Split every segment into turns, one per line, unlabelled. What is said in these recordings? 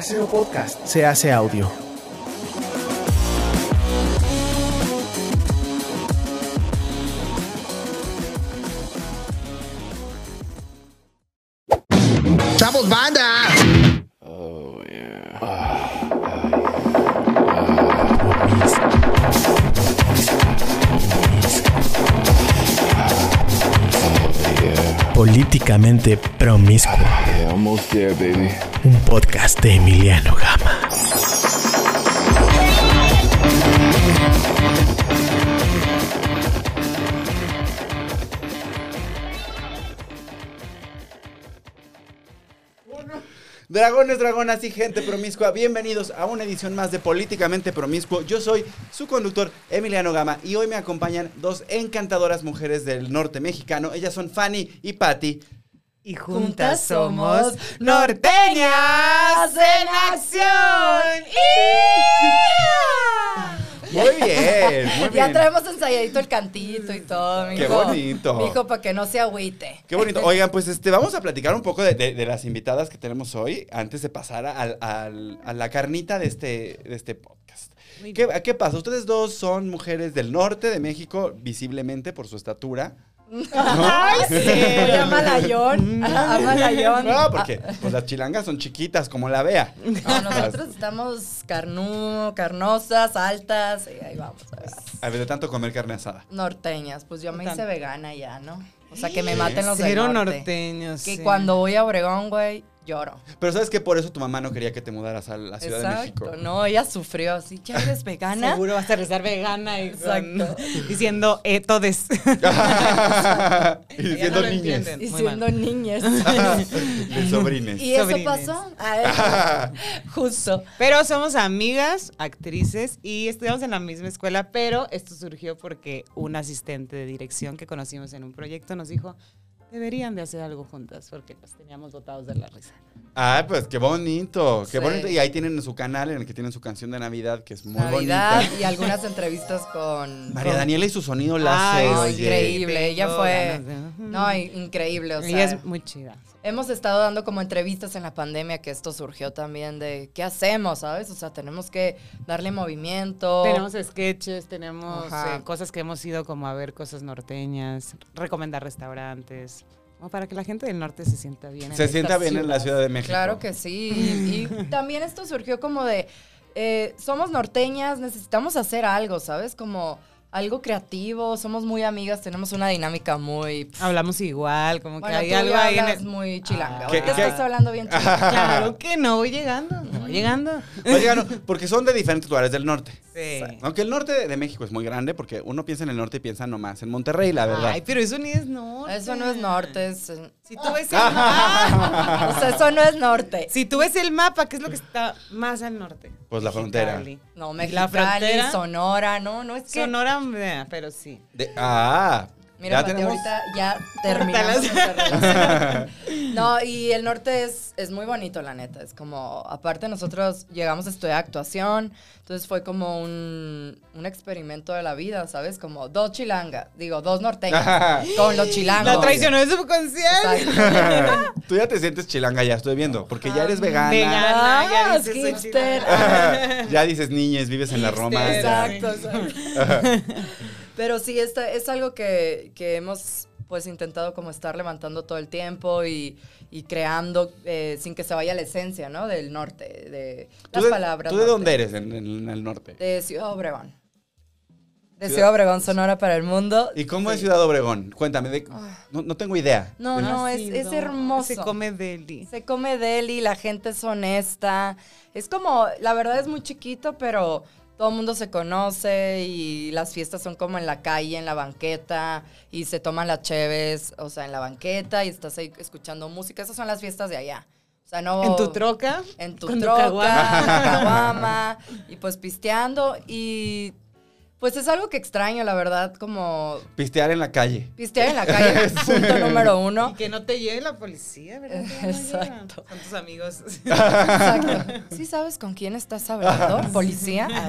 Cero Podcast se hace audio.
¡Chavos, banda!
Políticamente promiscuo.
Yeah, almost there, baby.
Un podcast de Emiliano Gama.
Dragones, dragonas y gente promiscua, bienvenidos a una edición más de Políticamente Promiscuo. Yo soy su conductor Emiliano Gama y hoy me acompañan dos encantadoras mujeres del norte mexicano. Ellas son Fanny y Patty.
Y
juntas somos
¡Norteñas
en acción. ¡Ia!
Muy bien, muy
Ya
bien.
traemos ensayadito el cantito y todo, mijo.
Qué bonito.
Mijo, para que no se agüite.
Qué bonito. Oigan, pues este, vamos a platicar un poco de, de- de las invitadas que tenemos hoy antes de pasar al- al- a la carnita de este, de este podcast.
Muy
¿Qué, ¿Qué pasa? Ustedes dos son mujeres del norte de México, visiblemente por su estatura.
¡Ay, sí! Oye, Amalayón. Amalayón.
No, porque pues, las chilangas son chiquitas, como la vea.
No, nosotros estamos carnú, carnosas, altas, y ahí vamos. ahí vamos.
A ver, de tanto comer carne asada.
Norteñas, pues yo me hice
Tan-
vegana ya, ¿no? O sea, que me maten los del
Cero
norte.
norteños.
Que
sí.
cuando voy a Obregón, güey, lloro.
Pero sabes que por eso tu mamá no quería que te mudaras a la Ciudad de México.
Exacto, no, ella sufrió así, ¿ya eres vegana?
Seguro vas a rezar vegana y con-
Exacto.
diciendo eh, todes.
y diciendo
lo
niñas.
entienden.
Y
Muy Ah,
siendo niñas.
De sobrines.
y eso
Sobrines.
pasó. Ah, Justo.
Pero somos amigas, actrices y estudiamos en la misma escuela, pero esto surgió porque un asistente de dirección que conocimos en un proyecto nos dijo, deberían de hacer algo juntas porque nos teníamos botados de la risa.
Ah, pues qué bonito, qué
Sí.
bonito. Y ahí tienen su canal en el que tienen su canción de Navidad, que es muy
Navidad
bonita.
y algunas entrevistas con.
María
con-
Daniela y su sonido
Ay,
láser.
No,
oye.
increíble. Ella
Tengo
fue.
ganas de-
No, i- increíble. O sea,
Ella es muy chida.
hemos estado dando como entrevistas en la pandemia que esto surgió también de qué hacemos, ¿sabes? O sea, tenemos que darle movimiento.
Tenemos sketches, tenemos
Ajá.
eh, cosas que hemos ido como a ver cosas norteñas, recomendar restaurantes, como para que la gente del norte se sienta bien. en
Se
esta
sienta bien en la Ciudad de México.
Claro que sí. Y también esto surgió como de, eh, somos norteñas, necesitamos hacer algo, ¿sabes? Como algo creativo, somos muy amigas, tenemos una dinámica muy... pff,
Hablamos igual, como que
bueno,
hay
tú
algo
ya
ahí en
hablas
el-
muy chilanga.
Ah.
Ahorita
¿Qué- qué-
estás hablando bien chilanga.
Claro que no, voy llegando, voy llegando.
Oigan, no, porque son de diferentes lugares del norte.
Sí.
Aunque el norte de- de México es muy grande, porque uno piensa en el norte y piensa nomás en Monterrey, la verdad.
Ay, pero eso ni es norte.
Eso no es norte, es- o
Si tú ves el mapa,
sea, eso no es norte.
si tú ves el mapa, ¿qué es lo que está más al norte?
Pues la frontera.
Mexicali.
No,
La
Mexicali,
frontera.
Sonora, no, no es que...
Sonora, meh, pero sí.
De- ah,
Mira,
ya
Pati,
tenemos.
ahorita ya terminamos. esta relación. no, y el norte es, es muy bonito, la neta. Es como, aparte nosotros llegamos a estudiar actuación, entonces fue como un, un experimento de la vida, ¿sabes? Como dos chilangas, digo, dos norteñas, con los chilangos.
La traicionó de su concierto.
Exacto.
Tú ya te sientes chilanga, ya estoy viendo, porque ya eres vegana.
Vegana. Ah, ya
Ah, es
dices, soy
hipster.
ya dices niñes, vives en la
Hipster.
Roma.
Exacto. exacto. Pero sí, esta es algo que, que hemos pues intentado como estar levantando todo el tiempo y, y creando eh, sin que se vaya la esencia, ¿no? Del norte, de
¿Tú
las
de,
palabras.
¿Tú de
norte.
dónde eres en, en- en el norte?
De Ciudad Obregón. De
Ciudad-
Ciudad Obregón, Sonora para el mundo.
¿Y cómo es Ciudad Obregón? Cuéntame, de- no, no tengo idea.
Ah. No,
De-
no,
Ha
es,
sido-
es hermoso.
Se come deli.
Se come deli, la gente es honesta. Es como, la verdad es muy chiquito, pero todo el mundo se conoce y las fiestas son como en la calle, en la banqueta, y se toman las cheves, o sea, en la banqueta y estás ahí escuchando música. Esas son las fiestas de allá. O sea, no...
En tu troca.
En tu
con tu
troca,
caguama.
en tu caguama, y pues pisteando. Y pues es algo que extraño, la verdad, como
Pistear en la calle.
pistear en la calle, punto número uno.
Y que no te lleve la policía, ¿verdad? Que ya no
Exacto.
llegan. Son tus amigos.
Exacto. ¿Sí sabes con quién estás hablando? ¿Policía? Ah,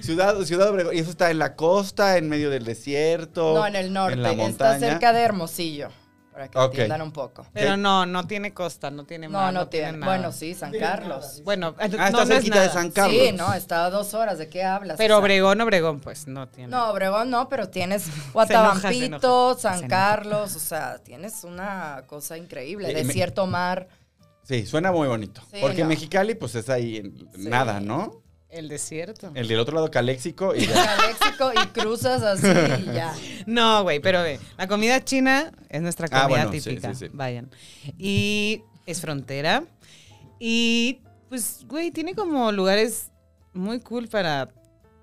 Ciudad, Ciudad Obregón, y eso está en la costa, en medio del desierto.
No, en el norte.
En la
está
montaña.
cerca de Hermosillo. para que
Ok.
entiendan un poco.
Pero no, no tiene costa, no tiene
No,
mar,
no tiene.
nada.
Bueno, sí, San Carlos.
Bueno, no,
está
no es
cerquita de
nada.
San Carlos.
Sí, no, está a dos horas. ¿De qué hablas?
Pero
O sea,
Obregón, Obregón, pues no tiene.
No, Obregón no, pero tienes
enoja, se
Guatabampito,
enoja. Se
San
enoja.
Carlos, o sea, tienes una cosa increíble,
Y me-
desierto mar.
Sí, suena muy bonito.
Sí,
porque
no.
Mexicali, pues es ahí en
Sí.
nada, ¿no?
El desierto.
El del otro lado, Caléxico. Y ya.
Caléxico y cruzas así y ya.
No, güey, pero ve, la comida china es nuestra comida
Ah, bueno, sí,
típica.
sí, sí.
Vayan. Y es frontera. Y pues, güey, tiene como lugares muy cool para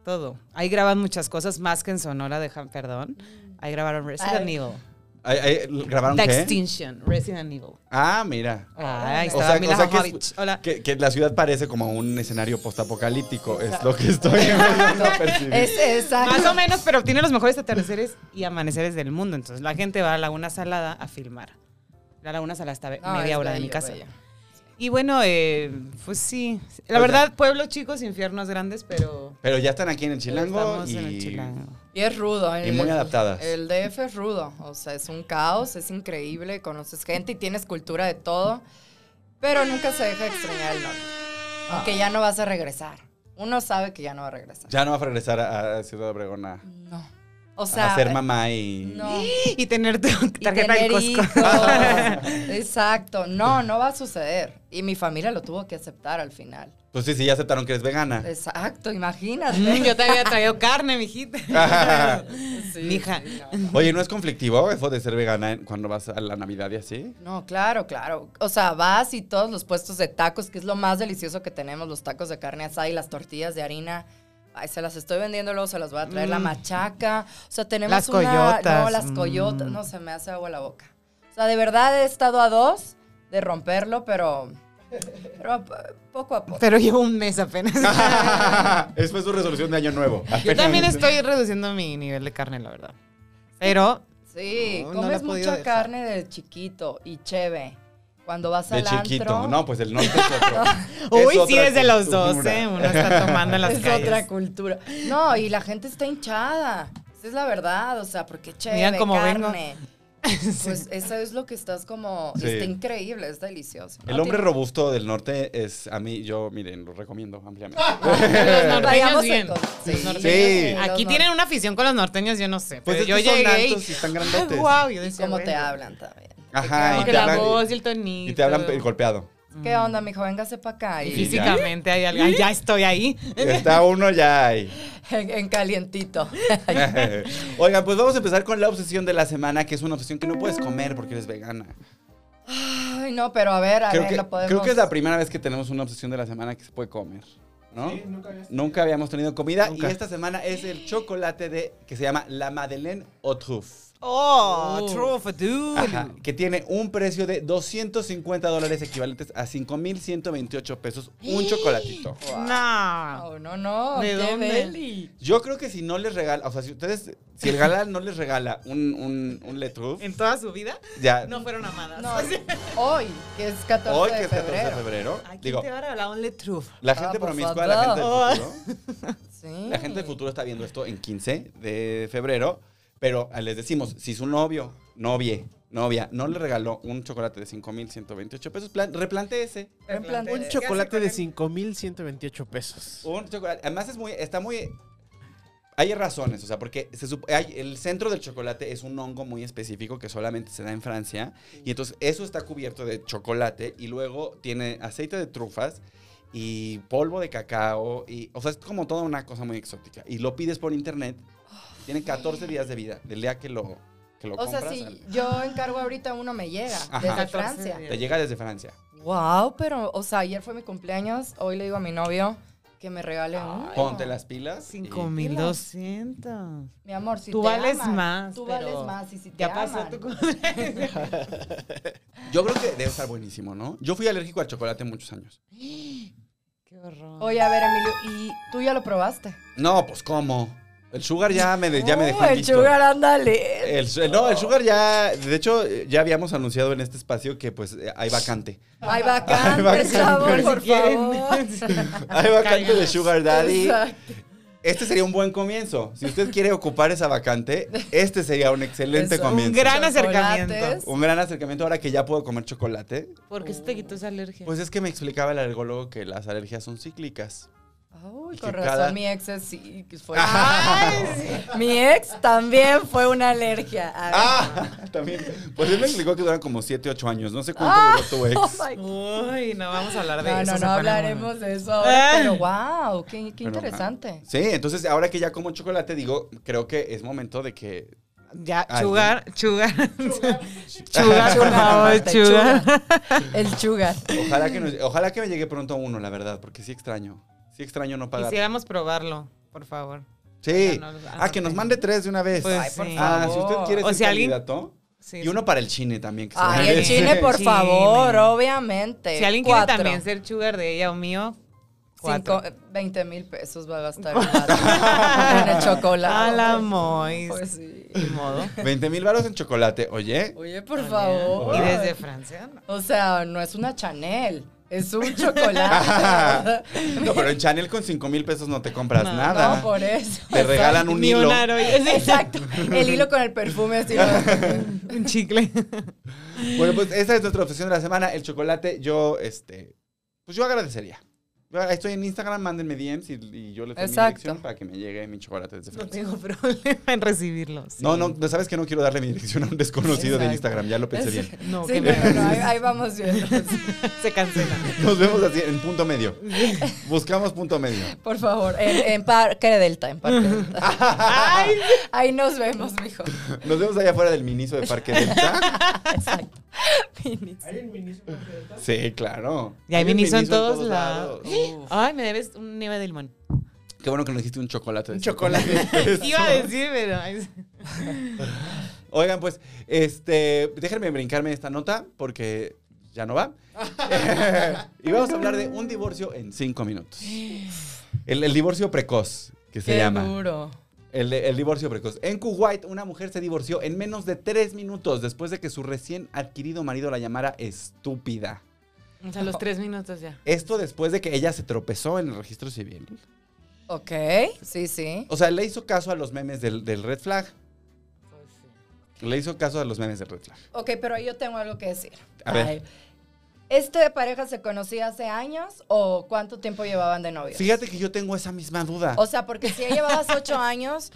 todo. Ahí graban muchas cosas más que en Sonora, dejan, perdón. Ahí grabaron Resident
Ay.
Evil.
Ahí- ahí ¿Grabaron
The
qué?
Extinction, Resident Evil.
Ah, mira.
Ah, ahí
O
estaba
sea-
Mila
o sea que es-
Jovovich. Hola.
Que, que la ciudad parece como un escenario postapocalíptico. Es lo que estoy empezando a percibir.
Es exacto.
Más o menos, pero tiene los mejores atardeceres y amaneceres del mundo. Entonces la gente va a Laguna Salada a filmar. La Laguna Salada está
No,
media
es
hora de mi
bello,
casa.
bello.
Y bueno, eh, pues sí. La
O sea-
verdad, pueblos chicos, infiernos grandes, pero
Pero ya están aquí en el Chilango
estamos
y
en el chilango.
Y es rudo.
Y muy adaptadas.
El DF es rudo. O sea, es un caos, es increíble, conoces gente y tienes cultura de todo. Pero nunca se deja de extrañar el norte. Aunque ya no vas a regresar. Uno sabe que ya no va a regresar.
ya no va a regresar a, a Ciudad Obregón a,
No. O
a
sea. eh,
ser
eh,
mamá y...
No.
Y tener tu
Y
tarjeta del
tener
Costco.
hijos. Exacto. No, no va a suceder. Y mi familia lo tuvo que aceptar al final.
Pues sí, sí, ya aceptaron que eres vegana.
Exacto,
Mm,
imagínate.
Yo te había traído carne, mijita.
Ah, Sí,
Mija.
sí, no.
Oye, ¿no es conflictivo eso de ser vegana en- cuando vas a la Navidad y así?
No, claro, claro. O sea, vas y todos los puestos de tacos, que es lo más delicioso que tenemos, los tacos de carne asada y las tortillas de harina. Ay, se las estoy vendiendo, luego se las voy a traer la machaca. O sea, tenemos
Mm. Las
una-
coyotas,
No, las coyotas.
mm.
No, se me hace agua la boca. O sea, de verdad he estado a dos de romperlo, pero, pero p- poco a poco.
Pero llevo un mes apenas.
Ah, Eso fue pues su resolución de año nuevo.
Yo también estoy reduciendo mi nivel de carne, la verdad. Pero
Sí,
No, no la he
comes
podido
mucha
dejar.
carne de chiquito y cheve. Cuando vas
De
al
chiquito.
antro,
No, pues el norte es otro. Es
Uy, sí,
otra
desde los ¿eh?
cultura.
12 uno está tomando en las
es
calles.
otra cultura. No, y la gente está hinchada. Esa es la verdad, o sea, porque cheve,
Miran cómo vengo.
carne. Pues eso es lo que estás como...
Sí.
Está increíble, es delicioso.
El hombre robusto del norte es a mí, yo, miren, lo recomiendo ampliamente.
Los norteños
Vayamos
bien.
entonces.
Los
Sí.
norteños
Sí.
bien.
Los
Aquí
nor-
tienen una afición con los norteños, yo no sé.
Pues
pero yo
estos son
llegué
altos y están grandotes.
wow, yo
Y
decía,
cómo te
"Güey".
hablan también.
Ajá,
Como
y
que
te
la
hablan-
voz y el tonito.
Y te hablan pe- golpeado.
Mm.
¿Qué onda, mijo? Véngase para acá.
Y
Y
Físicamente hay algo. Ay, ya estoy ahí.
Está uno ya ahí.
en, en calientito.
Oigan, pues vamos a empezar con la obsesión de la semana, que es una obsesión que no puedes comer porque eres vegana.
Ay, no, pero a ver, a
Creo
ver,
que,
lo podemos...
creo que es la primera vez que tenemos una obsesión de la semana que se puede comer. ¿No? nunca, habíamos tenido comida.
Nunca.
Y esta semana es el chocolate de que se llama la Madeleine au truffe.
Oh,
Uh.
true for dude.
Ajá, que tiene un precio de 250 dólares equivalentes a 5,128 pesos un chocolatito.
No.
Ah, No, no, no.
¿De
Oh, qué
dónde?
deli.
Yo creo que si no les regala, o sea, si ustedes, si el galán no les regala un, un, un Le Truff,
En toda su vida
ya
no fueron amadas.
No,
O sea,
hoy, que es 14
hoy que
de
es 14 de
febrero.
febrero,
¿A quién
digo,
te va a regalar un letruf?
la gente
Ah, por
promiscua, la gente del
favor.
futuro,
Sí.
la gente del futuro está viendo esto en 15 de febrero, pero ah, les decimos, si su novio, novie, novia, no le regaló un chocolate de 5,128 pesos, plan, replantéese.
En plan,
Un
eh,
chocolate de 5,128 pesos.
Un chocolate. Además es muy, está muy. Hay razones, o sea, porque se sup- hay- el centro del chocolate es un hongo muy específico que solamente se da en Francia. Y entonces eso está cubierto de chocolate y luego tiene aceite de trufas y polvo de cacao. Y, o sea, es como toda una cosa muy exótica. Y lo pides por internet. Tiene 14 días de vida, del día que lo, que lo
Oh, O sea,
compras.
si
al-
yo encargo ahorita uno me llega
Ajá.
desde
14
Francia.
días.
Te llega desde Francia.
Wow, pero, o sea, ayer fue mi cumpleaños, hoy le digo a mi novio que me regale uno.
Ponte las pilas. y-
5200.
Mi amor, si
Tú
te
vales
aman,
más,
Tú
pero
vales más y si te
Ya pasó
aman.
tu cumpleaños.
Yo creo que debe estar buenísimo, ¿no? Yo fui alérgico al chocolate muchos años.
Qué horror.
Oye, a ver, Emilio, ¿y tú ya lo probaste?
No, pues cómo. El sugar ya me, de- ya me dejó Eh,
Uh, el
listo.
sugar, ándale.
El su- no, el sugar ya, de hecho, eh, ya habíamos anunciado en este espacio que pues eh, hay vacante.
Ay,
Ay,
bacán,
bacán,
chavo,
pero
por
si quieren.
favor.
Hay vacante de sugar daddy.
Exacto.
Este sería un buen comienzo. Si usted quiere ocupar esa vacante, este sería un excelente
Es un
comienzo.
gran-
Chocolates.
acercamiento.
Un gran acercamiento ahora que ya puedo comer chocolate.
¿Por qué se te quitó esa alergia?
Pues es que me explicaba el alergólogo que las alergias son cíclicas.
Ay,
Y
con
que
razón
cada-
mi ex es- sí, que fue.
Ay, sí.
Mi ex también fue una alergia. A ver.
Ah, también. Pues él me explicó que duran como 7, 8 años. No sé cuánto duró tu
Oh
ex.
my-
Uy, no vamos a hablar de
No,
eso.
no,
se
no
pone
hablaremos
bueno.
de eso. ahora,
Ah.
Pero wow, qué, qué
Pero, ah,
interesante.
Sí, entonces ahora que ya como chocolate, digo, creo que es momento de que.
Ya,
Ay,
chugar, chugar. Chugar, por favor,
Marta,
chugar.
sugar. El sugar.
Ojalá que, nos- ojalá que me llegue pronto uno, la verdad, porque sí extraño. Sí extraño no pagar.
Quisiéramos probarlo, por favor.
Sí.
Ya no los-
Ah, que nos mande tres de una vez.
Pues
Ay, por
sí.
Ah, si usted quiere
O
ser
sea, alguien-
candidato.
Sí,
Y
sí.
uno para el chine también. Que se
Ay,
merece.
el chile, por
Chile.
favor, obviamente.
Si alguien
Cuatro.
quiere también ser sugar de ella o mío, cuatro.
Cinco, 20 mil pesos va a gastar el vato en el
A
chocolate.
la mois.
Pues sí.
Ni modo.
20 mil baros en chocolate, oye.
Oye, por favor.
Y desde Francia, no.
O sea, no es una Chanel, es un chocolate.
No, pero en Chanel con 5 mil pesos no te compras
No,
nada.
No, por eso.
Te regalan un
Ni
hilo.
aro, oye, sí.
Exacto. El hilo con el perfume así.
Un chicle.
Bueno, pues esa es nuestra obsesión de la semana. El chocolate, yo, este, pues yo agradecería. Yo Estoy en Instagram, mándenme DMs y, y yo les doy mi
Exacto.
dirección para que me llegue mi chocolate desde
No
Francia.
tengo problema en recibirlos.
No, no, no, sabes que no quiero darle mi dirección a un desconocido de
Exacto.
Instagram, ya lo pensé bien.
No,
sí,
que
bueno,
no.
no, ahí, ahí vamos viendo. pues.
Se cancela.
Nos vemos así en punto medio. Buscamos punto medio.
Por favor, en, en Parque Delta, en Parque Delta.
Ay,
Ahí nos vemos, mijo.
Nos vemos allá afuera del miniso de Parque Delta.
Exacto. Minis.
Sí, claro.
Y ahí
Hay un
Miniso en
Miniso
todos lados. Ay, me debes un nieve de limón.
Qué bueno que nos dijiste un chocolate. de
Un chocolate.
cinco mil pesos.
Iba a decir, pero. ay,
Oigan, pues, este, déjenme brincarme esta nota porque ya no va. y vamos a hablar de un divorcio en cinco minutos. El, el divorcio precoz, que se
Qué
llama.
duro.
El, el divorcio precoz. En Kuwait, una mujer se divorció en menos de tres minutos después de que su recién adquirido marido la llamara estúpida.
O sea, los tres minutos ya.
Esto después de que ella se tropezó en el registro civil.
Ok, sí, sí.
O sea, le hizo caso a los memes del, del red flag.
Pues
Le hizo caso a los memes del red flag.
Ok, pero yo tengo algo que decir.
A ver.
Ay. ¿Este pareja se conocía hace años o cuánto tiempo llevaban de novios?
Fíjate que yo tengo esa misma duda.
O sea, porque si ya llevabas ocho años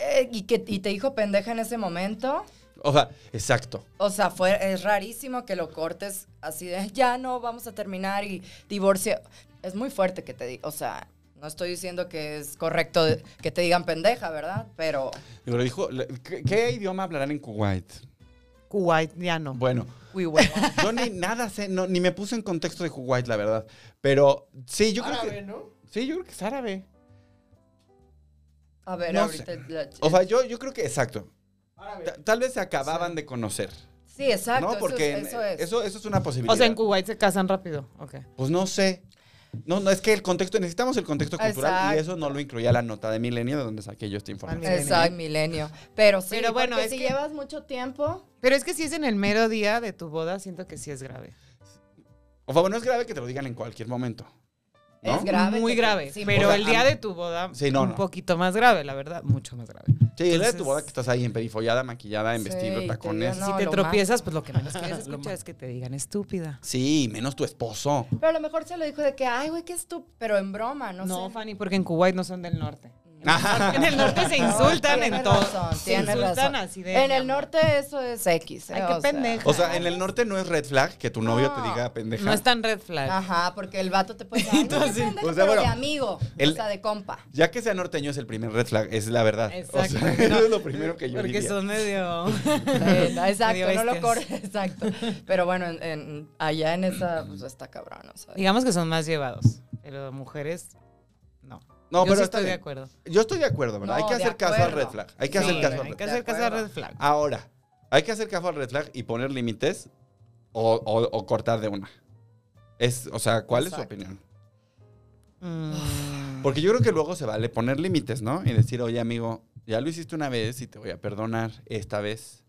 eh, y, que, y te dijo pendeja en ese momento,
O sea, exacto.
o sea, fue, es rarísimo que lo cortes así de, ya no, vamos a terminar y divorcio. Es muy fuerte que te diga, o sea, no estoy diciendo que es correcto de- que te digan pendeja, ¿verdad? Pero
Pero dijo, le- ¿qué, qué idioma hablarán en Kuwait?
Kuwait ya no.
Bueno,
uy, bueno.
yo ni nada sé, no, ni me puse en contexto de Kuwait, la verdad. Pero sí, yo creo que.
¿no?
Sí, yo creo que es árabe.
A ver,
No
ahorita... la-
O sea, yo, yo creo que, exacto.
Árabe.
Ta- Tal vez se acababan de conocer.
sí, exacto,
¿No? Porque en-
eso, es- eso es.
Eso, eso es una posibilidad.
O sea, en Kuwait se casan rápido. Ok.
Pues no sé. No, no, es que el contexto, necesitamos el contexto cultural y
Exacto.
eso no lo incluía la nota de Milenio de donde saqué yo esta información.
milenio.
Exacto, milenio. Pero sí,
Pero bueno,
porque
es
si
que-
llevas mucho tiempo,
Pero es que si es en el mero día de tu boda, siento que sí es grave.
O favor, no es grave que te lo digan en cualquier momento. ¿no?
Es grave
Muy
que te-
grave.
sí,
pero
o sea,
el día
am-
de tu boda,
Sí, no,
un
no.
poquito más grave, la verdad. Mucho más grave.
Sí, el día de tu
Entonces-
boda que estás ahí emperifollada, maquillada, en
Sí,
vestido,
te
tacones.
digo, No,
si te
lo
tropiezas, pues lo que menos quieres escuchar es que te digan estúpida.
Sí, menos tu esposo.
Pero a lo mejor se lo dijo de que, ay, güey, qué estúpido. Pero en broma, no,
No,
sé.
Fanny, porque en Kuwait no son del norte. En el norte se insultan
Tiene
en todo.
razón,
se
tiene
insultan
razón.
así de.
En el
mi amor.
norte eso es X. ¿eh?
Ay, qué
O sea,
pendeja.
O sea, en el norte no es red flag que tu novio te diga pendeja.
No es tan red flag.
Ajá, porque el vato te puede decir, ay, no, qué pendeja,
O sea,
pero
bueno,
de amigo,
el-
o sea, de compa.
Ya que sea norteño es el primer red flag, es la verdad. O
Exacto.
sea,
no,
eso es lo primero que yo
Porque
diría.
son medio.
Eh, no, exacto,
medio
no lo
bestias.
corres, exacto. Pero bueno, en- en- allá en esa, pues está cabrón, o sea.
Digamos que son más llevados. Pero mujeres, no.
No,
Yo
pero
sí
está
estoy de
bien.
acuerdo.
Yo estoy de acuerdo, ¿verdad?
No,
hay que
de
hacer caso al
acuerdo.
red flag. Hay que
Sí,
hacer caso al
hay
red
que
flag.
hacer caso al
acuerdo.
red flag.
Ahora, hay que hacer caso al red flag y poner límites o, o- o cortar de una. Es, o sea, ¿cuál es
Exacto.
tu opinión?
Ah.
Mm.
Porque yo creo que luego se vale poner límites, ¿no? Y decir, oye, amigo, ya lo hiciste una vez y te voy a perdonar esta vez.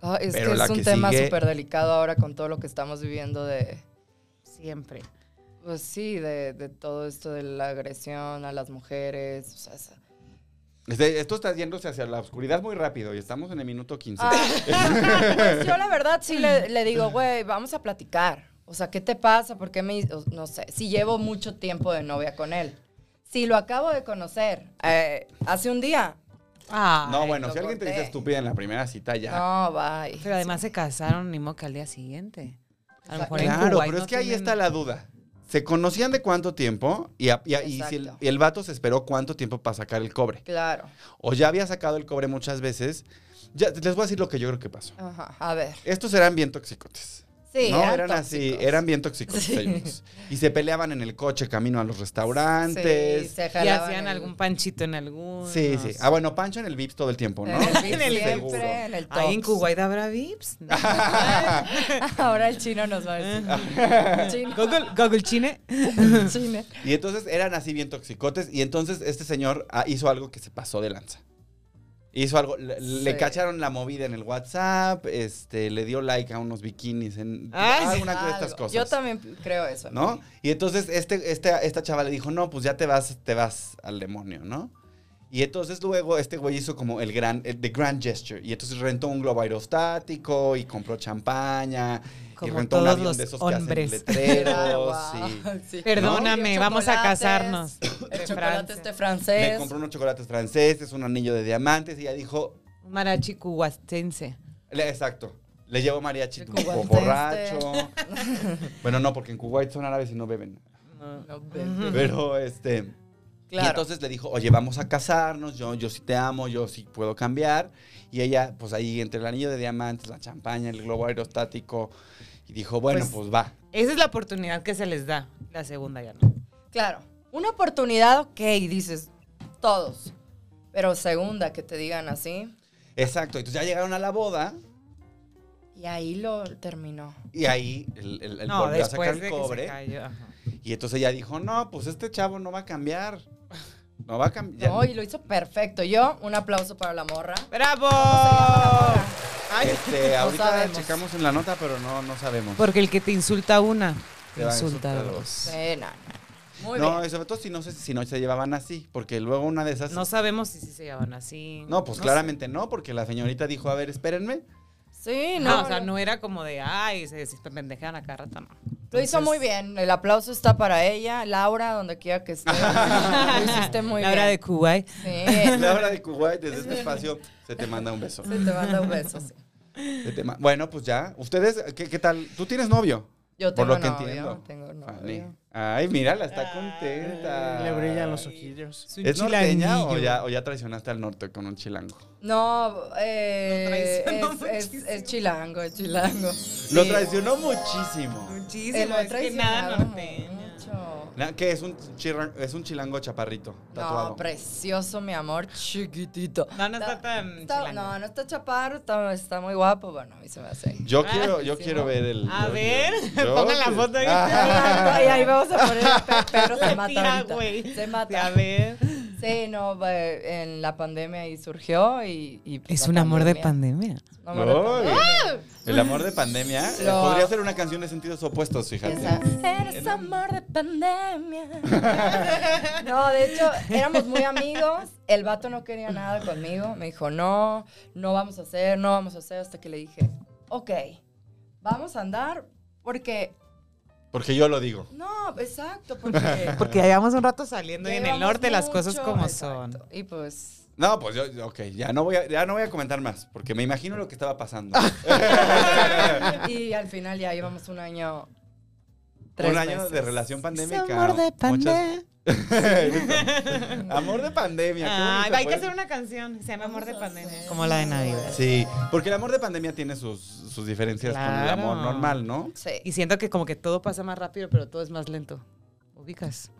Ah, es
Pero
que
la
es un
que
tema
sigue-
súper delicado ahora con todo lo que estamos viviendo de...
Siempre.
Pues sí, de, de todo esto de la agresión a las mujeres. O sea, esa-
Este- Esto está yéndose hacia la oscuridad muy rápido y estamos en el minuto 15.
Ah, pues yo la verdad sí le, le digo, güey, vamos a platicar. O sea, ¿qué te pasa? ¿Por qué me...? o- No sé, si llevo mucho tiempo de novia con él. Si lo acabo de conocer eh, hace un día.
Ah.
no,
Ay,
bueno,
lo
si alguien te dice
corté.
estúpida en la primera cita, ya.
No, bye.
Pero además se casaron, ni modo que al día siguiente. A lo mejor en
Claro,
Cuba y
pero
no
es que ahí
tienen-
está la duda. ¿Se conocían de cuánto tiempo? Y, a- y a- y si el,
Exacto.
y el vato se esperó cuánto tiempo para sacar el cobre.
Claro.
O ya había sacado el cobre muchas veces. Ya, les voy a decir lo que yo creo que pasó.
Ajá, a ver.
Estos eran bien toxicotes.
Sí,
no,
eran,
eran así,
tóxicos.
eran bien tóxicos
Sí.
ellos. Y se peleaban en el coche camino a los
Sí,
restaurantes.
se
Y
jalaban
hacían
el-
algún panchito en algún.
Sí, sí. Ah, bueno, Pancho en el Vips todo el tiempo, ¿no?
en el Vips,
Eso seguro.
siempre, en el top.
Ahí en Kuwait habrá VIPs. ¿no?
Ahora el chino nos va a decir. chino.
Google, Google Chine.
Chino.
Y entonces eran así bien toxicotes. Y entonces este señor ah, hizo algo que se pasó de lanza. Hizo algo, le, le
Sí.
cacharon la movida en el WhatsApp, este, le dio like a unos bikinis en
Ay,
alguna de estas
Algo.
cosas.
Yo también creo eso.
¿no? Y entonces este, este, esta chava le dijo, no, pues ya te vas, te vas al demonio, ¿no? Y entonces luego este güey hizo como el gran, el- the grand gesture. Y entonces rentó un globo aerostático y compró champaña. y
Como
rentó un
todos
avión
los
de esos
hombres.
que hacen letreros.
Wow,
y-
sí.
Perdóname,
¿No?
vamos a
Chocolates,
casarnos.
El
en
chocolate
Francia.
este
Me
francés.
compró unos chocolates franceses, un anillo de diamantes y ella dijo,
Un Marachi cubastense.
le- exacto, le llevo mariachi
El
un poco
cubano
borracho. bueno, no, porque en Kuwait son árabes y no beben.
No, bebé.
Pero este... Y
Claro.
entonces le dijo, oye, vamos a casarnos, yo, yo sí te amo, yo sí puedo cambiar. Y ella, pues ahí entre el anillo de diamantes, la champaña, el globo aerostático, y dijo, bueno, pues,
Pues-
va.
Esa es la oportunidad que se les da. La segunda ya no.
Claro. Una oportunidad, ok, dices, todos. Pero segunda, que te digan así.
Exacto, entonces ya llegaron a la boda
Y ahí lo terminó.
y ahí el, el- el
no,
volvió a sacar
después
el
de que
cobre.
se cayó. ajá.
Y entonces ella dijo, no, pues este chavo no va a cambiar. No va a cambiar.
No, y lo hizo perfecto. Yo, un aplauso para la morra.
¡Bravo! Ay.
Este,
No
ahorita
sabemos.
checamos en la nota, pero no, no sabemos.
Porque el que te insulta una,
Te
te
va a
insulta
insultar
dos.
Sí, no, no. Muy
no,
bien.
y sobre todo si no, se, si no se llevaban así, porque luego una de esas...
No
No,
sabemos si sí se llevan así.
pues
sé.
claramente no, porque la señorita dijo, a ver, espérenme.
Sí,
No,
no.
o sea,
no.
no era como de, ay, se se pendejean acá rato, no.
Lo hizo
Entonces-
muy bien. El aplauso está para ella. Laura, donde quiera que esté. lo hiciste muy
Laura de
bien.
Kuwait.
Sí.
La hora de Kuwait, desde este espacio, se te manda un beso.
Se te manda un beso, sí.
Se te ma- bueno, pues ya. ¿Ustedes qué, qué tal? ¿Tú tienes novio?
Yo
Por
tengo
lo que
novio,
entiendo.
tengo novio.
Fanny. Ay, mírala, está contenta.
Le brillan los ojillos.
Es un
¿Es norteña o
chilanguillo.
ya, o ya traicionaste al norte con un chilango?
No, eh,
Lo traicionó
es, es- es chilango, es chilango.
Lo
Sí.
traicionó muchísimo.
Eh,
Muchísimo,
lo
es que nada
traicionaron
norteña.
mucho.
Na- ¿Qué es un, chirra- es un chilango chaparrito? Tatuado.
No, precioso, mi amor, chiquitito.
No, no está tan
está-
chilango.
No, no está chaparro, está, está muy guapo, bueno, a mí se me hace.
Yo
Ah,
quiero, yo quiero ver el.
A
yo
ver,
quiero- Ah,
pongan
yo-
la foto este. ahí.
Ay, ahí vamos a poner a Pe- Pedro se mata
Tira,
ahorita.
güey.
Se
Sí, A
mata.
ver.
Sí, no, eh, en la pandemia ahí surgió y... y pues
Es
la
un amor de pandemia.
Un amor de pandemia.
Ay, El amor de pandemia. eh,
Lo-
Podría ser una canción de sentidos opuestos, fíjate.
Esa, Eres amor de pandemia. No, de hecho, éramos muy amigos. El vato no quería nada conmigo. Me dijo, no, no vamos a hacer, no vamos a hacer. Hasta que le dije, ok, vamos a andar porque...
Porque yo lo digo.
No, exacto, porque...
Porque llevamos un rato saliendo y en el
llevamos
norte las cosas
mucho,
como
exacto.
son.
Y pues...
No, pues yo, yo- ok, ya no voy a, ya no voy a comentar más, porque me imagino lo que estaba pasando.
Ah.
Y al final ya llevamos un año... tres
Un año
meses.
de relación pandémica.
Es amor de pandemia.
Muchas- amor de pandemia. qué
Ay,
bonito,
hay que
pues.
hacer una canción, se llama Amor de Pandemia. Como la de Navidad.
Sí, porque el amor de pandemia tiene sus, sus diferencias con el
Claro.
amor normal, ¿no?
Sí.
Y siento que como que todo pasa más rápido, pero todo es más lento. ¿Ubicas?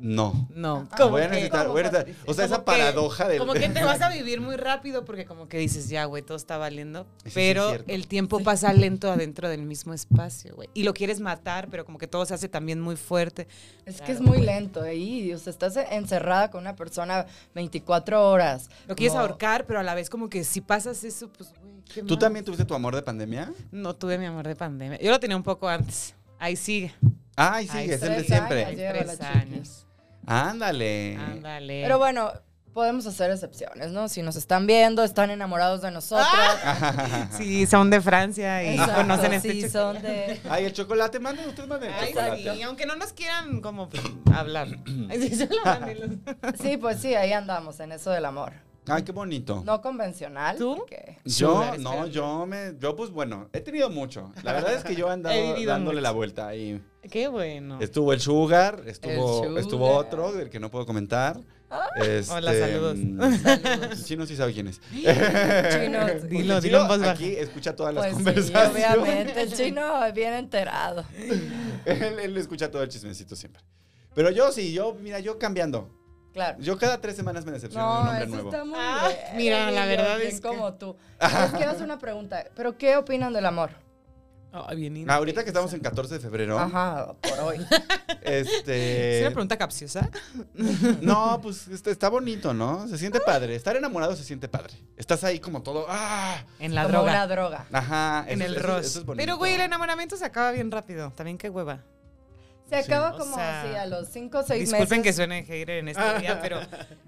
No.
No.
Voy a necesitar, voy a necesitar- O sea, esa paradoja de.
Como que te vas a vivir muy rápido porque como que dices, ya, güey, todo está valiendo.
Sí, sí, es
Pero
cierto.
el tiempo pasa lento adentro del mismo espacio, güey. Y lo quieres matar, pero como que todo se hace también muy fuerte.
Es que es muy lento ahí, o sea, estás encerrada con una persona 24 horas.
Lo quieres
Como-
ahorcar, pero a la vez como que si pasas eso, pues, güey, qué
¿Tú
mal.
también tuviste tu amor de pandemia?
No tuve mi amor de pandemia. Yo lo tenía un poco antes. Ahí sigue.
Ay, sí,
Ay,
es el de
tres años
siempre.
lleva la
Tres
chiquis.
años.
Ándale.
Ándale.
Pero bueno, podemos hacer excepciones, ¿no? Si nos están viendo, están enamorados de nosotros.
Ah. Sí, son de Francia y
Exacto,
conocen este
sí,
chocolate.
son de...
Ay, el chocolate, manden, ustedes manden el
Ay,
chocolate.
sí, aunque no nos quieran como hablar. Ay, sí, solo mándenlos.
Sí, pues sí, ahí andamos, en eso del amor.
Ay, qué bonito.
No convencional.
¿Tú?
porque-
Yo,
Sugar,
no,
espérate.
yo me, yo pues bueno, he tenido mucho. La verdad es que yo he andado
He vivido
dándole
mucho.
la vuelta y
Qué bueno.
estuvo el sugar, estuvo,
El Sugar. Ah.
estuvo otro del que no puedo comentar. Este,
Hola, saludos.
mm, Chino sí sabe quién es.
Chino,
Porque
Dilo,
el
dilo en
chino
voz baja.
Aquí escucha todas las
Pues sí,
conversaciones.
obviamente, el chino bien enterado.
él, él escucha todo el chismecito siempre. Pero yo sí, yo, mira, yo cambiando.
Claro.
Yo cada tres semanas me decepciono de un
No,
hombre
eso
nuevo.
está muy
Ah,
bien.
mira, la
Yo
verdad
bien
es que-
como tú. Es que hacer una pregunta. ¿Pero qué opinan del amor?
Ay, bien
Ah, Ahorita que estamos en 14 de febrero,
Ajá, por hoy.
¿Es
este...
una pregunta capciosa?
No, pues este, está bonito, ¿no? Se siente padre. Estar enamorado se siente padre. Estás ahí como todo. ¡Ah!
En
La
la
como
droga.
una droga.
Ajá.
En
eso-
el
eso-
Ross.
eso es bonito.
Pero, güey, el enamoramiento se acaba bien rápido. También qué hueva.
Se acaba
o
como
sea,
así a los 5 o 6 meses.
Disculpen que suene hater en este día, pero,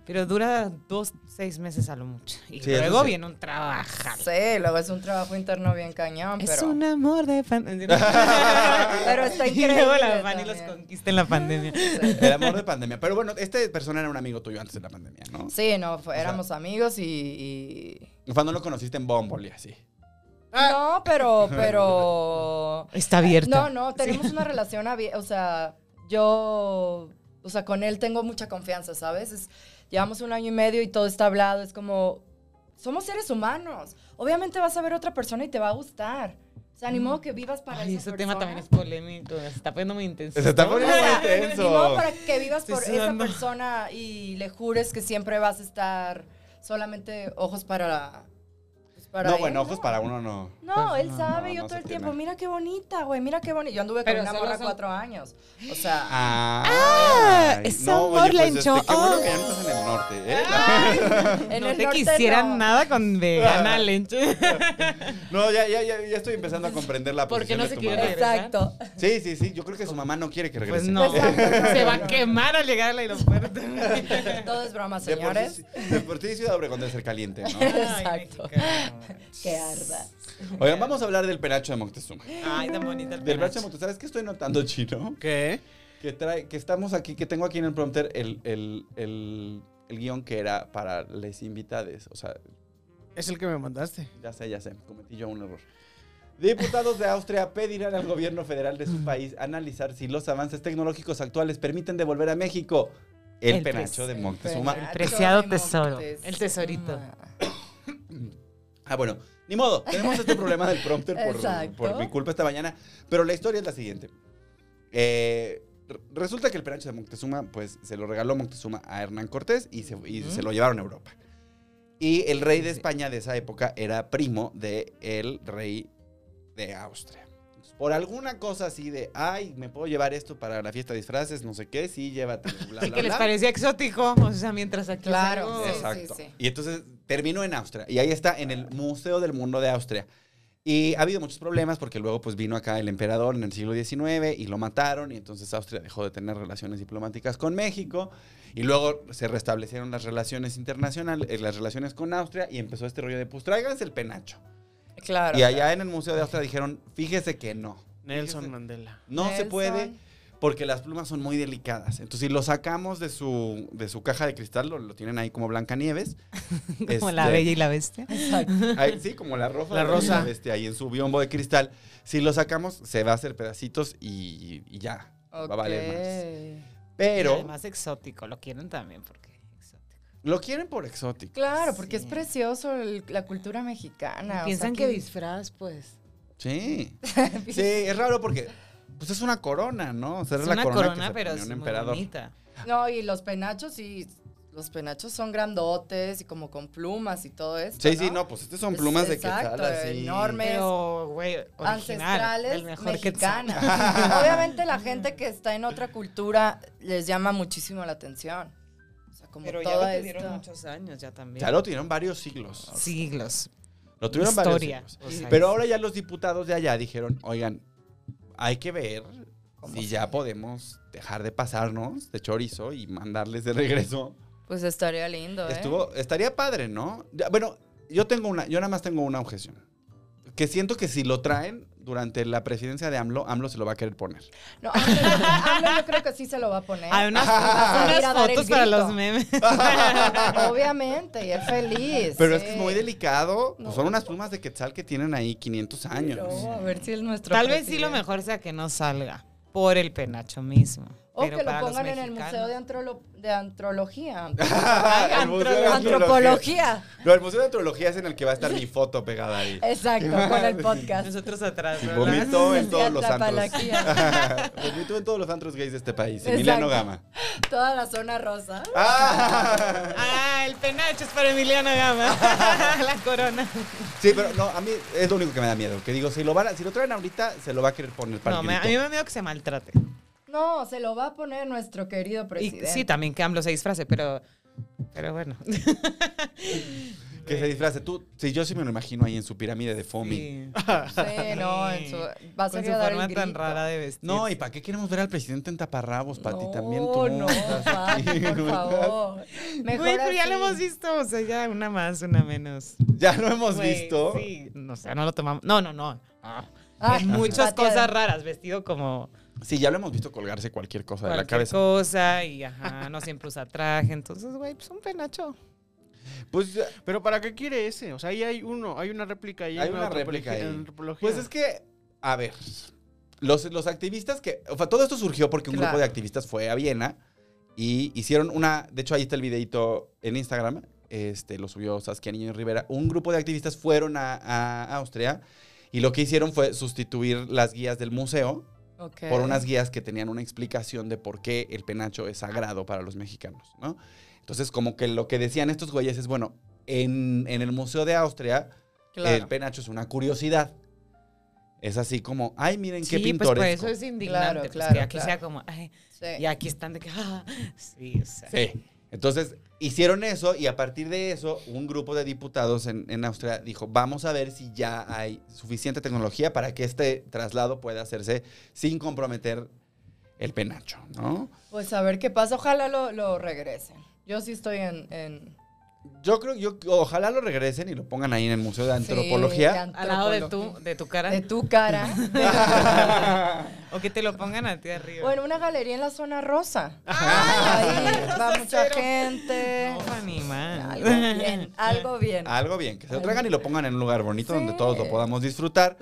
pero dura dos, seis meses a lo mucho. Y
Sí, eso
luego
sí.
viene un trabajar.
Sí, luego es un trabajo interno bien cañón,
Es
pero...
un amor de pandemia.
Pero está increíble
Y luego la fan y los
también.
conquista en la pandemia.
El amor de pandemia. Pero bueno, esta persona era un amigo tuyo antes de la pandemia, ¿no?
Sí, no, fue- éramos amigos y... y-
Cuando lo conociste en Bumble y así.
Ah.
No, pero, pero...
Está abierta.
No, no, tenemos una relación abierta, o sea, yo, o sea, con él tengo mucha confianza, ¿sabes? Es- llevamos un año y medio y todo está hablado, es como, somos seres humanos, obviamente vas a ver otra persona y te va a gustar, o sea, ni modo que vivas para
Mm. Ay,
esa
ese tema
persona.
también es polémico. Se está poniendo muy intenso.
Se está
¿no?
poniendo muy
Ni modo
intenso.
para que vivas
Estoy
por
sudando.
esa persona y le jures que siempre vas a estar solamente ojos para... pues, para
No,
él,
bueno, ojos para uno no.
No,
Pues
él
no,
sabe,
no,
yo
no
todo
se
el tiempo,
tiene.
mira qué bonita, güey, mira qué bonita. Yo anduve
Pero
con una
celos
morra
son-
cuatro años. O sea,
Ah,
Ah,
ay,
es
no,
amor Ah.
oye, pues,
lencho.
este, qué bueno
Oh.
que ya no estás en el norte, ¿eh?
en
no
el
te
norte
quisieran
no.
nada con vegana leche.
No, ya, ya, ya, ya estoy empezando a comprender la
¿Por qué
posición
no
de
se
tu
quiere
mamá.
regresar?
Exacto.
Sí, sí, sí. Yo creo que su mamá no quiere que regrese.
Pues no.
Exacto.
Se va a quemar al llegar al aeropuerto.
Todo es broma,
De por,
señores.
sí, de por sí Ciudad Obregón debe ser caliente, ¿no?
Exacto.
Ay, mexicano.
Que arda.
Oigan, vamos a hablar del penacho de Moctezuma.
Ay, tan bonita el
Del penacho de
penacho.
Moctezuma. ¿Sabes qué estoy notando, Chino?
¿Qué?
Que, trae, que estamos aquí, que tengo aquí en el prompter el, el, el, el guión que era para les invitades. O sea,
Es el que me mandaste.
ya sé, ya sé, cometí yo un error. Diputados de Austria pedirán al gobierno federal de su país analizar si los avances tecnológicos actuales permiten devolver a México el,
El
penacho de Moctezuma.
Penacho
preciado
de
tesoro,
Moctezuma.
el tesorito.
Ah, bueno, ni modo. Tenemos este problema del prompter por,
Exacto.
por mi culpa esta mañana. Pero la historia es la siguiente. Eh, re- resulta que el penacho de Moctezuma, pues, se lo regaló Moctezuma a Hernán Cortés y se, y se lo llevaron a Europa. Y el rey de España de esa época era primo del el rey de Austria. Entonces, Por alguna cosa así de, ay, me puedo llevar esto para la fiesta de disfraces, no sé qué, sí, llévatelo. bla,
Sí,
bla,
que les
bla.
parecía exótico. O sea, mientras aquí. es
Claro,
algo-
sí.
Exacto.
sí.
Y entonces terminó en Austria. Y ahí está en el Museo del Mundo de Austria. Y ha habido muchos problemas porque luego pues vino acá el emperador en el siglo XIX y lo mataron y entonces Austria dejó de tener relaciones diplomáticas con México y luego se restablecieron las relaciones internacionales, eh, las relaciones con Austria y empezó este rollo de pues tráiganse el penacho.
Claro.
Y allá en el Museo de Austria dijeron, fíjese que no,
Nelson
Fíjese.
Mandela.
no se
Nelson.
puede porque las plumas son muy delicadas. Entonces si lo sacamos de su, de su caja de cristal, lo, lo tienen ahí como Blancanieves.
Como la
este,
bella y la bestia.
Ahí, sí, como la roja.
La rosa.
Este, ahí en su biombo de cristal. Si lo sacamos, se va a hacer pedacitos y, y ya. Va a valer más.
Ok.
Pero.
Pero
Además, exótico. Lo quieren también porque exótico.
lo quieren por exótico.
Claro, porque
Sí.
es precioso el- la cultura mexicana. o
Piensan
sea,
que disfraz, pues.
Sí. Sí, es raro porque pues es una corona, ¿no? O sea,
Es
la
una
corona,
corona,
que se
pero
ponía
es
un
muy
emperador.
bonita.
No, y los penachos sí, los penachos son grandotes y como con plumas y todo esto,
Sí, sí, no, pues estas son
Es-
plumas de
exacto,
quetzal así.
enorme.
Pero, güey, original.
ancestrales
el mejor que
mexicanas. Obviamente la gente que está en otra cultura les llama muchísimo la atención. O sea, como
Pero ya
toda
lo tuvieron
esta-
muchos años ya también.
Ya lo tuvieron varios siglos.
Siglos.
Lo tuvieron
historia.
varios siglos.
O sea,
Pero ahora ya los diputados de allá dijeron, oigan, hay que ver
como
Si
sea.
ya podemos dejar de pasarnos de chorizo y mandarles de regreso.
Pues estaría lindo, ¿eh?
Estuvo, estaría padre, ¿no? Ya, Bueno, yo tengo una, yo nada más tengo una objeción. Que siento que si lo traen durante la presidencia de AMLO, AMLO se lo va a querer poner.
No, AMLO, yo creo- AMLO yo creo que sí se lo va a poner.
Hay unas,
Ah.
¿Eh? unas
Ir a dar el
fotos para
grito.
los memes.
Obviamente, y es feliz.
Pero es
sí.
que es muy delicado. Pues
No.
son unas plumas de Quetzal que tienen ahí 500 años.
No, a ver si es nuestro
Tal vez sí lo
presidente.
mejor sea que no salga por el penacho mismo.
O
pero
que lo
para los
pongan en el
mexicanos.
Museo de, Antrolo- de Antrología.
El Museo de Antropología.
Antropología. Eh,
No, el Museo de Antropología es en el que va a estar mi foto pegada ahí.
Exacto, con el podcast.
Nosotros atrás.
Y
¿verdad?
vomito en
Sí,
todos los antros.
atrapalaquía.
vomito en todos los antros gays de este país.
Exacto.
Emiliano Gama.
Toda la zona rosa.
Ah.
Ah, el penacho es para Emiliano Gama. La corona.
Sí, pero no, a mí es lo único que me da miedo. Que digo, si lo, van a- si lo traen ahorita, se lo va a querer poner para
No,
el
me- a
grito.
mí me da miedo que se maltrate.
No, se lo va a poner nuestro querido
Y,
presidente.
sí, también que AMLO se disfrace, pero, pero bueno.
Que se disfrace. Tú, sí, yo sí me lo imagino ahí en su pirámide de foamy.
Sí.
Sí, no, en su, va
Con
a
su
ser que dar el
forma
grito.
tan rara de vestir.
No, ¿y para qué queremos ver al presidente en taparrabos, Pati?
No,
También tú.
No,
estás
Pati,
aquí,
por
¿verdad?
favor. Mejor
Güey, pero ya
así.
lo hemos visto, o sea, ya una más, una menos.
Ya lo hemos
Güey,
visto.
Sí, no, o sea, no lo tomamos. No, no, no. Ah,
Ay,
hay muchas
Pati,
cosas raras, vestido como
Sí, ya lo hemos visto colgarse cualquier cosa de la
cualquier
cabeza.
cosa y ajá, no siempre usa traje, entonces, güey, pues un penacho.
Pues,
Pero ¿para qué quiere ese? O sea, ahí hay uno, hay una réplica ahí.
Hay
en
una
antropología-
réplica ahí.
en antropología.
pues es que, a ver, los, los activistas que... o sea, todo esto surgió porque un
Claro.
grupo de activistas fue a Viena y hicieron una... De hecho, ahí está el videito en Instagram. Este, lo subió Saskia Niño Rivera. Un grupo de activistas fueron a, a Austria y lo que hicieron fue sustituir las guías del museo
Ok.
por unas guías que tenían una explicación de por qué el penacho es sagrado para los mexicanos, ¿no? Entonces, como que lo que decían estos güeyes es, bueno, en, en el Museo de Austria,
Claro.
el penacho es una curiosidad. Es así como, ay, miren qué
sí, pues por
pintoresco.
eso es indignante,
Claro,
pues,
claro,
que aquí
claro.
sea como, ay,
Sí.
y aquí están de que, ah, sí, o sea.
Sí. Eh, Entonces, hicieron eso y a partir de eso, un grupo de diputados en, en Austria dijo, vamos a ver si ya hay suficiente tecnología para que este traslado pueda hacerse sin comprometer el penacho, ¿no?
Pues a ver qué pasa. Ojalá lo, lo regresen. Yo sí estoy en. en
Yo creo, yo ojalá lo regresen y lo pongan ahí en el Museo de
sí,
Antropología.
de
Al lado de
antropología.
tu, de tu cara.
De tu cara.
O que te lo pongan a ti arriba.
Bueno, una galería en la zona rosa. ahí va mucha gente.
no, Fanny, man.
eh, Algo bien, algo bien.
Algo bien, que se lo traigan y lo pongan en un lugar bonito donde
Sí.
todos lo podamos disfrutar.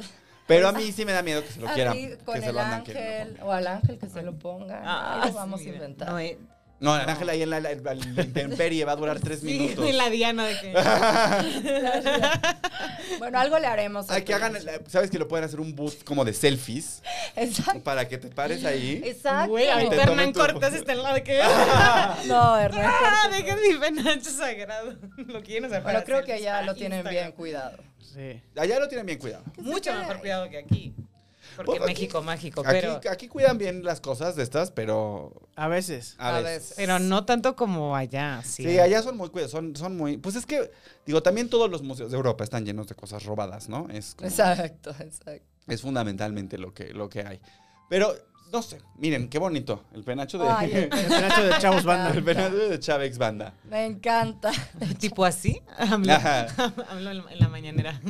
Pero a mí sí me da miedo que se lo quieran,
Así, con
que
el
se lo andan queriendo.
ángel o al ángel que se lo ponga.
Ah,
Algo
sí,
vamos a
mira.
inventar.
No, eh,
poner. No, el ángel ahí en la, la- la- la intemperie va a durar tres
sí,
minutos.
y la Diana de que.
Ah, Bueno, algo le haremos.
Ay, Ah, que hagan, la- sabes que lo pueden hacer un booth como de selfies
Exacto.
para que te pares ahí.
Exacto.
"Ah, Güey, ahorita
Te tomen
Hernán
tu-
Cortés está en la de que. ¡Ah!
No, Hernán. Cortés.
Dejen mi penacho sagrado. Lo quieren usar
Bueno,
para
creo
hacer
que ya lo tienen
Instagram.
bien cuidado.
Sí.
Allá lo tienen bien cuidado.
Mucho mejor cuidado que aquí. Porque
Pues aquí-
México mágico,
Aquí,
pero,
aquí cuidan bien las cosas de estas, pero
A veces.
a,
A
veces.
veces.
pero no tanto como allá. Sí,
Sí, allá son muy cuidados, son, son muy... Pues es que, digo, también todos los museos de Europa están llenos de cosas robadas, ¿no? Es, como-
Exacto, exacto.
es fundamentalmente lo que, lo que hay. Pero, no sé, miren, qué bonito, el penacho de...
Ay, el
El penacho de Chavos Banda.
el penacho de Chávez Banda.
Me encanta.
Tipo así. Hablo,
Ajá.
hablo en la- en la mañanera.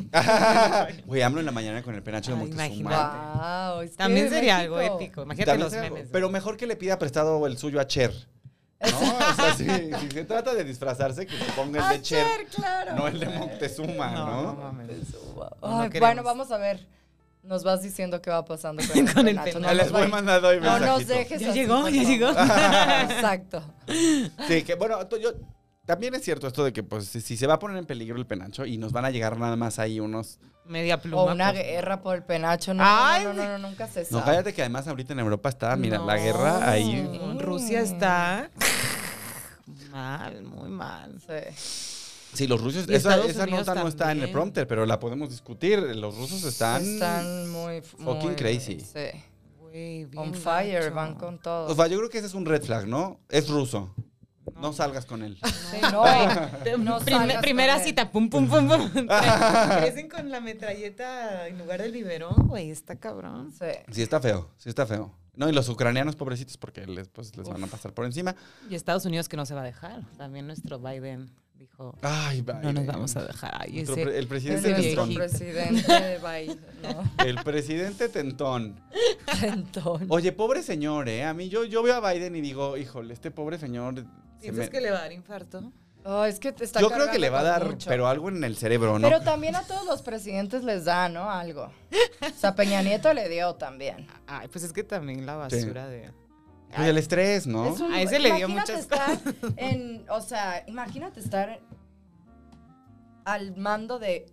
Güey, hablo en la mañana con el penacho de
Ay,
Moctezuma.
imagínate.
Wow, es que
También sería
México.
algo épico. Imagínate
También
los
sea-
memes.
pero mejor que le pida prestado el suyo a Cher. ¿no? O sea, si, si se trata de disfrazarse, que se ponga el de Cher,
Hacer, Ah, claro.
no el de Moctezuma, ¿no?
no mames.
Wow.
No
Ay, bueno,
queremos.
vamos a ver. Nos vas diciendo qué va pasando con el,
Con el
penacho.
penacho.
No,
Les
nos,
voy
vayas-
mandando hoy
no nos
mensajito.
dejes
Ya
así,
llegó,
por
ya
favor.
llegó.
Exacto.
Sí, que bueno, to- yo también es cierto esto de que pues si, si se va a poner en peligro el penacho y nos van a llegar nada más ahí unos.
Media pluma. pues.
O una
por-
guerra por el penacho. No,
Ay,
no, no, no, no, nunca se
No,
sabe.
cállate que además ahorita en Europa está, Ah, mira, la
No.
guerra ahí.
Mm, Rusia está mal, muy mal.
Sí.
Sí, los rusos,
Y
esa,
Estados
esa
Unidos
nota no está en el
también.
prompter, pero la podemos discutir. Los rusos están.
Están muy...
fucking
muy-
crazy.
Sí.
Güey, bien
On fire,
gacho.
van con todo.
O sea, yo creo que ese es un red flag, ¿no? Es ruso. No, salgas con él.
Sí, no. No
Prime-
salgas
primera
con él.
cita, pum, pum, pum, pum. Crecen con la metralleta en lugar del biberón, güey, está cabrón.
Sí.
Sí, está feo, sí está feo. No, y los ucranianos, pobrecitos, porque les, pues, les van a pasar por encima.
Y Estados Unidos que no se va a dejar. También nuestro Biden dijo,
Ay, Biden.
no nos vamos a dejar. Ay,
Nuestro
ese-
pre- el
Es
presidente
ese
nuestro
tentón.
viejito.
presidente Biden, ¿no?
El presidente tentón.
Entonces,
Oye, pobre señor, ¿eh? A mí yo, yo veo a Biden y digo, híjole, este pobre señor. se me-
le va a dar infarto?
oh, es que te está
Yo creo que
cargando
le va a
con
dar,
mucho.
pero algo en el cerebro, ¿no?
Pero también a todos los presidentes les da, ¿no? Algo. O sea, Peña Nieto le dio también.
¿Ah,
Ay, pues es que también la
Sí.
basura de...
Pues el estrés, ¿no?
Es un-
A ese le dio
imagínate
muchas
estar en, o sea, imagínate estar al mando de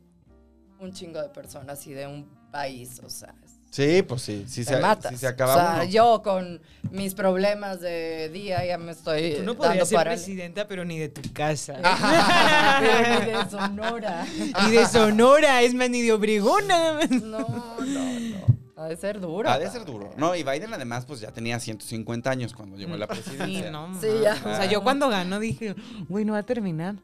un chingo de personas y de un país, o sea, es-
Sí, pues sí. Si
te
se,
matas.
si se acaba
o sea,
uno.
yo con mis problemas de día ya me estoy
Tú no
dando
podrías ser
para
presidenta, pero ni de tu casa.
Ni de Sonora.
Ni de Sonora, es más, ni de Obregón. nada más.
No, no, no. Ha de ser duro.
Ha de ser duro. No, y Biden además, pues ya tenía 150 años cuando llegó a la
Sí,
presidencia.
no,
Sí,
ma.
ya.
O sea, yo cuando ganó dije, güey, no va a terminar.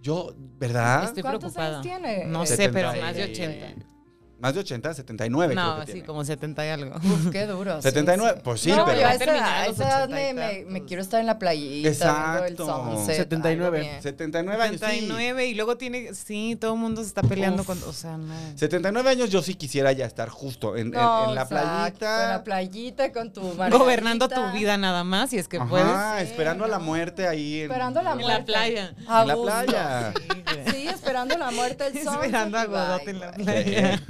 Yo, ¿verdad?
Estoy
¿Cuántos
preocupada.
años tiene?
No sé, Este pero más de 80.
Más de 80, 79 creo
No,
que
sí,
tiene.
como 70 y algo.
Uf, qué duro. sí,
79,
sí.
pues sí,
no,
pero-
yo a esa
Terminar
edad, a
los
esa edad
80
me,
y
me-
tantos.
me quiero estar en la playita. viendo
Exacto.
El sunset,
79.
algo bien.
79 años, sí.
79 y luego tiene, sí, todo el mundo se está peleando
Uf.
con, o sea, no.
79 años yo sí quisiera ya estar justo en, en-
No,
en la
exacto, En
playita.
la playita con tu margarita.
Gobernando tu vida nada más, si es que puedes.
Ajá, esperando a la muerte ahí. En,
Esperando la
en
muerte.
playa.
A
En la
gusto.
playa.
Sí, esperando la muerte, el sunset.
Esperando a
y
Godot
bye,
en la
bye.
playa.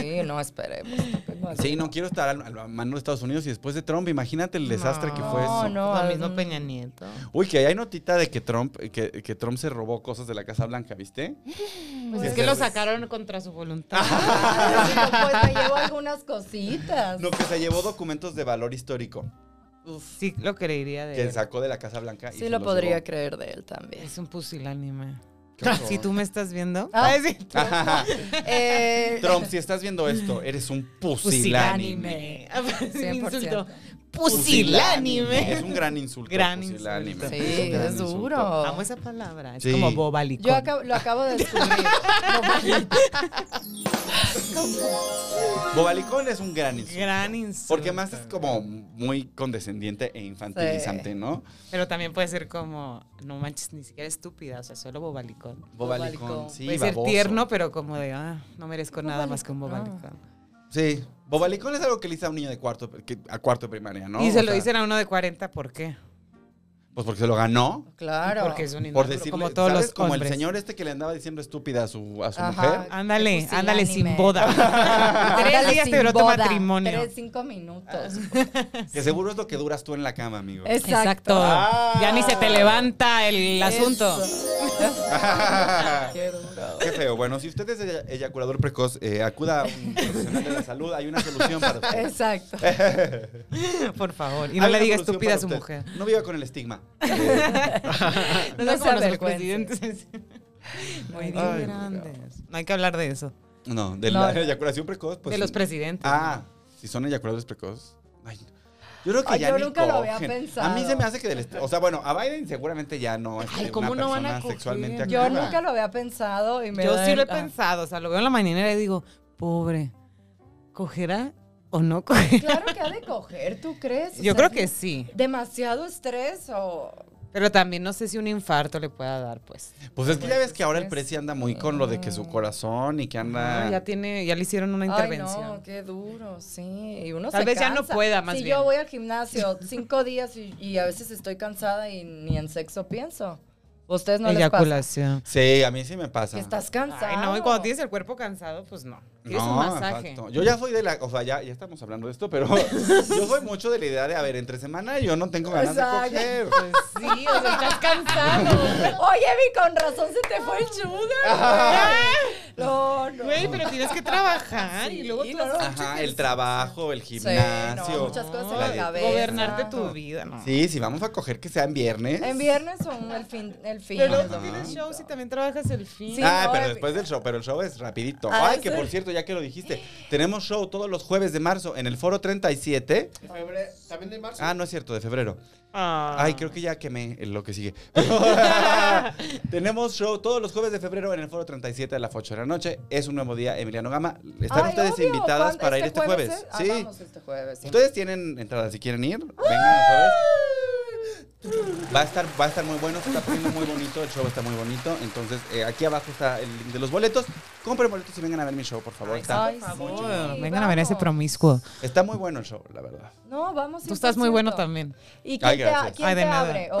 Sí, no, esperemos. tampoco así.
Sí, no quiero estar al- a la mano de Estados Unidos y después de Trump, imagínate el desastre que fue
No,
eso.
no,
Lo
al-
mismo Peña Nieto.
Uy, que hay notita de que Trump, que, que Trump se robó cosas de la Casa Blanca, ¿viste?
Pues
Sí,
es que lo
sí.
sacaron contra su voluntad.
Ah, digo, pues me llevo algunas cositas.
No, que se llevó documentos de valor histórico
Sí, lo creería de
que
él.
sacó de la Casa Blanca. y
Sí,
se
lo
los
podría
llevó.
creer de él también.
Es un pusilánime.
Qué horror.
Si tú me estás viendo.
Ah.
Ay, sí.
Eh,
Trump, si estás viendo esto, eres un pusilánime.
Pusilánime. Me
100%.
insultó. Pusilánime.
Es un gran insulto.
Gran
pusilánime.
insulto.
Sí,
un gran
es
insulto.
duro.
Amo esa palabra. Es
Sí.
como bobalicón.
Yo acabo- lo acabo de descubrir.
Bobalicón es un gran insulto.
Gran insulto.
Porque más es como muy condescendiente e infantilizante,
Sí.
¿no?
Pero también puede ser como, no manches, ni siquiera estúpida, o sea, solo bobalicón.
Bobalicón,
Bobalicón.
sí,
puede
baboso.
ser tierno, pero como de, ah, no merezco nada más que un bobalicón.
Sí. Bobalicón es algo que le dice a un niño de cuarto, que- a cuarto de primaria, ¿no?
y se
O
lo
sea,
dicen a uno de 40, ¿por qué?
Pues porque se lo ganó.
Claro.
Porque es un
Por
inmaduro,
decirle,
como todos
¿sabes?
los
como el
hombres.
señor este que le andaba diciendo estúpida a su, a su
Ajá.
mujer.
Ándale,
Qué
ándale sin
pusilánime.
boda. Tres
Ándale,
días
sin
te duró tu
boda.
matrimonio. Ah,
Tres, cinco minutos.
Que seguro es lo que duras tú en la cama, amigo.
Exacto. Ya ni se
Ah.
te levanta el asunto.
Qué duro.
Qué feo. Bueno, si usted es ella- eyaculador precoz, eh, acuda a un profesional de la salud. Hay una solución para usted.
Exacto.
Por favor. Y
Hay
no
una
le diga
solución
estúpida
para
a su
usted.
mujer.
No viva con el estigma.
No,
No
no
se
como nuestros
avergüence.
presidentes. Muy
Ay,
grandes. No hay que hablar de eso.
No, de
No.
la eyaculación precoz. Pues,
de los
sí.
presidentes.
Ah, si son eyaculadores precoz. Ay, no. yo creo que
Ay,
ya
yo
ni
nunca lo había
cogen.
pensado.
A mí se me hace que del est- O sea, bueno, a Biden seguramente ya no es
Ay,
una
¿cómo no van a
persona
coger?
sexualmente
Yo
activa.
nunca lo había pensado y me
Yo
da
sí
el-
lo he
ah.
pensado, o sea, lo veo en la mañanera y digo, pobre, ¿cogerá o no cogerá?
Claro que ha de coger, ¿tú crees? O
Yo
sea,
creo
es
que sí,
Demasiado estrés o.
pero también no sé si un infarto le pueda dar, pues.
Pues es que ya ves que ahora el precio anda muy con lo de que su corazón y que anda.
No, ya tiene, ya le hicieron una
Ay,
intervención.
no, qué duro, sí. Y uno
Tal
se
vez ya no
cansa.
pueda, más
Si
bien.
yo voy al gimnasio cinco días y, y a veces estoy cansada y ni en sexo pienso. Ustedes no les pasa.
Eyaculación.
Sí, a mí sí me pasa.
Que estás cansada.
Ay, no, y cuando tienes el cuerpo cansado, pues no. Tienes un masaje.
exacto. Yo ya soy de la, o sea, ya, ya estamos hablando de esto, pero yo soy mucho de la idea de, a ver, entre semana yo no tengo ganas de
Exacto.
coger.
Sí, o sea, estás cansado.
Oye, mi con razón se te fue el sugar. güey. no, no.
Güey, pero tienes que trabajar y luego
Sí,
tú
claro.
haces mucho
Ajá, el
ejercicio.
trabajo, el
Sí,
gimnasio.
no, muchas cosas
la
en la
de-
cabeza.
Gobernarte tu vida, ¿no?
Sí, si vamos a coger que sea en viernes.
En viernes o un- el fin. El fin.
Pero luego
Ajá.
tú tienes shows y también trabajas el fin.
Sí,
ah,
no,
pero
en-
después del show, pero el show es rapidito.
Ah,
Ay, que
sí.
por cierto, ya que lo dijiste, tenemos show todos los jueves de marzo en el Foro 37.
También de marzo.
Ah, no es cierto, de febrero.
Ah.
Ay, creo que ya quemé lo que sigue. Tenemos show todos los jueves de febrero en el Foro 37 a las 8 de la noche. Es un nuevo día, Emiliano Gama. Están
Ay,
ustedes
obvio,
invitadas
¿cuándo?
para ir este jueves.
es? Ah,
Sí.
vamos este jueves. sí.
Ustedes tienen entradas si quieren ir. Vengan el jueves. Va a estar, va a estar muy bueno, se está poniendo muy bonito, el show está muy bonito. Entonces, eh, aquí abajo está el link de los boletos. Compren boletos y vengan a ver mi show, por favor. Está,
Ay, sí,
Vengan a ver a ese
vamos.
promiscuo.
está muy bueno el show, la verdad.
No, vamos.
Tú estás muy bueno
100%.
también.
¿Y quién
Ay,
te,
gracias.
quién
Ay, de
te
nada.
abre? ¿O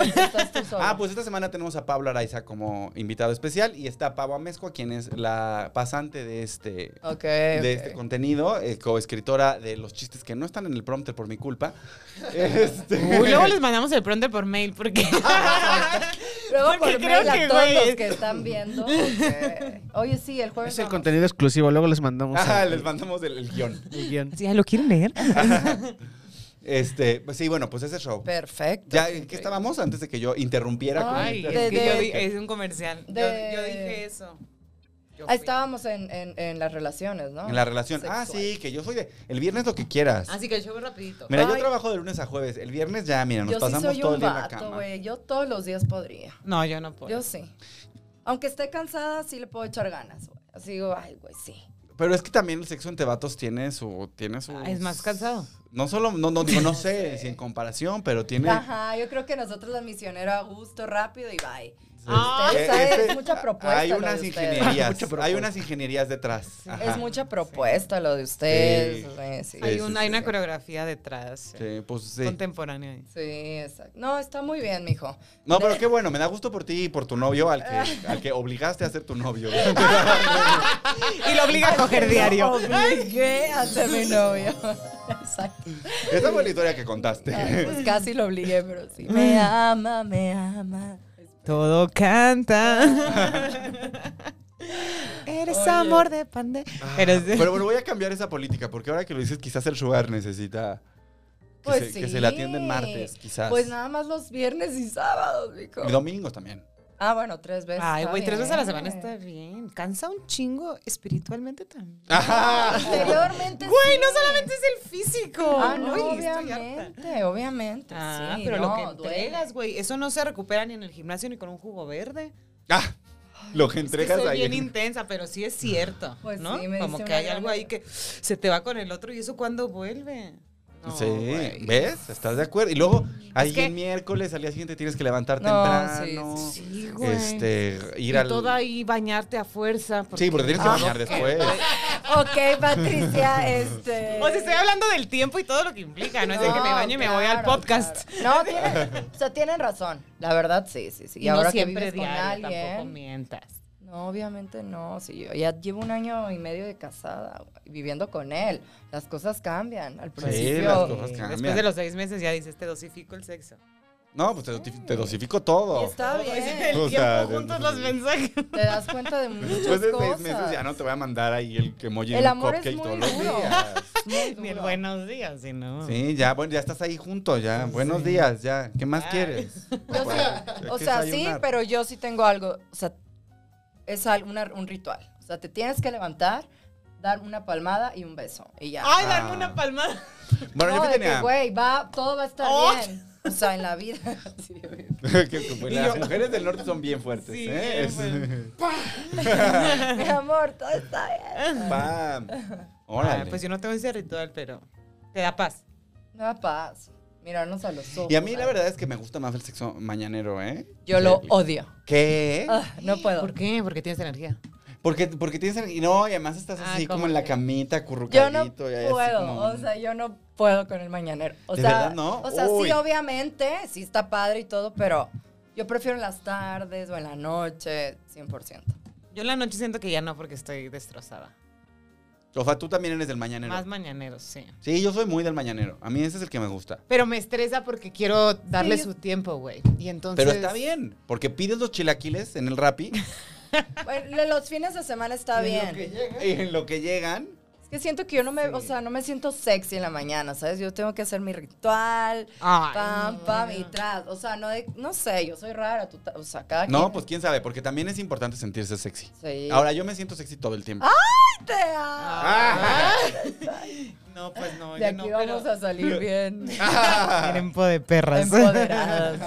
estás tú solo?
Ah, pues esta semana tenemos a Pablo Araiza como invitado especial y está Pablo Amezcua, quien es la pasante de este,
Ok.
de
ok.
este contenido, eh, coescritora de los chistes que no están en el prompter por mi culpa. Este-
Uy, luego les mandamos el pronto por mail porque
Luego
Porque
por
creo
mail a
que,
todos
güey.
los que están viendo. ok. Oye, sí, el jueves.
Es el
vamos.
contenido exclusivo, luego les mandamos
Ajá,
el-
les mandamos el, el guión.
el guión.
Sí, ay, lo quieren leer.
Este, pues sí, bueno, pues ese show.
Perfecto.
Ya, ¿en qué estábamos antes de que yo interrumpiera? con-
Ay,
de-
es que
de-
yo di- es un comercial. Yo-
de-
yo, dije eso. Yo
Ah,
fui.
Estábamos en, en, en las relaciones, ¿no?
en la relación. Ah,
Sexual. Ah,
sí, que yo soy de... El viernes lo que quieras.
Así que yo voy rapidito.
Mira, yo
Ay.
trabajo de lunes a jueves. El viernes ya, mira, nos
Yo sí
pasamos
soy
todo
un
el día en la
vato,
cama.
güey. Yo todos los días podría.
No, yo no puedo.
Yo sí. Aunque esté cansada, sí le puedo echar ganas, güey. Así digo, ay, güey, sí.
Pero es que también el sexo entre vatos tiene su... Tiene su
Ah, es más cansado.
No solo, no, no, digo, no sé, si en comparación, pero tiene...
Ajá, yo creo que nosotros las misioneros a gusto, rápido y bye.
Ah,
Ustedes
Eh,
saben,
este-
es mucha propuesta.
Hay
lo de
unas
ustedes.
ingenierías.
Mucha
hay
propuesta.
unas ingenierías detrás. Ajá.
Es mucha propuesta lo de ustedes. eh, Sí,
hay
sí,
un-
sí,
hay
sí.
una coreografía detrás. eh,
Sí, pues sí.
Contemporánea. ahí.
Sí, exacto. No, está muy bien, mijo.
No, pero qué bueno, me da gusto por ti y por tu novio, al que, al que obligaste a ser tu novio.
Y lo obliga a coger diario.
Obligué a ser mi novio. Exacto.
Esa fue la historia que contaste.
Ay, pues casi lo obligué, pero sí. Me ama, me ama.
Todo canta. Eres
Oye.
amor de pande. Pero,
Ah, Pero bueno, voy a cambiar esa política, porque ahora que lo dices, quizás el sugar necesita que,
Pues
se,
sí.
que se le atienda en martes, quizás.
Pues nada más los viernes y sábados, mijo.
Y domingos también.
Ah, bueno, tres veces.
ay,
está
güey, tres veces a la semana
bien.
está bien. Cansa un chingo espiritualmente también.
Anteriormente.
Güey,
sí.
no solamente es el físico.
Ah, no,
Uy, estoy harta.
obviamente, obviamente.
Ah,
sí,
pero
no,
lo que
duele.
entregas, güey, eso no se recupera ni en el gimnasio ni con un jugo verde.
Ah, lo que
Es que
entregas
soy
ahí.
bien intensa, pero sí es cierto,
Pues
¿no?
sí, me
Como
dice
que
una
hay algo
gran-
ahí que se te va con el otro y eso cuando vuelve. No,
sí,
güey.
¿ves? ¿Estás de acuerdo? Y luego, ahí
que-
el miércoles, al día siguiente tienes que levantar
No,
temprano.
Sí, güey.
Este, ir
y
al...
todo ahí bañarte a fuerza.
Sí, porque
Ah,
tienes que bañar después.
Ok, Patricia, este.
O sea, estoy hablando del tiempo y todo lo que implica, no es de que me baño y me voy al
claro,
podcast.
claro. No, tienen, o sea, tienen razón. La verdad, sí, sí, sí. Y ahora
no
que
siempre
vives con
diario, tampoco
alguien.
mientas.
No, obviamente no. Sí, yo ya llevo un año y medio de casada, güey, viviendo con él. Las cosas cambian. Al principio.
las cosas
Después
cambian.
de los seis meses ya dices, te dosifico el sexo.
No, pues te, dosifi- te dosifico
Y
todo.
está bien.
O
El
sea,
tiempo juntos
de-
los mensajes.
Te das cuenta de muchas
Después de
cosas.
seis meses ya no te voy a mandar ahí el emoji
El
de un
amor es
cupcake
muy
todos los
duro.
días.
Muy
Ni el
duro.
buenos días, si no.
Sí, ya, bueno, ya estás ahí junto, ya. Buenos días, ya. ¿Qué más
Ya.
quieres?
Yo
Bueno, hay
sí,
que
o sea, sí,
desayunar.
pero yo sí tengo algo, o sea, es al- una- un ritual. O sea, te tienes que levantar, dar una palmada y un beso y ya.
Ay,
Ah.
darme una palmada.
Bueno,
No,
yo que
de que,
tenía.
güey, va, todo va a estar
Oh.
bien. O sea, en la vida. Sí, güey.
que- pues, las mujeres del norte son bien fuertes,
Sí,
¿eh?
bien fuertes.
Mi amor, todo está bien.
Es- ¡Pam!
Ah,
Órale.
pues yo no tengo ese ritual, pero te da paz.
Me da paz. Mirarnos a los ojos.
y a mí la
¿sabes?
verdad es que me gusta más el sexo mañanero, ¿eh?
Yo
Sí.
lo odio.
¿Qué?
Ah, no puedo.
¿Por qué? Porque tienes energía.
Porque, porque tienes... Y no, y además estás
Ah,
así como,
como
en la
que-
camita,
Yo no
acurrucadito. y así
puedo,
como-
o sea, yo no puedo con el mañanero. O
¿De
sea,
verdad no?
O sea,
Uy.
sí, obviamente, sí está padre y todo, pero yo prefiero en las tardes o en la noche, 100%.
Yo en la noche siento que ya no porque estoy destrozada.
O sea, tú también eres del mañanero.
Más mañaneros, sí.
Sí, yo soy muy del mañanero. A mí ese es el que me gusta.
Pero me estresa porque quiero darle
Sí, yo-
su tiempo, güey. Y entonces.
Pero está bien, porque pides los chilaquiles en el Rappi
Bueno, los fines de semana está bien.
y en lo que llegan.
Es que siento que yo no me, o sea, no me siento sexy en la mañana, ¿sabes? Yo tengo que hacer mi ritual,
Ay,
pam,
no,
pam,
no.
y tras. O sea, no, de- no sé, yo soy rara, tú ta- o sea, cada
No,
quien-
pues quién sabe, porque también es importante sentirse sexy.
Sí.
Ahora Ah, yo me siento sexy todo el tiempo.
Te amo.
No, pues no,
Ah. De
yo no.
aquí vamos
pero-
a salir bien
Tiempo de perras.
empoderadas.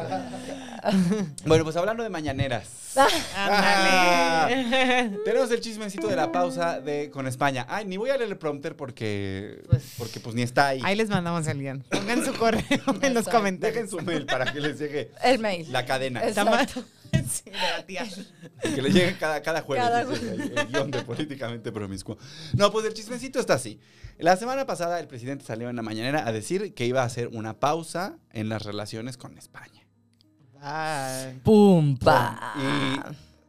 Bueno, pues hablando de mañaneras.
Ándale.
Tenemos el chismecito de la pausa de con España. Ay, ni voy a leer el prompter porque
Pues-
porque pues ni está ahí.
Ahí les mandamos el guión. Pongan su correo en los
Exacto.
comentarios.
Dejen su mail para que les llegue
El mail.
la cadena.
Es-
Tama-
Exacto.
Sí, de la tía.
Que le llegue cada, cada jueves.
Cada
dice
jue-
el- el guión de políticamente promiscuo. No, pues el chismecito está así. La semana pasada el presidente salió en la mañanera a decir que iba a hacer una pausa en las relaciones con España.
Ay.
Pumpa.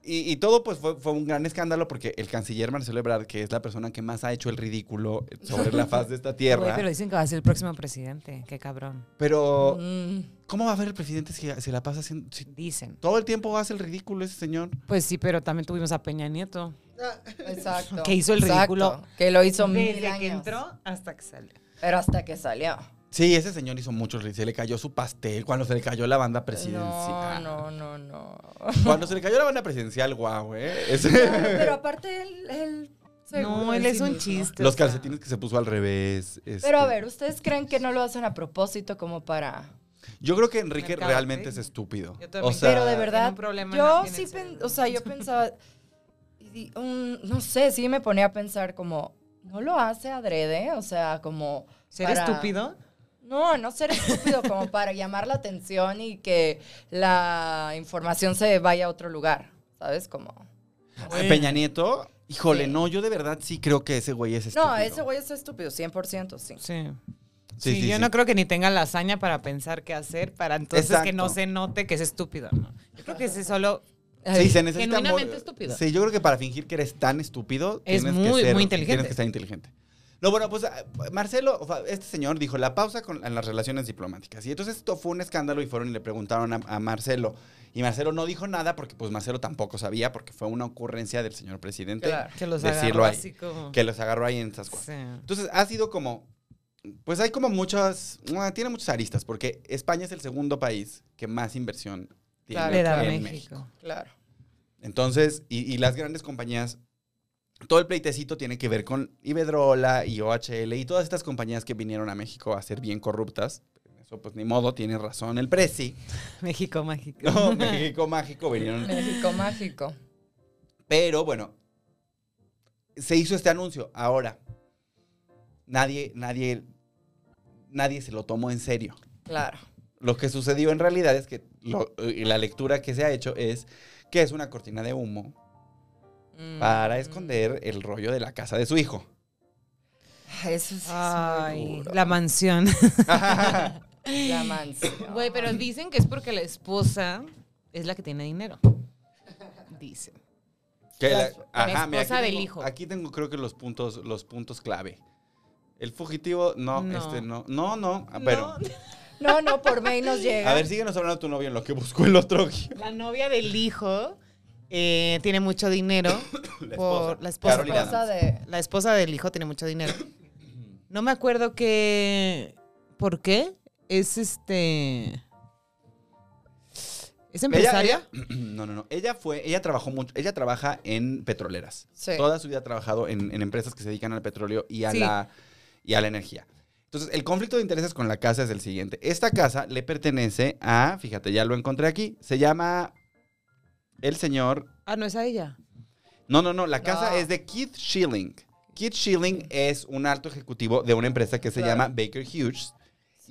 Y, y- y todo pues fue, fue un gran escándalo porque el canciller Marcelo Ebrard, que es la persona que más ha hecho el ridículo sobre la faz de esta tierra,
pero dicen que va a ser el próximo presidente. Qué cabrón.
pero
Mm.
¿Cómo va a ver el presidente si se la pasa haciendo... si
Dicen.
todo el tiempo hace el ridículo ese señor?
Pues sí, pero también tuvimos a Peña Nieto.
Exacto.
Que hizo el
Exacto.
ridículo.
Que lo hizo mil
Desde
años.
que entró hasta que salió.
Pero hasta que salió.
Sí, ese señor hizo mucho ridículo. Se le cayó su pastel cuando se le cayó la banda presidencial.
No, no, no, no.
Cuando se le cayó la banda presidencial, guau, ¿eh? Ese-
Pero aparte él... él
No,
seguro
él
de
es
sí
un
mismo.
chiste.
Los
o sea.
calcetines que se puso al revés. este-
Pero a ver, ¿ustedes creen que no lo hacen a propósito como para...?
Yo creo que Enrique
Mercado,
realmente
¿sí?
es estúpido.
Yo también.
O sea,
¿eh? Pero de
tiene
verdad,
un problema
yo
en- en
sí,
el
pen-
cerebro.
o sea, yo pensaba, y di- un- no sé, sí me ponía a pensar como, ¿no lo hace adrede? O sea, como...
¿Ser
para-
estúpido?
No, no ser estúpido, como para llamar la atención y que la información se vaya a otro lugar, ¿sabes? Como...
Eh,
Ay, Peña Nieto, híjole,
Sí.
no, yo de verdad sí creo que ese güey es estúpido.
No, ese güey es estúpido, 100%, sí.
Sí.
Sí,
Sí,
sí,
yo
sí.
no creo que ni tenga la hazaña para pensar qué hacer, para entonces que no
Exacto.
se note que es estúpido. ¿no? Yo creo que ese solo
Sí, se necesita amor.
genuinamente estúpido.
Sí, yo creo que para fingir que eres tan estúpido
Es
tienes que
muy,
ser,
muy inteligente.
Tienes que ser inteligente. No, bueno, pues ah, Marcelo, o sea, este señor dijo la pausa con, en las relaciones diplomáticas. Y entonces esto fue un escándalo y fueron y le preguntaron a, a Marcelo. Y Marcelo no dijo nada porque pues Marcelo tampoco sabía porque fue una ocurrencia del señor presidente
Claro.
que los
Decirlo
agarró
ahí.
así como...
que los agarró ahí en esas
Sí.
entonces ha sido como, pues hay como muchas, ah, tiene muchas aristas porque España es el segundo país que más inversión tiene
Claro,
Le da a
en
México.
México.
Claro.
Entonces, y, y las grandes compañías, todo el pleitecito tiene que ver con Iberdrola y OHL y todas estas compañías que vinieron a México a ser bien corruptas. Eso pues ni modo, tiene razón el presi.
México mágico.
No, México mágico vinieron.
México mágico.
Pero bueno, se hizo este anuncio. Ahora, nadie, nadie, nadie se lo tomó en serio.
Claro.
Lo que sucedió en realidad es que lo- y la lectura que se ha hecho es que es una cortina de humo
Mm.
para esconder el rollo de la casa de su hijo.
Ah, Eso sí es muy
Ay,
duro.
la mansión.
La mansión.
Güey, pero dicen que es porque la esposa es la que tiene dinero. Dicen.
Que la-
la
mira,
esposa
aquí
del
tengo-
hijo.
Aquí tengo creo que los puntos, los puntos clave. El fugitivo, no,
No.
este no. No, no, ah, pero.
No, no, por mail nos llega.
A ver, síguenos hablando de tu novio en lo que buscó el otro.
La novia del hijo eh, tiene mucho dinero.
La
Por-
esposa,
la esposa.
Carolina
La
Cosa
Adams.
de...
La esposa del hijo tiene mucho dinero. No me acuerdo qué. ¿Por qué? Es este. ¿Es
Ella,
empresaria?
ella- no, no, no. Ella fue, ella trabajó mucho, ella trabaja en petroleras.
Sí.
Toda su vida ha trabajado en, en empresas que se dedican al petróleo y a,
Sí.
la, y a la energía. Entonces, el conflicto de intereses con la casa es el siguiente. Esta casa le pertenece a, fíjate, ya lo encontré aquí, se llama el señor...
Ah, no es a ella.
No, no, no, la casa
No.
es de Keith Schilling. Keith Schilling es un alto ejecutivo de una empresa que se
Claro.
llama Baker Hughes.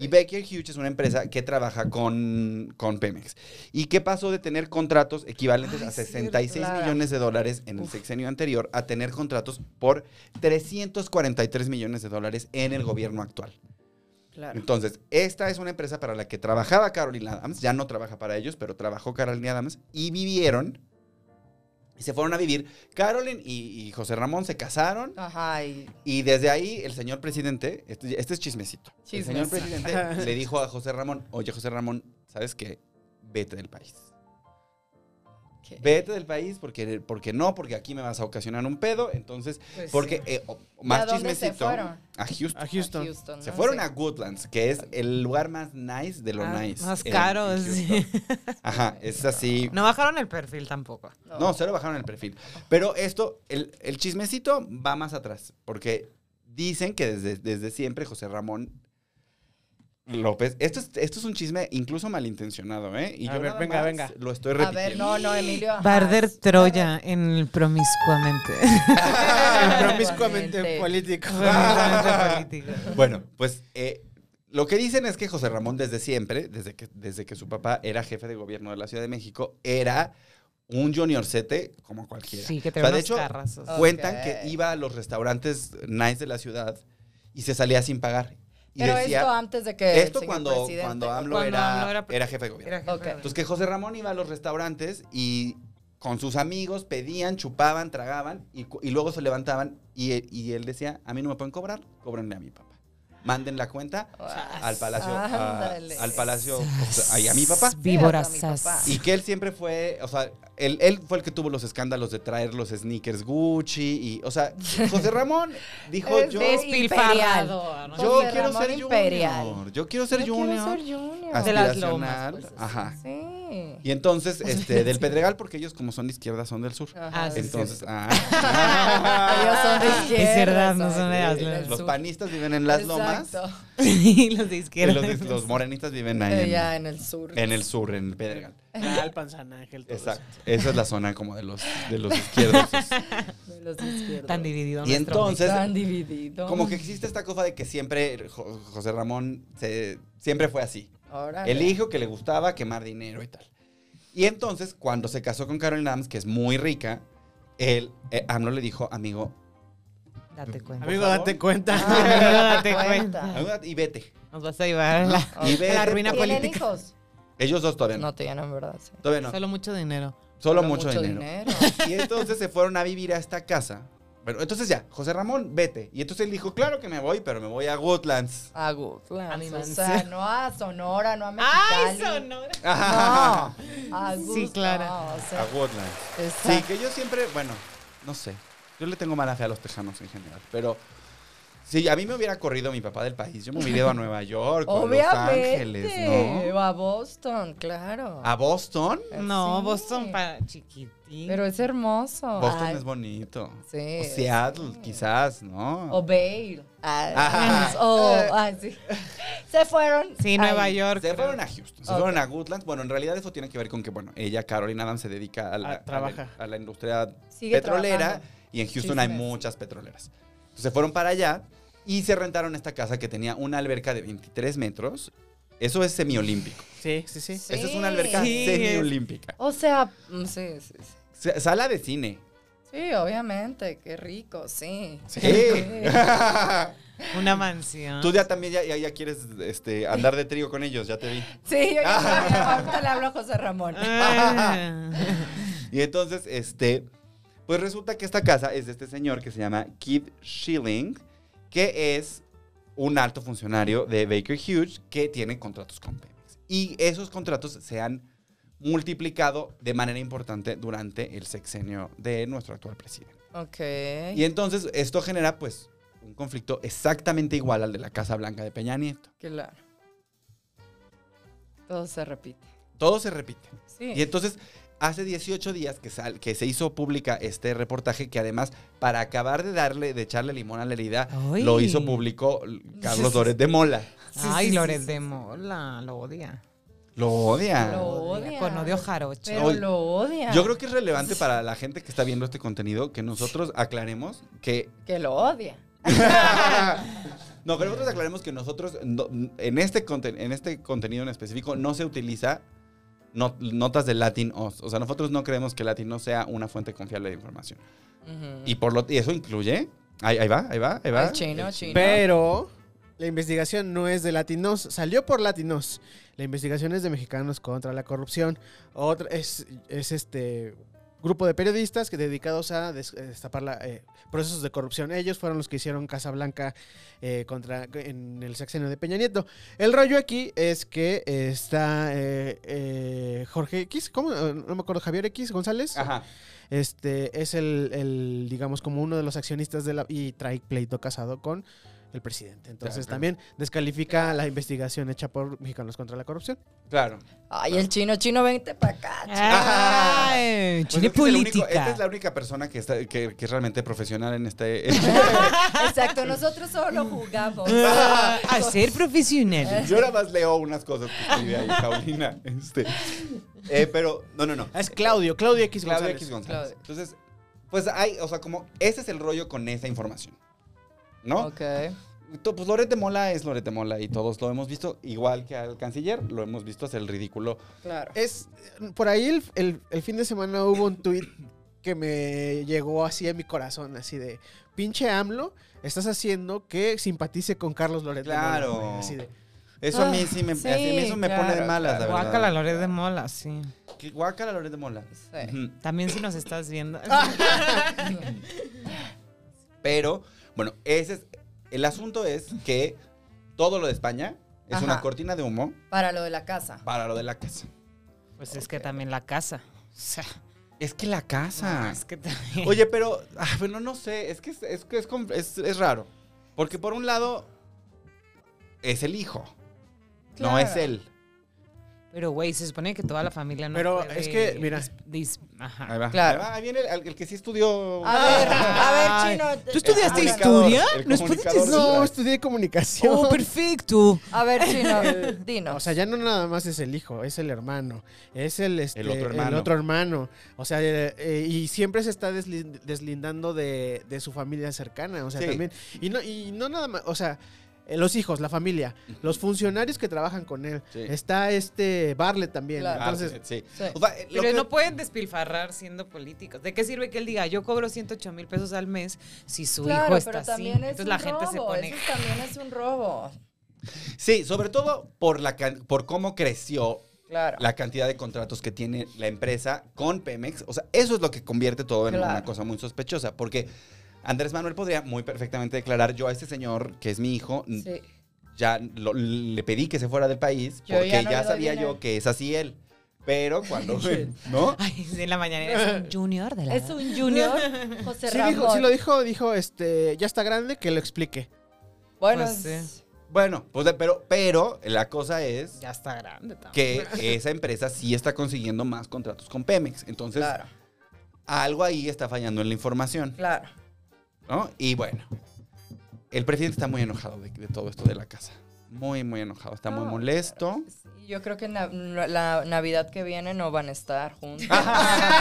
Y Baker Hughes es una empresa que trabaja con, con Pemex. ¿Y qué pasó de tener contratos equivalentes a 66
claro.
millones de dólares en el sexenio anterior a tener contratos por 343 millones de dólares en el gobierno actual?
Claro.
Entonces, esta es una empresa para la que trabajaba Carolina Adams, ya no trabaja para ellos, pero trabajó Carolina Adams y vivieron, y se fueron a vivir. Carolyn y, y José Ramón se casaron
Ajá, y
y desde ahí el señor presidente, este, este es chismecito, el
Chismes.
señor presidente le dijo a José Ramón, oye José Ramón, ¿sabes qué? Vete del país.
¿Qué?
Vete del país porque, porque no, porque aquí me vas a ocasionar un pedo. Entonces,
Pues
porque eh, o- más
a dónde se
chismecito.
fueron?
A Houston.
A Houston.
a Houston
Se
¿no?
fueron
Sí.
a Goodlands, que es el lugar más nice de lo
Ah,
nice.
más
en-
caro,
en
sí.
Houston. Ajá, es así. No.
No bajaron el perfil tampoco.
No.
cero bajaron el perfil. Pero esto, el, el chismecito va más atrás, porque dicen que desde, desde siempre José Ramón López, esto es, esto es un chisme incluso malintencionado, ¿eh? Y
A
yo
ver,
nada
venga,
más
venga.
Lo estoy
A
repitiendo.
ver, no, no, Emilio. ajá.
Barder Troya en el promiscuamente.
Promiscuamente político.
Ah.
Promiscuamente político.
Bueno, pues eh, lo que dicen es que José Ramón desde siempre, desde que, desde que su papá era jefe de gobierno de la Ciudad de México, era un Johnny Orsete como cualquiera.
Sí, que te
O sea,
veo
de
unos
hecho,
carrazos.
Ok.
Cuentan que iba a los restaurantes nice de la ciudad y se salía sin pagar. Y
Pero
decía,
esto antes de que. el
esto
señor
cuando,
presidente-
cuando AMLO,
Cuando
era,
AMLO era-
era jefe de gobierno.
Era jefe
Ok.
de-
Entonces que José Ramón iba a los restaurantes y con sus amigos pedían, chupaban, tragaban y, cu- y luego se levantaban y, e- y él decía, a mí no me pueden cobrar, cóbrenle a mi papá. Manden la cuenta al palacio, a-
Ándale.
al palacio, o sea, ahí a mi papá.
Víboras.
Sí, a mi papá.
Y que él siempre fue, o sea, él, él fue el que tuvo los escándalos de traer los sneakers Gucci y, o sea, José Ramón dijo,
Es
yo,
de-
Despilfarrador.
yo
José
quiero
Ramón
ser
imperial.
junior, yo quiero ser
Yo
junior,
quiero ser junior.
De las
aspiracional,
lomas, pues,
ajá.
Sí.
Y entonces, este, del Pedregal, porque ellos como son de izquierda, son del sur.
Ajá.
Ah,
sí,
Entonces,
Ellos
ah,
son de izquierda.
Izquierda, no son de
exacto.
las
Sí,
lomas.
los panistas viven en las lomas
Exacto.
y los de
y
izquierda.
los, de- los morenitas viven ahí
Eh, Ya
en,
en el sur.
en el sur, en el Pedregal.
Alpan, San Ángel, todo eso.
Exacto. Esa es la zona como de los, de los izquierdos.
De los izquierdos.
Tan dividido.
Y
nuestro
entonces,
Tan dividido.
como que existe esta cosa de que siempre eh, Jo- José Ramón se, siempre fue así.
Órale.
El hijo que le gustaba quemar dinero y tal. Y entonces, cuando se casó con Carol Adams, que es muy rica, él, eh, AMLO le dijo, amigo,
México. Date cuenta.
Amigo,
favor. Ah,
date cuenta.
Amigo, date
Cuenta.
cuenta.
amigo, y vete.
Nos vas a llevar a la...
Y vete.
La ruina
porque-
¿Tienen
política.
hijos?
Ellos dos todavía no.
No tienen, ¿verdad? Sí.
Todavía no. Solo,
Solo mucho dinero.
mucho, dinero. Y entonces se fueron a vivir a esta casa. Bueno, entonces ya, José Ramón, vete. Y entonces él dijo, claro que me voy, pero me voy a Woodlands.
A Goodlands.
A mi
o sea, no a Sonora, no a
¡Ay,
Mexicali.
sonora!
No, a
Sí,
Goodlands,
claro.
o sea,
A Woodlands.
exacto.
Sí, que yo siempre, bueno, no sé. Yo le tengo mala fe a los tejanos en general, pero si a mí me hubiera corrido mi papá del país, yo me hubiera ido a Nueva York, o a Los Ángeles,
Obviamente.
¿no? Ah,
O a Boston, claro. Eh,
A Boston.
No,
Sí.
Boston para chiquitín.
Pero es hermoso.
Boston
Ay,
es bonito.
Sí.
O Seattle, quizás, ¿no?
O Bale. Ay,
Ajá. Eh.
o- ay, sí. Se fueron.
sí,
ay,
Nueva York.
Se
creo.
fueron a Houston, se
Ok.
fueron a Woodlands. Bueno, en realidad eso tiene que ver con que, bueno, ella, Carolina Adams, se dedica a la,
Ah,
a la-
trabaja.
a la industria
Sigue
petrolera
trabajando.
y en Houston
Sí,
hay
sí, sí.
muchas petroleras. Entonces se fueron para allá y se rentaron esta casa que tenía una alberca de 23 metros. Eso es semiolímpico.
Sí, sí, sí.
Sí.
Esa es una alberca
Sí, es-
semiolímpica.
O sea, mm, sí, sí, sí.
S- Sala de cine.
Sí, obviamente, qué rico, sí.
Sí.
Una mansión.
Tú ya también ya, ya- ya quieres este, andar de trío con ellos, ya te vi.
Sí, yo ya sabía, ahorita le hablo a José Ramón.
Ah.
Y entonces, este, pues resulta que esta casa es de este señor que se llama Keith Schilling, que es un alto funcionario de Baker Hughes que tiene contratos con Pemex. Y esos contratos se han multiplicado de manera importante durante el sexenio de nuestro actual presidente.
Ok.
Y entonces esto genera pues un conflicto exactamente igual al de la Casa Blanca de Peña Nieto.
Claro. Todo se repite.
Todo se repite.
Sí.
Y entonces, hace 18 días que, sal- que se hizo pública este reportaje, que además, para acabar de darle, de echarle limón a la herida,
Ay.
lo hizo público l- Carlos Loret de Mola.
Ay, Loret de Mola, lo odia.
Lo odia.
Lo odia.
Con odio jarocho.
Pero
Oy.
lo odia.
Yo creo que es relevante para la gente que está viendo este contenido que nosotros aclaremos que.
que lo odia.
no, pero nosotros aclaremos que nosotros, no- en, este conten- en este contenido en específico, no se utiliza. no- notas de Latin Oz. O sea, nosotros no creemos que Latin Oz sea una fuente confiable de información.
Ujú.
Y por lo y eso incluye. Ahí, ahí va, ahí va, ahí va. Eh,
Ay, Mm. chino, chino.
Pero la investigación no es de latinos, salió por latinos. La investigación es de mexicanos contra la corrupción. Otra es, es este grupo de periodistas que dedicados a des- eh, destapar la, eh, procesos de corrupción. Ellos fueron los que hicieron Casa Blanca eh, contra en el sexenio de Peña Nieto. El rollo aquí es que eh, está eh, eh, Jorge X, ¿cómo? Eh, No me acuerdo, Javier X González.
Ajá.
Este es el, el, digamos, como uno de los accionistas de la. Y trae pleito casado con el presidente. Entonces
Claro.
también descalifica la investigación hecha por Mexicanos contra la Corrupción.
Claro.
Ay, el chino, chino, vente para acá. chino.
Ay,
Pues
chile
es que es el único-
política.
esta es la única persona que, está, que, que es realmente profesional en este.
Exacto, nosotros solo jugamos.
Ah, a ser profesional.
Yo nada más leo unas cosas que escribe ahí, Paulina. Este. Eh, pero, no, no, no.
Ah, Es Claudio, Claudio X
Claudio
González.
X González. Entonces, pues hay, o sea, como ese es el rollo con esa información. ¿No?
Ok.
To- Pues Lorete Mola es Lorete Mola y todos lo hemos visto, igual que al canciller, lo hemos visto hacer el ridículo.
Claro.
Es, por ahí el, el- el fin de semana hubo un tuit que me llegó así a mi corazón, así de, pinche AMLO, estás haciendo que simpatice con Carlos Loret. de Mola",
Claro.
güey, Así de,
Eso a mí
Ah,
sí me,
sí,
así- a mí eso me pone
claro,
de malas, la verdad.
Guácala Loret de Mola, sí.
Que- Guácala Lorete Mola.
Sí.
Ujú.
También si nos estás viendo.
Pero, bueno, ese es, el asunto es que todo lo de España es
Ajá.
una cortina de humo
Para lo de la casa.
para lo de la casa.
Pues es que también la casa. O sea,
Es que la casa.
es que también.
Oye, pero, ah, bueno, no sé, es que es, es, que es com- es- es raro. Porque por un lado, es el hijo, no
Claro.
es él.
Pero, güey, se supone que toda la familia no
Pero
puede
es que, mira.
dis- dis- ajá.
Ahí va.
Claro.
Ahí, va, ahí viene el, el que sí estudió. Ah,
A ver, a
Ay.
ver, chino. Eh, te-
¿Tú estudiaste
El
habla.
comunicador,
historia?
el
¿Nos puedes
comunicador
decir?
no,
detrás.
estudié comunicación.
Oh, perfecto.
A ver, chino, dinos.
O sea, ya no nada más es el hijo, es el hermano, es el, este,
El otro hermano.
otro hermano. O sea, eh, eh, y siempre se está deslin- deslindando de, de su familia cercana. O sea,
Sí.
también. Y no, y no nada más, o sea, eh, los hijos, la familia, los funcionarios que trabajan con él.
Sí.
Está este Barlet también.
Claro.
Ah,
Entonces,
sí.
Sí.
O sea, lo
Pero
que-
no pueden despilfarrar siendo políticos. ¿De qué sirve que él diga, yo cobro 108 mil pesos al mes si su hijo
Claro,
está
pero
así?
también es
Entonces
un
la gente se
robo,
pone...
Eso también es un robo.
Sí, sobre todo por, la, can- por cómo creció
Claro.
la cantidad de contratos que tiene la empresa con Pemex. O sea, eso es lo que convierte todo en
Claro.
una cosa muy sospechosa, porque Andrés Manuel podría muy perfectamente declarar, yo a este señor, que es mi hijo, n-
Sí.
ya lo- le pedí que se fuera del país,
Yo
porque
ya
ya,
no le doy
sabía
dinero".
yo que es así él. Pero cuando... ¿No?
Ay, sí, en la mañana es un junior de la...
Es un junior, José
sí,
Ramón.
dijo- sí lo dijo, dijo, este, ya está grande, que lo explique.
Bueno,
Pues sí.
es-
Bueno, pues de- pero, pero la cosa es
Ya está grande también.
que esa empresa sí está consiguiendo más contratos con Pemex. Entonces,
claro,
algo ahí está fallando en la información.
claro.
¿no? Y bueno, el presidente está muy enojado de, de todo esto de la casa. Muy, muy enojado. Está muy
No,
molesto.
Sí, Yo creo que na- la Navidad que viene no van a estar juntos.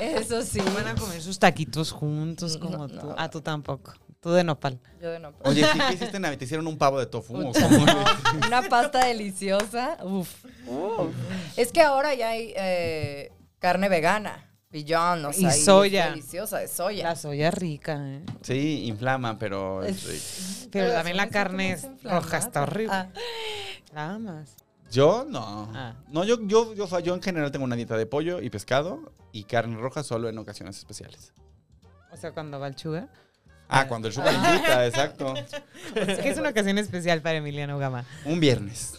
Eso sí.
Van a comer sus taquitos juntos
No,
como
no.
tú. Ah, tú tampoco. Tú de nopal.
Yo de no.
Oye, ¿sí qué hiciste en Navidad? ¿Te hicieron un pavo de tofu? o
Puta,
cómo?
no, Una pasta deliciosa. Uf. Es que ahora ya hay eh, carne vegana. Billón, o
Y
sea, es
soya.
Deliciosa, de soya.
La soya rica, ¿eh?
Sí, inflama, pero... este,
Es-
Pero
Pero
también
eso
la
no se
carne
conoce
es
inflamada.
roja está horrible.
Ah,
La amas.
Yo no.
Ah.
No, yo, yo, yo, o sea, yo en general tengo una dieta de pollo y pescado y carne roja solo en ocasiones especiales.
O sea, cuando va el chuga.
Ah, cuando el sugar invita, exacto.
Es que es una ocasión especial para Emiliano Gama.
Un viernes.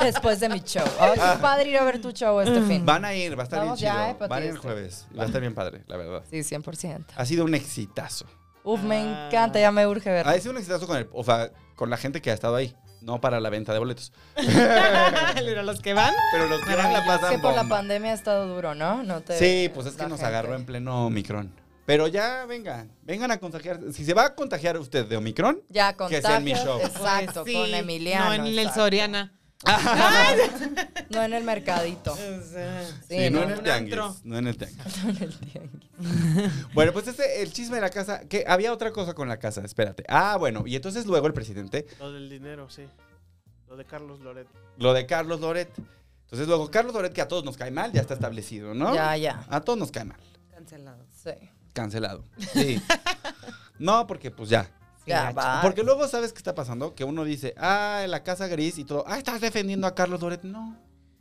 después de mi show. Ay,
Ah.
qué padre ir a ver tu show este
Mm.
fin.
Van a ir, va a estar
Vamos
bien
ya,
chido.
eh, para
Van
ti
el
este.
jueves. Va a estar bien padre, la verdad.
Sí, 100%.
Ha sido un exitazo.
Uf, me
Ah.
encanta, ya me urge
Ha
verlo.
sido un exitazo con, el, o sea, con la gente que ha estado ahí. No para la venta de boletos.
Pero los que van.
Pero los que van Ah, la
Es que
pasan
por la
bomba.
pandemia ha estado duro, ¿no? no te,
Sí, pues es que
la
nos
gente.
agarró en pleno Omicron. Pero ya vengan, vengan a contagiar. Si se va a contagiar usted de Omicron,
Ya,
Que
contagios.
sea en mi show.
Exacto,
Pues sí,
con Emiliano.
No en el
exacto.
Soriana.
No en el mercadito.
O sea,
Ah, Sí,
sí, no,
no,
en el
un
tianguis.
antro.
No en el tianguis.
no en el tianguis.
Bueno, pues ese, el chisme de la casa, que había otra cosa con la casa, espérate. Ah, bueno, y entonces luego el presidente,
Lo del dinero, sí. Lo de Carlos Loret.
lo de Carlos Loret. Entonces luego Carlos Loret, que a todos nos cae mal, ya está establecido, ¿no?
Ya, ya.
A todos nos cae mal.
Cancelados.
Sí.
Cancelado. Sí. no, porque pues ya,
Ya,
gacho.
va.
Porque luego, Ah, ¿sabes qué está pasando? Que uno dice, ah, la casa gris y todo, ah, estás defendiendo a Carlos Loret. No.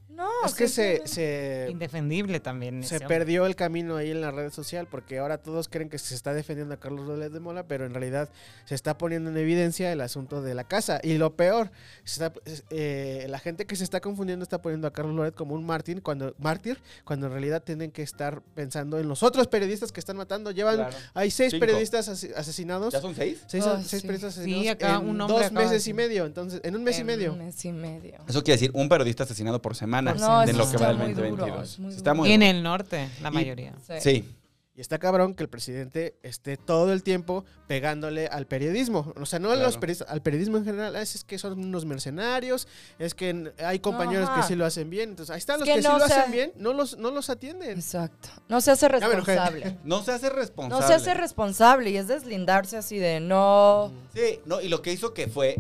No,
es que
sí,
se,
sí,
se,
Indefendible también.
se
ese hombre.
perdió el camino ahí en la red social porque ahora todos creen que se está defendiendo a Carlos Rodríguez de Mola, pero en realidad se está poniendo en evidencia el asunto de la casa. Y lo peor, se está- es- eh, la gente que se está confundiendo está poniendo a Carlos Loret como un mártir cuando, mártir cuando en realidad tienen que estar pensando en los otros periodistas que están matando. Llevan,
Claro.
hay seis
Cinco.
periodistas asi- asesinados.
¿Ya son seis?
Seis,
Ay,
seis
sí.
periodistas
Sí,
asesinados
acá
en
un hombre
dos
acaba de
meses y
decir.
medio, entonces, en un mes y
En
medio.
em, Un mes y medio.
Eso quiere decir un periodista asesinado por semana
No,
en
eso
lo que
está
va el
muy duro,
2022.
es muy
Sí, Está
duro.
muy
Y en
duro.
el norte, la
Y-
mayoría.
Sí.
Sí.
Y está cabrón que el presidente esté todo el tiempo pegándole al periodismo. O sea, no a los
Claro.
periodistas, al periodismo en general. "Ah, Es, es que son unos mercenarios, es que n- hay compañeros
Ajá.
que sí lo hacen bien. Entonces, ahí están
Es
los
que
que, sí
no
lo
se-
hacen bien, no los, no los atienden.
Exacto. No se hace
me enojé.
responsable.
No se hace responsable.
No se hace responsable y es deslindarse así de no.
Sí, no, y lo que hizo que fue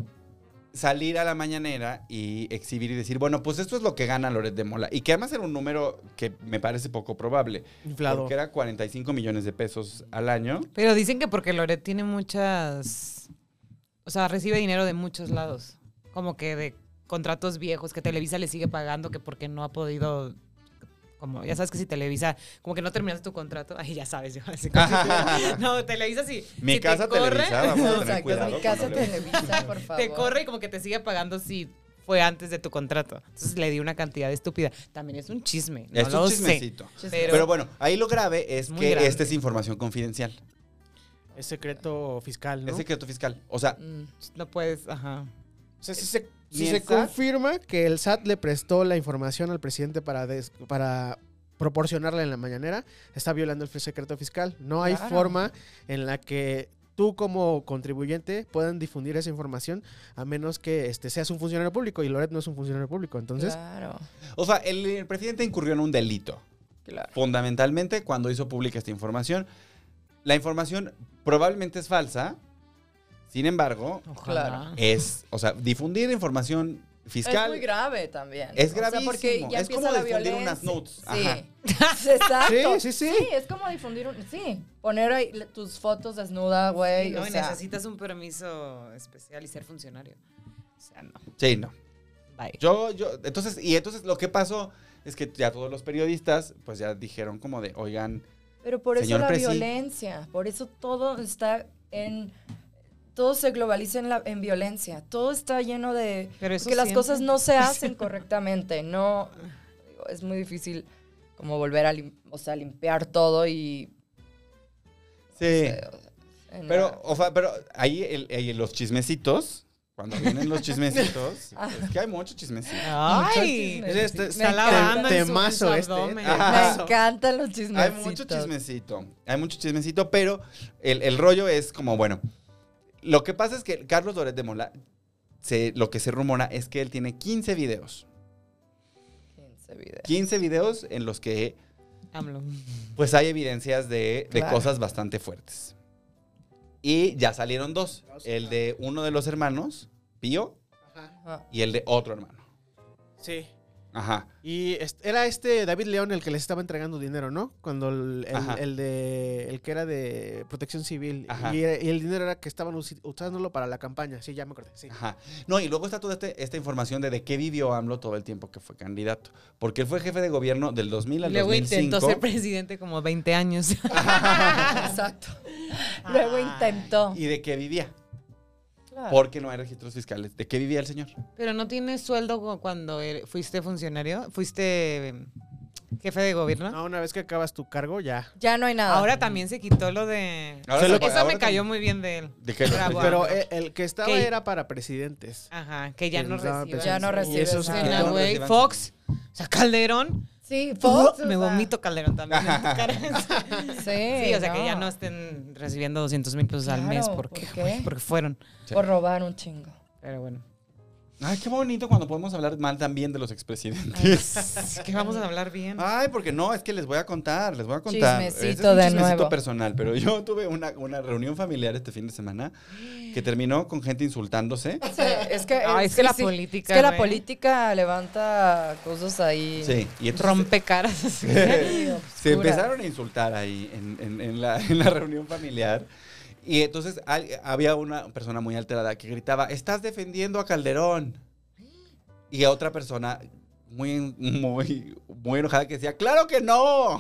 salir a la mañanera y exhibir y decir, bueno, pues esto es lo que gana Loret de Mola. Y que además era un número que me parece poco probable,
Inflado.
porque era 45 millones de pesos al año.
Pero dicen que porque Loret tiene muchas. O sea, recibe dinero de muchos lados. Como que de contratos viejos que Televisa le sigue pagando, que porque no ha podido. Como, ya sabes que si Televisa, como que no terminaste tu contrato, ahí ya sabes, yo así como- No, Televisa sí.
Mi
si te
casa
corre-
Televisa, vamos a tener
Exacto,
cuidado.
mi casa
cuando le-
televisa, por favor.
te corre y como que te sigue pagando si fue antes de tu contrato. Entonces le di una cantidad estúpida. También es un chisme. No
Es
lo
un
sé.
chismecito.
Pero,
Pero bueno, ahí lo grave es
Muy
que
grave.
esta es información confidencial.
Es secreto fiscal, ¿no?
Es secreto fiscal. O sea,
Mm.
no puedes, ajá.
O sea, si se,
Ni
si
el SAT.
se confirma que el SAT le prestó la información al presidente para, des- para proporcionarla en la mañanera, está violando el secreto fiscal. No hay
Claro.
forma en la que tú como contribuyente puedan difundir esa información a menos que este, seas un funcionario público y Loret no es un funcionario público. Entonces,
Claro,
o sea, el, el presidente incurrió en un delito.
claro.
fundamentalmente cuando hizo pública esta información. La información probablemente es falsa, sin embargo,
Ojalá.
Claro.
es, o sea, difundir información fiscal
es muy grave también.
es
O sea,
gravísimo.
porque ya
es
empieza
como
la
difundir
violencia.
unas notes. Ajá.
Sí. Exacto.
Sí, sí, sí.
es como difundir un. Sí. Poner ahí le- tus fotos desnuda, güey.
no,
o
y
sea,
necesitas un permiso especial y ser funcionario. O sea, no.
Sí, no.
Bye.
Yo, yo, entonces, y entonces lo que pasó es que ya todos los periodistas, pues ya dijeron como de, oigan,
Pero por eso
Señor
la
Presi.
violencia. Por eso todo está en. Todo se globaliza en, la, en violencia. Todo está lleno de.
Pero eso
Porque las
siempre.
cosas no se hacen correctamente. No. digo, Es muy difícil como volver a lim- o sea, limpiar todo y. eh,
sí.
en
Pero,
la-
o sea, pero ahí, el- ahí los chismecitos, cuando vienen los chismecitos, es que hay mucho chismecito.
Ay,
Muchos
es este-
chismes.
está
Me
lavando
encanta.
en su-
temazo
en su
este.
abdomen.
Ajá.
Ajá.
Me encantan los chismes.
Hay mucho chismecito, hay mucho chismecito, pero el, el rollo es como, bueno, lo que pasa es que Carlos Loret de Mola, se- lo que se rumora es que él tiene 15 videos.
15 videos.
15 videos en los que
AMLO.
pues hay evidencias de, de
Claro.
cosas bastante fuertes. Y ya salieron dos, el de uno de los hermanos, Pío,
Ajá.
y el de otro hermano.
sí.
Ajá.
Y est- era este David León el que les estaba entregando dinero, ¿no? Cuando el, el-
Ajá.
el de el que era de Protección Civil
Ajá.
y, era- y el dinero era que estaban usi- usándolo para la campaña. Sí, ya me acordé. Sí.
Ajá. No, y luego está toda este- esta información de de qué vivió AMLO todo el tiempo que fue candidato. Porque él fue jefe de gobierno del 2000 al
Luego
2005.
intentó ser presidente como 20 años.
Exacto. Luego intentó.
y de qué vivía.
Claro.
Porque no hay registros fiscales. ¿De qué vivía el señor?
Pero no tienes sueldo cu- cuando er- fuiste funcionario, fuiste eh, jefe de gobierno.
No, una vez que acabas tu cargo, ya.
Ah,
Ya no hay nada.
Ahora también se quitó lo de...
Ahora
eso
se-
eso
ahora
me cayó
también.
muy bien de él.
¿De qué
Bravo,
Pero-
Pero e, el, el que estaba
¿Qué?
era para presidentes.
Ajá, que ya
Que
no
nos daban
recibe.
Ya no
pensiones.
recibe
Y eso
esa-
se
Mira,
quitó.
no
güey,
reciban-
Fox, o sea, Calderón.
Sí, Fox.
me
o sea,
vomito Calderón también. en tu cara.
Sí,
Sí, o sea, que ya no estén recibiendo 200 mil pesos al
Claro,
mes
¿por
porque,
qué?
güey, porque fueron.
Por robar un chingo.
Pero bueno.
Ay, qué bonito cuando podemos hablar mal también de los expresidentes.
Es que vamos a hablar bien.
Ay, porque no, es que les voy a contar, les voy a contar.
Chismecito
Este es un
de
chismecito
nuevo.
personal, pero yo tuve una, una reunión familiar este fin de semana que terminó con gente insultándose.
Sí, es que,
Ay, es que
sí,
la
sí.
política,
Es que la
güey.
política levanta cosas ahí.
Sí, y entonces-
Rompe caras. así.
se empezaron a insultar ahí en, en- en la, en la reunión familiar. Y entonces al- había una persona muy alterada que gritaba, estás defendiendo a Calderón. Y a otra persona muy, muy, muy enojada que decía, ¡claro que no!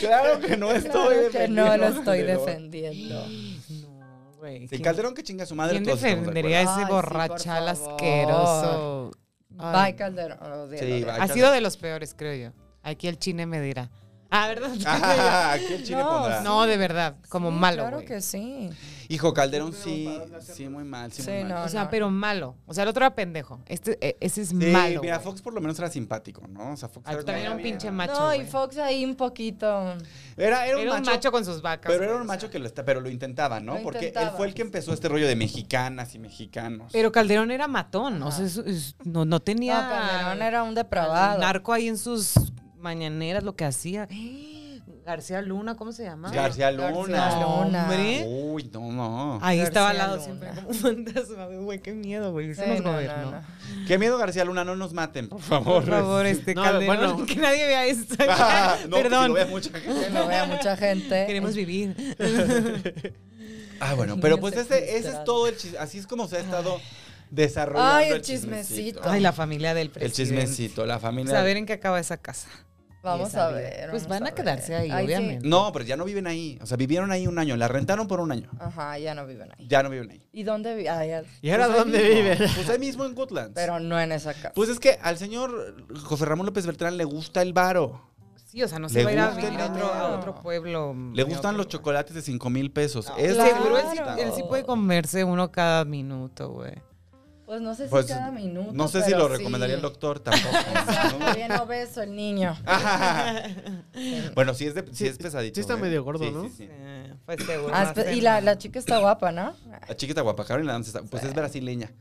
claro que no estoy
Claro que no lo estoy
defendiendo.
defendiendo.
No, güey.
Sí,
¿quién-
Calderón que chinga a su madre.
¿Quién
todos estamos de
defendería a
acuerdo. Ay,
ese
sí, por
borrachal
favor.
asqueroso? Ay,
Bye, Calderón. Oh, Lo odio,
Sí,
lo odio.
bye.
ha sido de los peores, creo yo. Aquí el chine me dirá. Ah, ¿verdad?
acuerdo. Ah, aquí el chile
No,
pondrá.
No, de verdad, como
Sí,
malo.
Claro
güey.
que sí.
Hijo, Calderón sí, sí, muy mal, sí,
Sí,
muy mal.
no.
O sea, pero malo. O sea, el otro era pendejo. Este, eh, ese es
Sí,
malo.
mira,
güey.
Fox por lo menos era simpático, ¿no? O sea, Fox
Ah, tú
era,
también era
como-
un pinche macho.
no, y
güey.
Fox ahí un poquito.
era, era un
Era un
macho,
macho con sus vacas.
pero era
güey,
un
o
macho
sea.
que lo está, pero lo intentaba, ¿no?
Lo
Porque él
intentaba.
fue el que empezó este rollo de mexicanas y mexicanos.
Pero Calderón era matón. O sea, es- es- no, no tenía.
No, Calderón era un
al
depravado.
narco ahí en sus mañaneras, lo que hacía. García Luna, ¿cómo se llama?
Pues García
García
Luna.
No,
Luna.
hombre.
Uy, no, no.
Ahí estaba al
García
lado
Luna.
siempre como un fantasma. Güey, qué miedo, güey. Eso
Sí,
nos
no, no,
gobernó.
no.
Qué miedo, García Luna, no nos maten, por favor.
Por favor, este
No,
Calderón.
bueno.
Que nadie vea esto.
Ah, no, que
Perdón.
si lo vea mucha gente.
Que Lo vea mucha gente. Pues
Queremos vivir.
Ah, bueno, pero pues
Niños
ese, ese es
secuestrados.
todo el chis- Así es como se ha estado desarrollando.
Ay, el chismecito.
Ay, la familia del
El
presidente.
chismecito, la familia.
Saber en qué acaba esa casa.
Vamos
Esa
a
vida.
ver.
Pues
vamos
van a
ver.
quedarse ahí,
Ay, sí.
obviamente.
No, pero ya no viven ahí. O sea, vivieron ahí un año. La rentaron por un año.
Ajá, ya no viven ahí.
Ya no viven ahí.
¿Y dónde viven?
¿Y ahora
Pues ahí
dónde
mismo.
viven?
Pues ahí mismo en Woodlands.
Pero no en esa casa.
Pues es que al señor José Ramón López Beltrán le gusta el varo.
Sí, o sea, no
Le
se va a ir a
gusta el
vivir a otro, a
dinero.
otro pueblo.
Mm,
Le gustan los chocolates de 5 mil pesos. Es
claro.
Seguro él sí,
Claro.
él sí puede comerse uno cada minuto, güey.
Pues no sé si
Pues,
cada minuto.
no sé si lo
pero sí.
recomendaría el doctor tampoco.
Exacto, bien obeso el niño.
bueno, sí es, de- sí es pesadito.
sí está
¿eh?
medio gordo,
Sí,
¿no?
sí, sí.
Eh, pues seguro.
Ah,
más
espe- y
enfermo.
la, la chica está guapa, ¿no?
La chiquita guapa, Carolina Adams, está- pues es brasileña.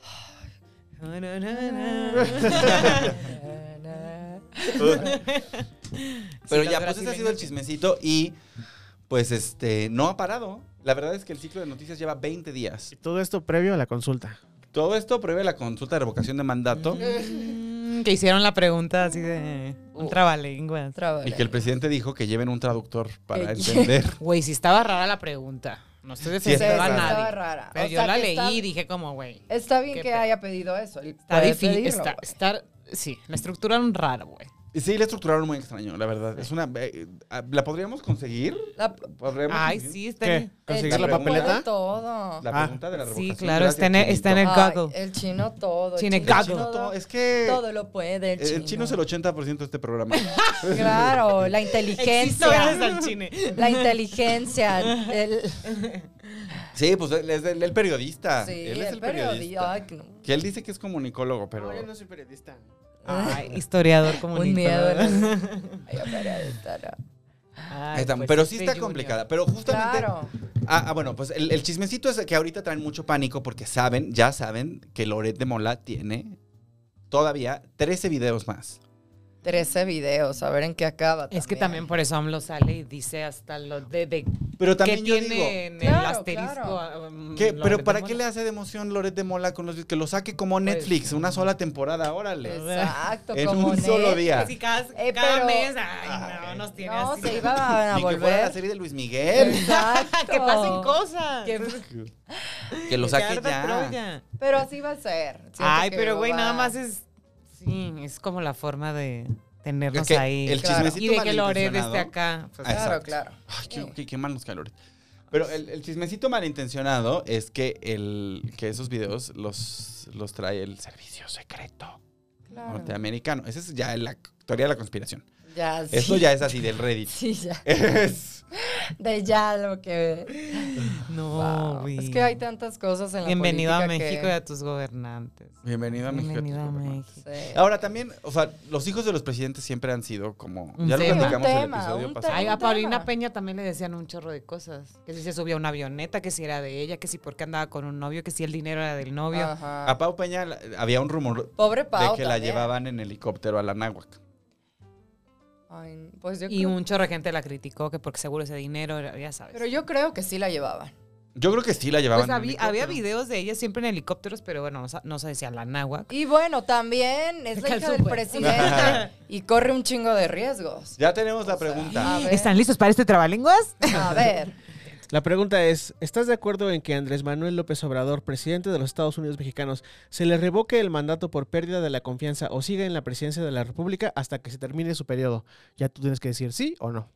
Na, na, na, na.
Pero ya, pues
Sí, los
ese ha
brasileños
sido el
sí.
chismecito y pues este, no ha parado. La verdad es que el ciclo de noticias lleva 20 días.
Y Todo esto previo a la consulta.
Todo esto prevé la consulta de revocación de mandato
Mm, que hicieron la pregunta así de
Uh.
un trabalenguas.
y que el presidente dijo que lleven un traductor
Eh,
para
Que-
entender.
Güey, si estaba rara la pregunta. No estoy
Sí, está
defendiendo a
rara.
nadie.
Estaba rara.
Pero
O
yo
sea,
la
que
leí
está-
y dije como, güey,
Está bien
Qué
que
pedo.
haya pedido eso. él
está
puede
difícil.
pedirlo,
Está,
güey.
estar, sí, la estructuraron rara, güey.
Sí, la estructuraron muy extraño, la verdad. Es una eh, eh, ¿La podríamos conseguir?
La-
¿Podríamos
Ay,
conseguir?
sí, está
¿Qué?
en-
¿Conseguir
la
el
la
chino
pregunta-
papeleta?
puede todo.
La
Ah,
pregunta de la
sí,
revocación.
claro, está en-
gracias,
está en el-
Chinito.
Ay,
gago.
el chino todo. el
Chino
chino
gago.
Chino, todo-
todo,
es que
todo lo puede. El
el,
chino.
chino es el 80% de este programa.
Claro, la
Existo gracias
inteligencia.
al chine.
La inteligencia. El,
sí, pues él es el, el periodista.
sí,
Ah, él es el, periodista.
periodista. Ay, que no.
Que él dice que es comunicólogo, pero...
Ahora soy periodista.
Ay, historiador como
Un miedo. Ay, yo periodista, no.
Ahí
pues
está, pero sí está complicada. Pero justamente.
Claro.
Ah, ah, bueno, pues el, el chismecito es que ahorita traen mucho pánico porque saben, ya saben, que Loret de Mola tiene todavía 13 videos más.
13 videos, a ver en qué acaba.
Es que también por eso AMLO sale y dice hasta lo de, de
Pero
que
también yo
tiene
digo.
en el
Claro,
asterisco.
claro.
um,
¿qué-
lo
pero
de
¿para
Demona?
qué le hace de emoción Loret de Mola con los que lo saque como Netflix,
Pues,
una sola temporada,
Pues
órale.
Exacto,
en
como
un solo
Ned.
día.
Sí, cada,
Eh,
cada
pero-
mes,
Ah,
ay, no, nos tiene
No,
así.
se iban a
Ni que fuera la
volver.
serie de Luis Miguel.
Exacto.
que pasen cosas.
Que-
Que lo saque
Ricardo
ya.
Troya.
Pero así va a ser. Siento
Ay,
que
pero güey,
va-
nada más es. Sí, es como la forma de tenernos
Es que
ahí.
el
Claro.
chismecito
y de que Loret
malintencionado-
esté acá.
Ah,
Claro,
exacto.
claro.
Ay, qué, qué- qué mal nos cae Loret. Pero el, el chismecito malintencionado es que, el, que esos videos los, los trae el servicio secreto
claro.
norteamericano. Esa es ya la teoría de la conspiración.
Ya, sí.
Esto ya es así del Reddit.
Sí, ya.
Es-
De ya lo que.
No,
Wow.
güey.
Es que hay tantas cosas en la
Bienvenido a
política que-
México y a tus gobernantes.
Bienvenido a México.
Bienvenido a
tus papás.
México.
Sí.
Ahora también, o sea, los hijos de los presidentes siempre han sido como.
Un
Ya lo
tema.
platicamos en el
Un tema,
episodio
un
pasado.
Ay,
tema.
a Paulina Peña también le decían un chorro de cosas. Que si se subía a una avioneta, que si era de ella, que si porque andaba con un novio, que si el dinero era del novio.
Ajá.
A Pau Peña la- había un rumor
Pobre Pau.
de que la
también.
llevaban en helicóptero a la náhuac.
Ay, pues yo
Y
creo-
un chorro de gente la criticó, que porque seguro ese dinero, era- ya sabes.
Pero yo creo que sí la llevaban.
Yo creo que sí la llevaban.
pues
en
habí- había
helicóptero.
videos de ella siempre en helicópteros, pero bueno, no sa- no se decía la náhuac.
Y bueno, también es la hija
Calzó, pues.
del
güey.
presidente y corre un chingo de riesgos.
Ya tenemos la
O sea,
pregunta.
a ver.
¿Están listos para este trabalenguas?
A ver,
La pregunta es, ¿estás de acuerdo en que Andrés Manuel López Obrador, presidente de los Estados Unidos mexicanos, se le revoque el mandato por pérdida de la confianza o siga en la presidencia de la República hasta que se termine su periodo? Ya tú tienes que decir sí o no.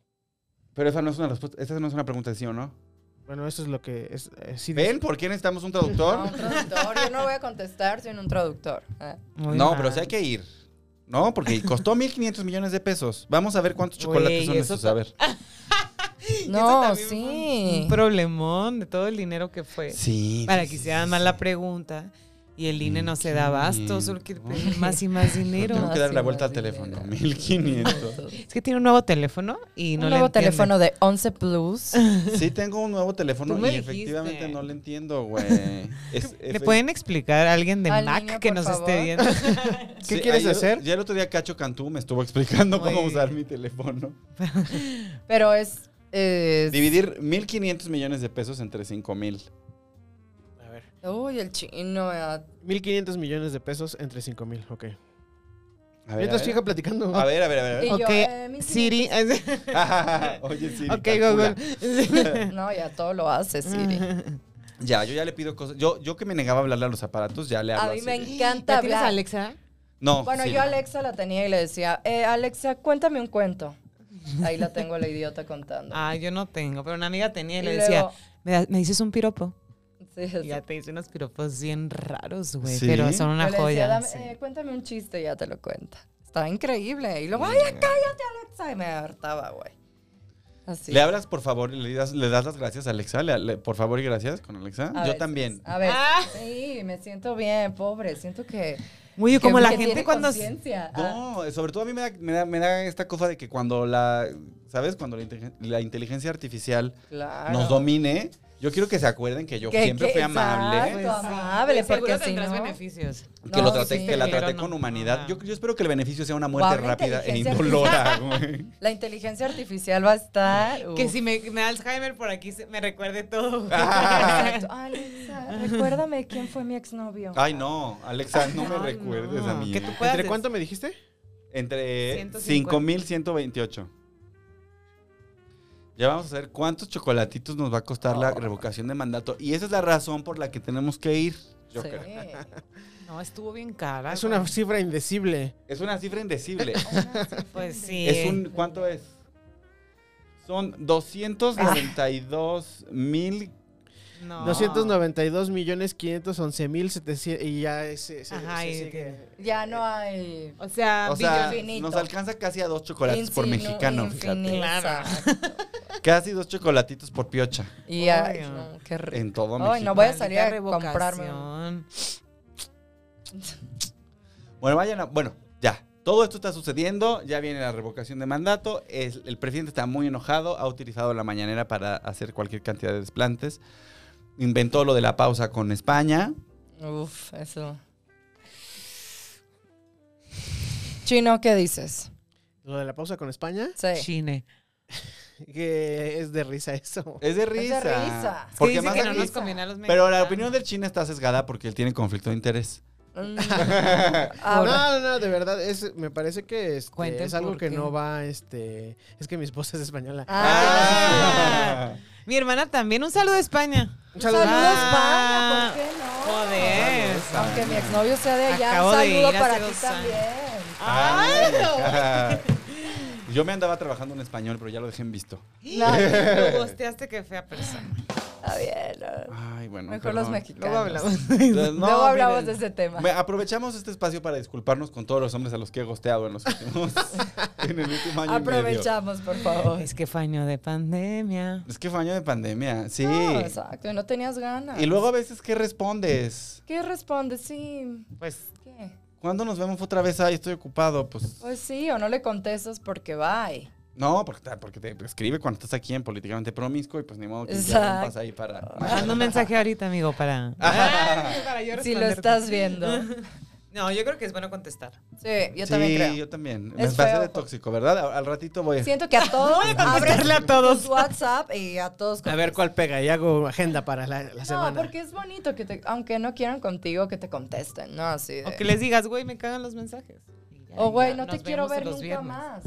Pero esa no es una respuesta, esta no es una pregunta de sí o no.
Bueno, eso es lo que es. eh, sí dice-
¿Ven por qué necesitamos un traductor?
No, un traductor. Yo no voy a contestar sin un traductor. Ah.
Muy
no,
mal.
pero sí hay que ir. No, porque costó 1.500 millones de pesos. Vamos a ver cuántos
Güey,
chocolates son
eso
esos. A
ta-
ver.
No,
también fue
sí.
Un problemón de todo el dinero que fue.
Sí.
Para
sí,
que
sí,
hicieran
sí,
mal
sí.
la pregunta y el INE no se da abasto, solo que pedir más y más dinero.
Tengo que dar la
Máximo
vuelta al
de
teléfono.
dinero.
1.500.
Es que tiene un nuevo teléfono y no
un
le
nuevo
entiende.
teléfono de 11 Plus.
Sí, tengo un nuevo teléfono
Tú
y
me
efectivamente
dijiste.
no le entiendo, güey. Es-
¿Le
efe-
pueden explicar a alguien de
Al
Mac
niño,
que
por
nos esté
favor.
viendo?
¿Qué quieres
ayer-
hacer?
Ya el otro día Cacho Cantú me estuvo explicando
Muy
cómo
bien.
usar mi teléfono.
Pero es. eh,
Dividir 1.500 millones de pesos entre 5.000.
A ver.
Uy, el chino. ah,
1.500 millones de pesos entre 5.000, ok.
A ver,
Mientras
a ver.
siga platicando.
A ver, a ver, a ver. a
Y
ver.
yo,
Ok,
eh, 1500.
Siri.
Oye, Siri,
ok,
calcula.
Google.
No, ya todo lo
Mm.
hace Siri.
Ya, yo ya le pido cosas. Yo, yo que me negaba a hablarle a los aparatos, ya le hablo
A mí
a
me
Siri.
encanta
tienes a
hablar.
Alexa?
No,
Bueno,
Siri.
yo a Alexa la tenía y le decía, eh, Alexa, cuéntame un cuento. Ahí la tengo la idiota contando.
Ah, yo no tengo, pero una amiga tenía y le
Y
decía,
luego-
me, da- me dices un piropo.
sí, sí.
Y ya te hice unos piropos bien raros, güey,
¿Sí?
pero son
Yo
una
le decía,
joya.
"Dame-
sí.
eh, cuéntame un chiste y ya te lo cuenta. Estaba increíble. Y luego, ay, ya cállate, Alexa. Y me hartaba, güey. Así.
¿Le hablas, por favor, y le das, le das las gracias a Alexa? ¿Le- le- por favor y gracias con Alexa. yo
A veces,
también.
A ver.
Ah.
Sí, me siento bien, pobre. Siento que.
Muy
que-
como la
que
gente
tiene
cuando...
conciencia. Ah,
No, sobre todo a mí me da, me da- me da esta cosa de que cuando la, ¿sabes? Cuando la, inte- la inteligencia artificial
Ah, claro.
nos domine, yo quiero que se acuerden que yo
Que-
siempre
que-
fui amable,
Pues
exacto, amable,
De seguro
porque si
tendrás
no-
beneficios.
que,
No,
lo traté,
sí.
que la
Pero
traté
no,
con
no,
humanidad.
no.
Yo, yo espero que el beneficio sea una muerte
habrá
rápida e
inteligencia
indolora, güey.
La inteligencia artificial va a estar.
Que
uf.
si me, me da Alzheimer por aquí se- me recuerde todo.
Exacto.
Ah,
Alexa, recuérdame quién fue mi exnovio.
Ay, no, Alexa, no me
No,
recuerdes
no.
a mí. eh.
Que tú puedas
¿Entre
des-
cuánto me dijiste?
Entre
150.
5128. Ya vamos a ver cuántos chocolatitos nos va a costar la revocación de mandato. Y esa es la razón por la que tenemos que ir. Yo
Sí.
creo.
No, estuvo bien cara.
Es una cifra indecible.
Es una cifra indecible.
Pues sí.
es un, ¿Cuánto es? Son 292 mil.
No.
292 millones 511 mil 700 y ya ese se,
Ajá,
se
y
sigue.
que-
Ya no hay.
O sea,
O sea,
Infinito.
nos alcanza casi a dos chocolates por
insinu-
mexicano, fíjate.
infiniza.
Claro.
Casi dos chocolatitos por piocha.
Y ay,
Obvio.
no, qué rico.
En todo México.
Ay, no voy a salir a comprarme.
Bueno, vayan a- Bueno, ya. Todo esto está sucediendo, ya viene la revocación de mandato, es- el presidente está muy enojado, ha utilizado la mañanera para hacer cualquier cantidad de desplantes, inventó lo de la pausa con España.
Uf, eso. Chino, ¿qué dices?
Lo de la pausa con España,
Sí.
Chine.
que es de risa eso.
Es de risa.
risa.
Que
Porque
dicen
más
que no
aquí-
nos conviene a los mexicanos.
pero la opinión del China está sesgada porque él tiene conflicto de interés.
Mm.
Ah, No,
Ahora,
no, no, de verdad, es, me parece que este,
Cuenten
es algo
por
que
qué.
no va, este, es que mi esposa es española.
Ah,
Ah. Mi hermana también. Un saludo a España.
Un
saludos,
saludo.
España, ¿por qué no?
Ah, Joder.
Aunque mi exnovio sea de allá,
Acabo
un
de
saludo
ir hace
para ti
dos años.
también.
Ay, no.
Ah. Yo me andaba trabajando en español, pero ya lo dejé en visto.
Lo gosteaste que fea persona.
Está bien. no.
Ay, bueno.
Mejor
perdón.
los mexicanos.
Luego hablamos.
Entonces,
Luego hablamos
miren.
de ese tema.
Me- aprovechamos este espacio para disculparnos con todos los hombres a los que he gosteado en los últimos. en el último año. y medio.
Aprovechamos, por favor.
Es que fue año de pandemia.
Es que fue año de pandemia, sí.
No, exacto, y no tenías ganas.
y luego a veces, ¿qué respondes?
¿Qué respondes? Sí.
Pues
¿Qué?
¿Cuándo nos vemos otra vez? Ay, estoy ocupado. Pues
Pues sí, o no le contestas porque bye.
no, porque, te- porque te escribe cuando estás aquí en Políticamente Promiscuo y pues ni modo que ya rompas
Exacto.
ahí para.
manda un mensaje ahorita, amigo, para.
Ah.
para yo
Si lo
responderte.
estás viendo.
No, yo creo que es bueno contestar.
Sí, yo
sí,
también creo.
yo también.
Es
Me pasé
feo.
de tóxico, ¿verdad? Al- Al ratito voy.
Siento que a todos abres
a todos.
tus WhatsApp y a todos
A ver cuál pega y hago agenda para la, la semana.
No, porque es bonito que te, aunque no quieran contigo, que te contesten, ¿no? Así de-
O que les digas, güey, me cagan los mensajes. Y ya,
O güey,
ya,
no te
nos
quiero
vemos
ver
los
nunca
viernes.
más.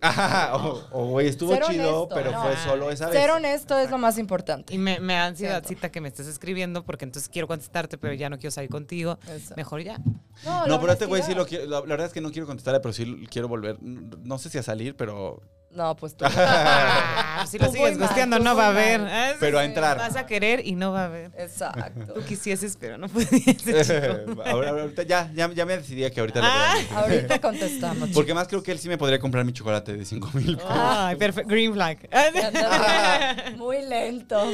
Ajá, o o, güey, estuvo
Ser
chido,
honesto,
pero
no.
fue solo esa vez.
Ser honesto es lo más importante.
Y me, me da ansiedadcita
Cierto.
que me estés escribiendo porque entonces quiero contestarte, pero ya no quiero salir contigo.
Eso.
Mejor ya.
No, la
No, pero este güey sí
honestidad.
lo quiero. La, la verdad es que no quiero contestarle, pero sí quiero volver. No sé si a salir, pero.
No, pues tú.
Ah, si lo
Tú
sigues
muy pues, mal,
gusteando,
tú
no va a
muy mal.
haber. Ah, sí,
Pero a
sí,
entrar.
Vas a querer y no va a haber.
Exacto.
Tú quisieses, pero no pudieses. chico.
Ahora- ahorita ya, ya, ya me decidí a que ahorita
Ah.
le voy a-
Ahorita contestamos.
Porque más creo que él sí me podría comprar mi chocolate de 5 mil.
Ay, perfecto. Green flag.
chicos. Muy lento.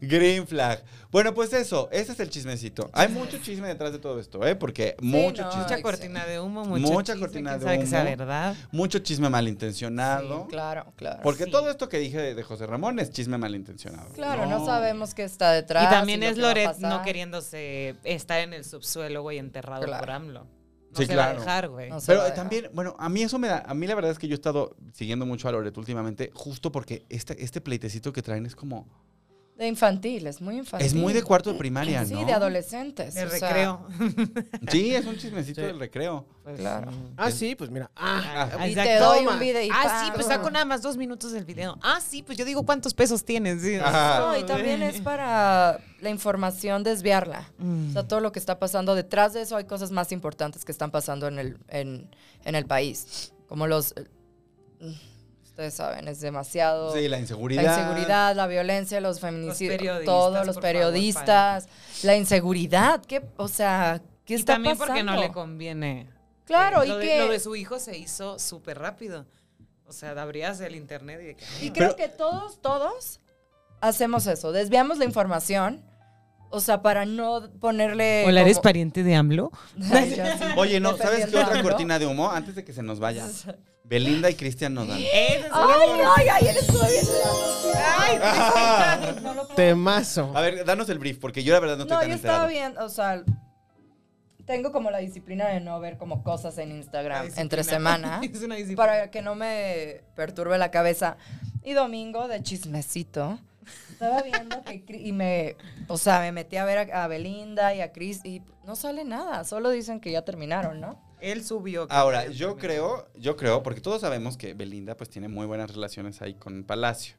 Green flag. Bueno, pues eso. Ese es el chismecito. Hay mucho chisme detrás de todo esto, ¿eh? Porque mucho
no,
chisme.
Mucha cortina de humo, mucho
Mucha
chisme,
cortina
quién
de
sabe que sea
humo.
verdad.
Mucho chisme malintencionado.
Sí, claro, claro.
Porque
Sí.
todo esto que dije de, de José Ramón es chisme malintencionado.
Claro, no. sabemos qué está detrás.
y también
Ah, lo
es
que va a
Loret
pasar.
no queriéndose estar en el subsuelo, güey, enterrado
Claro.
por AMLO. No
Sí,
se va
claro.
a dejar, güey.
No se
Pero
va a
eh,
dejar.
también, bueno, a mí eso me da, a mí la verdad es que yo he estado siguiendo mucho a Loreto últimamente, justo porque este, este pleitecito que traen es como,
De infantil, es muy infantil.
es muy de cuarto de primaria, ¿no?
Sí, de adolescentes.
De
o sea,
recreo.
Sí, es un chismecito
Sí.
del recreo.
Claro.
Ah, sí, pues mira. Ah,
Ah,
Y te
exacto.
doy
Toma.
un video
Ah, sí, pues saco nada más dos minutos del video. Ah, sí, pues yo digo cuántos pesos tienes. sí.
Ajá.
No, y también es para la información desviarla. O
Mm.
sea, todo lo que está pasando detrás de eso hay cosas más importantes que están pasando en el, en, en el país. Como los... eh, Ustedes saben, es demasiado...
Sí, la inseguridad.
La inseguridad, la violencia, los feminicidios,
periodistas,
todos los
por favor,
periodistas, la inseguridad, ¿qué, o sea, ¿qué
Y
está
también
pasando?
porque no le conviene.
Claro,
lo
y
de,
que
lo de su hijo se hizo súper rápido. O sea, abrías el internet y de que...
y creo
Pero-
que todos todos hacemos eso, desviamos la información, o sea, para no ponerle Eh, como-
pariente de AMLO?
Ay, ya sé.
Oye, no, ¿sabes qué
Dependiendo,
otra
¿no?
cortina de humo? Antes de que se nos vaya. Belinda y Cristian Nodal.
Ay, ay, ay, él estuvo bien. Ay,
ah, temazo.
A ver, danos el brief, porque yo la verdad no estoy
No,
tan
yo
enterado.
estaba bien, o sea, tengo como la disciplina de no ver como cosas en Instagram entre semana.
Es una disciplina.
para que no me perturbe la cabeza. Y domingo de chismecito. Estaba viendo que Cri- y me, o sea, me metí a ver a, a Belinda y a Chris y no sale nada, solo dicen que ya terminaron, ¿no?
Él subió. que
Ahora,
habían
yo
terminado.
creo, yo creo, porque todos sabemos que Belinda pues tiene muy buenas relaciones ahí con Palacio.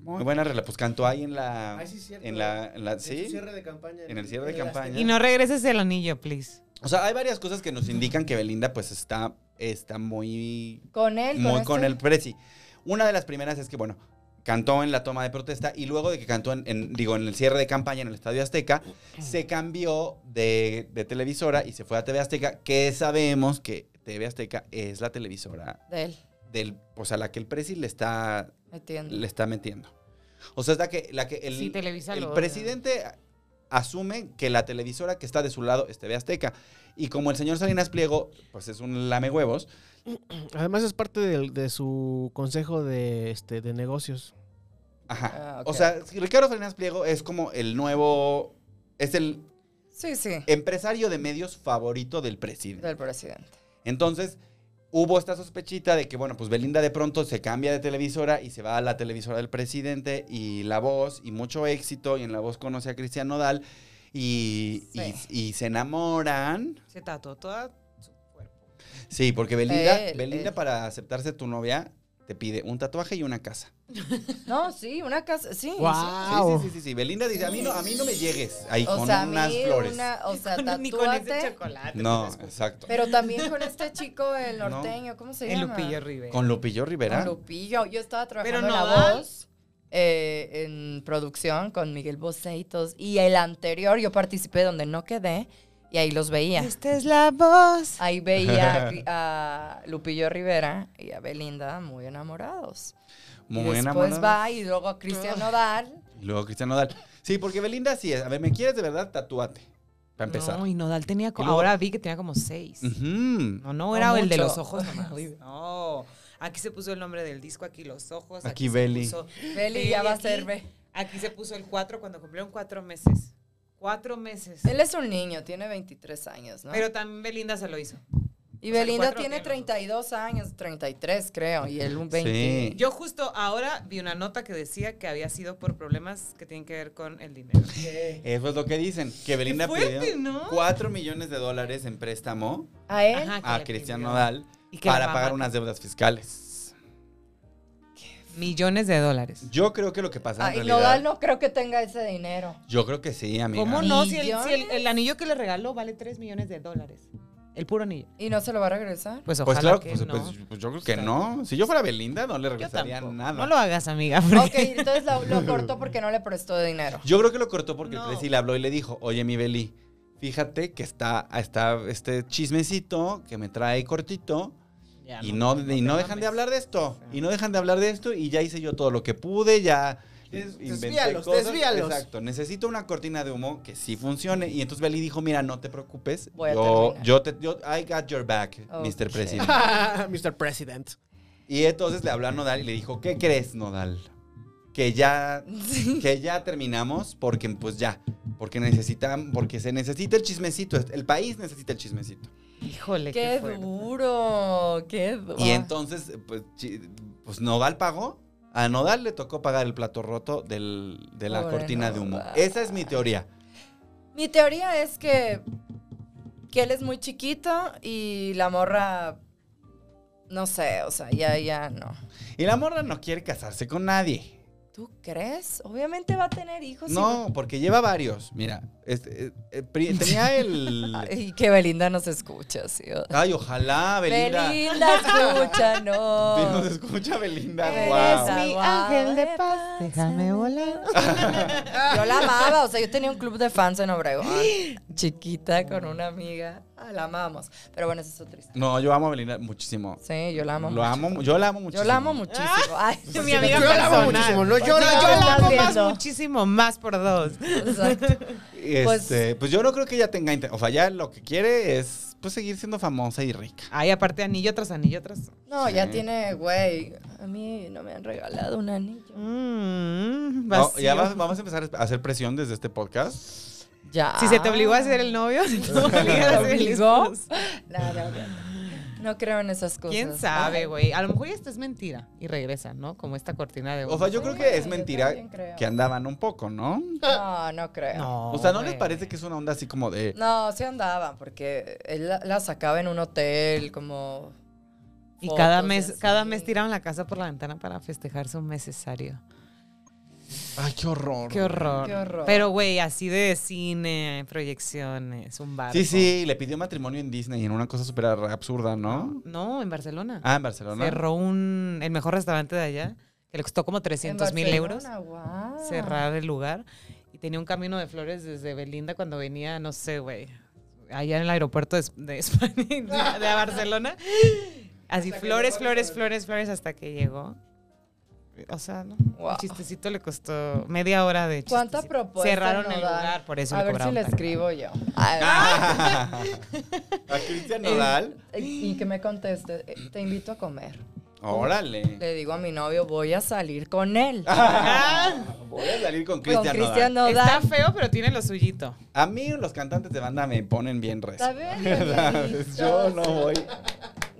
Muy buenas relaciones. Pues cantó ahí en la.
Ay, sí, cierto.
En la. en la-
En su
sí.
cierre de campaña.
En el cierre de
En las-
campaña.
Y no regreses el anillo, please.
O sea, hay varias cosas que nos indican que Belinda pues está, está muy
Con él, con,
muy
este-
con el Prezi. Una de las primeras es que, bueno, cantó en la toma de protesta y luego de que cantó en, en- digo, en el cierre de campaña en el Estadio Azteca, se cambió de, de televisora y se fue a TV Azteca, que sabemos que TV Azteca es la televisora
de él,
del, o sea, la que el Prezi le está,
entiendo.
le está metiendo. O sea, es la que, la que el,
Sí, Televisa
el
lo odia.
presidente asume que la televisora que está de su lado es TV Azteca. Y como el señor Salinas Pliego, pues es un lame huevos,
Además es parte del- de, su consejo de, este, de negocios.
Ajá.
Ah,
O
ok.
sea, Ricardo Salinas Pliego es como el nuevo. Es el
Sí, sí,
empresario de medios favorito del presidente.
del presidente.
Entonces, hubo esta sospechita de que, bueno, pues Belinda de pronto se cambia de televisora y se va a la televisora del presidente y La Voz y mucho éxito. Y en La Voz conoce a Cristian Nodal y,
Sí.
y- y se enamoran.
Se tatuó toda su cuerpo.
Sí, porque Belinda,
Él,
Belinda
él.
para aceptarse tu novia te pide un tatuaje y una casa.
No, sí, una casa, sí. sí.
¡Guau!
Sí, sí, sí, sí, sí. Belinda dice, a mí no, a mí no me llegues ahí
O
con
sea, a
unas
mí
flores.
una, o sea,
Ni con ese
tatúate,
chocolate.
No,
pues, es-
exacto.
pero también con este chico el
No.
norteño, ¿cómo se
El
llama?
Lupillo Rivera.
Con Lupillo Rivera.
Con Lupillo. Yo estaba trabajando
Pero
en la
Nodal.
voz eh, en producción con Miguel Boceitos. Y el anterior yo participé donde no quedé y ahí los veía.
Esta es la voz.
Ahí veía a Cri- a, Lupillo Rivera y a Belinda muy enamorados.
muy
y después
enamorado.
va y luego a
Ah.
Cristian Nodal.
Y luego Cristian Nodal. Sí, porque Belinda sí es. A ver, ¿me quieres de verdad? Tatúate. Para empezar.
No, y Nodal tenía como...
Y luego-
Ahora vi que tenía como seis.
Ujú.
No, no,
No
era el de
mucho.
los ojos nomás. No. Aquí se puso el nombre del disco, aquí los ojos.
Aquí
se
Beli.
puso-
Beli ya va a
aquí-
ser. Be-
Aquí se puso el cuatro cuando cumplieron cuatro meses. Cuatro meses.
Él es un niño, tiene 23 años, ¿no?
Pero también Belinda se lo hizo.
y
o sea,
Belinda
cuatro
tiene
tiene, ¿no?
32 años, 33 creo, y él un 20.
Sí.
Yo justo ahora vi una nota que decía que había sido por problemas que tienen que ver con el dinero.
Eso es Eh, pues, lo que dicen. Que Belinda
fuerte,
pidió
¿no?
4 millones de dólares en préstamo
A él,
Ajá, Ah, que
a
le
Ah, Cristian
pidió.
Nodal
Y que la
para
mamá-
pagar unas deudas fiscales.
Millones de dólares.
Yo creo que lo que pasa
Ah,
en
Ay,
realidad...
Ah, Nodal no creo que tenga ese dinero.
Yo creo que sí, amiga.
¿Cómo no? Si, el, si el-
¿Millones?
el anillo que le regaló vale 3 millones de dólares. El puro anillo.
¿Y no se lo va a regresar?
Pues ojalá
Pues claro,
que
pues,
no.
pues, pues yo creo que no. Si yo fuera Belinda, no le
Yo
regresaría
tampoco.
nada.
No lo hagas, amiga.
Ok,
porque-
entonces lo, lo cortó porque no le prestó dinero.
Yo creo que lo cortó porque
No.
Cresci le habló y le dijo, oye, mi Beli, fíjate que está, está este chismecito que me trae cortito
Ya,
y no,
no
y
te
no
mames.
dejan de hablar de esto. Y no dejan de hablar de esto y ya hice yo todo lo que pude, ya...
Des-
inventé
desvíalos,
cosas".
desvíalos.
Exacto, necesito una cortina de humo que sí funcione. Y entonces Beli dijo, mira, no te preocupes.
Voy a
yo,
terminar".
yo te, yo, I got your back,
Oh,
Mr.
shit.
President.
Mr. President.
Y entonces le habló a Nodal y le dijo, ¿qué crees, Nodal? Que ya, que ya terminamos porque pues ya, porque necesitan, porque se necesita el chismecito, el país necesita el chismecito.
Híjole, qué,
Qué
fuerte.
duro, qué duro.
Y entonces, pues, chi- pues, Nodal pagó, a Nodal le tocó pagar el plato roto del- de la
Pobre
cortina de humo.
Nodal.
Esa es mi teoría.
Mi teoría es que, que él es muy chiquito y la morra, no sé, o sea, ya, ya no.
Y la morra no quiere casarse con nadie.
¿Tú crees? Obviamente va a tener hijos. y-
No, porque lleva varios. Mira, este, eh, eh, pri- tenía el...
Ay, que Belinda nos escucha, sí. o-
Ay, ojalá, Belinda.
Belinda escucha,
Sí, nos
no.
escucha Belinda,
Eres
guau.
mi
Mi ángel de paz, déjame
déjame
volar.
Yo la amaba, o sea, yo tenía un club de fans en Obregón. Chiquita con una amiga. Ah, la amamos. Pero bueno, eso es otra historia.
No, yo amo a Belinda muchísimo.
Sí, yo la amo.
Lo
mucho.
amo, yo la amo muchísimo.
Yo la amo muchísimo. Ay,
Mi amiga
Yo la amo
personal.
muchísimo, ¿no? Yo
Pues
la,
sí, la
yo la
verdad.
amo.
Amo más
viendo.
muchísimo más por dos.
Exacto.
Este, pues,
Pues-
yo no creo que ella tenga inter- O sea, ya lo que quiere es pues seguir siendo famosa y rica.
Ay, aparte anillo tras anillo tras.
No,
Sí.
ya tiene, güey. A mí no me han regalado un anillo.
Mm,
No, Oh, ya
vacío.
vas- vamos a empezar a hacer presión desde este podcast.
Ya.
Si se te obligó a ser el novio, si te obligó a ser el
Ah. ¿Obligó?
esposo.
No, no, no. No creo en esas cosas.
¿Quién sabe, güey? A lo mejor esto es mentira y regresa, ¿no? Como esta cortina de
O sea, yo creo que es
yo
mentira
también creo.
que andaban un poco, ¿no?
No, no creo.
No.
No.
O sea, ¿no les
güey.
parece que es una onda así como de
sí andaban, porque él la, la sacaba en un hotel, como.
Y cada
fotos y
mes,
así.
cada mes tiraban la casa por la ventana para festejar su necesario.
ay, qué horror?
Qué horror.
Qué horror.
Pero, güey, así de cine, proyecciones, un barco.
Sí, sí, le pidió matrimonio en Disney en una cosa súper absurda, ¿no?
No, en Barcelona.
Ah, en Barcelona.
Cerró un, el mejor restaurante de allá, que le costó como 300 mil euros
Ah.
cerrar el lugar. Y tenía un camino de flores desde Belinda cuando venía, no sé, güey, allá en el aeropuerto de, de España, de, de Barcelona. Así flores, flores, flores, flores hasta que llegó. O sea, ¿no?
Wow.
el chistecito le costó media hora de chistecito.
¿Cuánta propuesta?
Cerraron
no
el
dan?
lugar, por eso
A
le
ver si
cobraron
le
tan
escribo yo. Ah. Ay,
A Cristian Nodal.
Y que me conteste, eh, te invito a comer.
Órale.
Le digo a mi novio, voy a salir con él.
Voy a salir Ah, con
con
Cristian Nodal.
Cristian Nodal.
Está feo, pero tiene lo suyito.
A mí los cantantes de banda me ponen bien res.
Está bien,
¿Sabes? Yo no voy.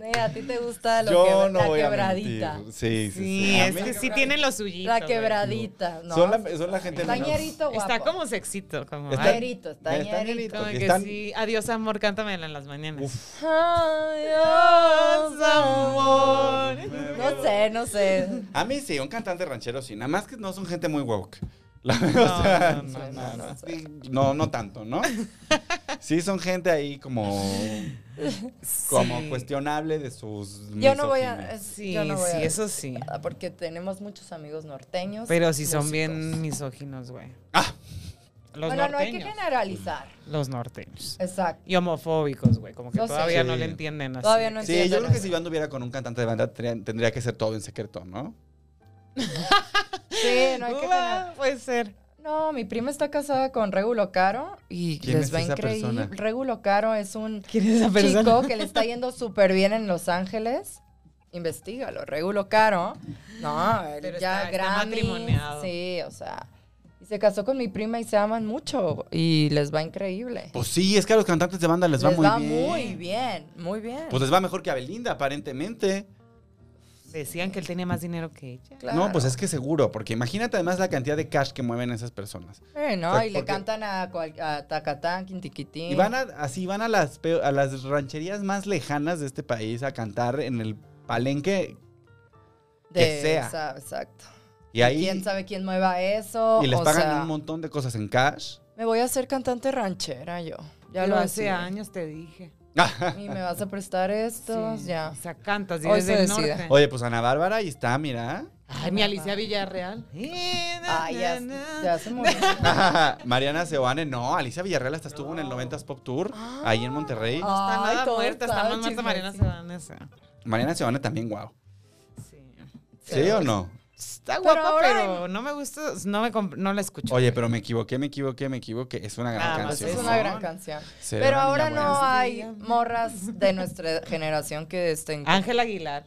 Eh, a ti te gusta lo
Yo
que,
no
la
voy a
quebradita.
mentir. Sí, sí,
Sí,
sí. A
es
mí-
que sí tiene lo suyito.
La
güey.
quebradita. No,
son, la, son la gente
Está
menos-
ñerito guapo.
Está como sexito, como...
Está-
ay,
ñerito, está
Está
ñerito.
ñerito.
Como
Porque
que
están-
sí. Adiós, amor, cántamela en las mañanas.
Uf.
Adiós,
amor.
No sé, no sé.
A mí sí, un cantante ranchero sí. Nada más que no son gente muy woke. La- o
No,
sea,
no, no,
no, no.
sí, no, no tanto, ¿no? Sí, son gente ahí como, como
Sí.
cuestionable de sus.
Yo no voy a.
misoginias.
es-
Sí,
yo no voy
sí,
a-
eso sí.
Porque tenemos muchos amigos norteños.
Pero si son
músicos.
bien misóginos, güey.
Ah.
Los
bueno, no hay que
norteños. Mm.
generalizar.
Los norteños.
Exacto.
Y homofóbicos, güey. Como que
No sé.
todavía
Sí.
no le entienden así.
Todavía no
Sí,
entiendo.
yo creo que si yo anduviera con un cantante de banda tendría, tendría que ser todo en secreto, ¿no?
Sí, no hay que generalizar.
Uah, Puede ser.
No, mi prima está casada con Regulo Caro y
¿Quién
les
es
va
esa
increíble.
persona?
Regulo Caro es un
¿Quién es esa
chico
persona?
que le está yendo súper bien en Los Ángeles. Investígalo, Regulo Caro. No, él
Pero
ya
está- está
Grammys,
matrimoniado.
Sí, o sea. Y se casó con mi prima y se aman mucho y les va increíble.
Pues sí, es que a los cantantes de banda les, va muy bien.
muy bien, muy bien.
Pues les va mejor que a Belinda, aparentemente.
Decían que él tenía más dinero que ella.
No, pues es que seguro, porque imagínate además la cantidad de cash que mueven esas personas.
Eh, no,
O sea,
y le
Pues porque-
cantan a, cual- a Tacatán, Quintiquitín.
Y van a, así van a las, peo- a las rancherías más lejanas de este país a cantar en el palenque que sea.
esa- exacto.
y ahí
¿Quién sabe quién mueva eso?
y les
o
pagan
sea,
un montón de cosas en cash.
Me voy a hacer cantante ranchera yo. Ya
Pero
lo
hace
hacía.
años te dije.
Y me vas a prestar estos,
¿eh? Sí,
ya.
O sea, cantas y
Hoy
eres
se
del
decide.
norte.
Oye, pues Ana Bárbara ahí está, mira.
Ay, mi Alicia Villarreal.
Ay, ya, ya se murió.
Mariana Seoane, no, Alicia Villarreal hasta estuvo en el 90s Pop Tour ahí en Monterrey.
Ah.
Está nada
Ay, ¿cómo
muerta, está
sabe,
más muerta Mariana
chismecito?
Sebanesa.
Mariana Seoane también, wow.
Sí.
¿Sí o no?
Está
Pero
guapa,
ahora
pero no me gusta, no, me comp- no la escucho.
Oye, pero me equivoqué, me equivoqué, me equivoqué. Es una gran
Nada más
canción.
Es
¿no?
una gran canción.
Será
Pero
una
ahora
niña
no
buena.
hay morras de nuestra generación que estén.
Ángel Aguilar,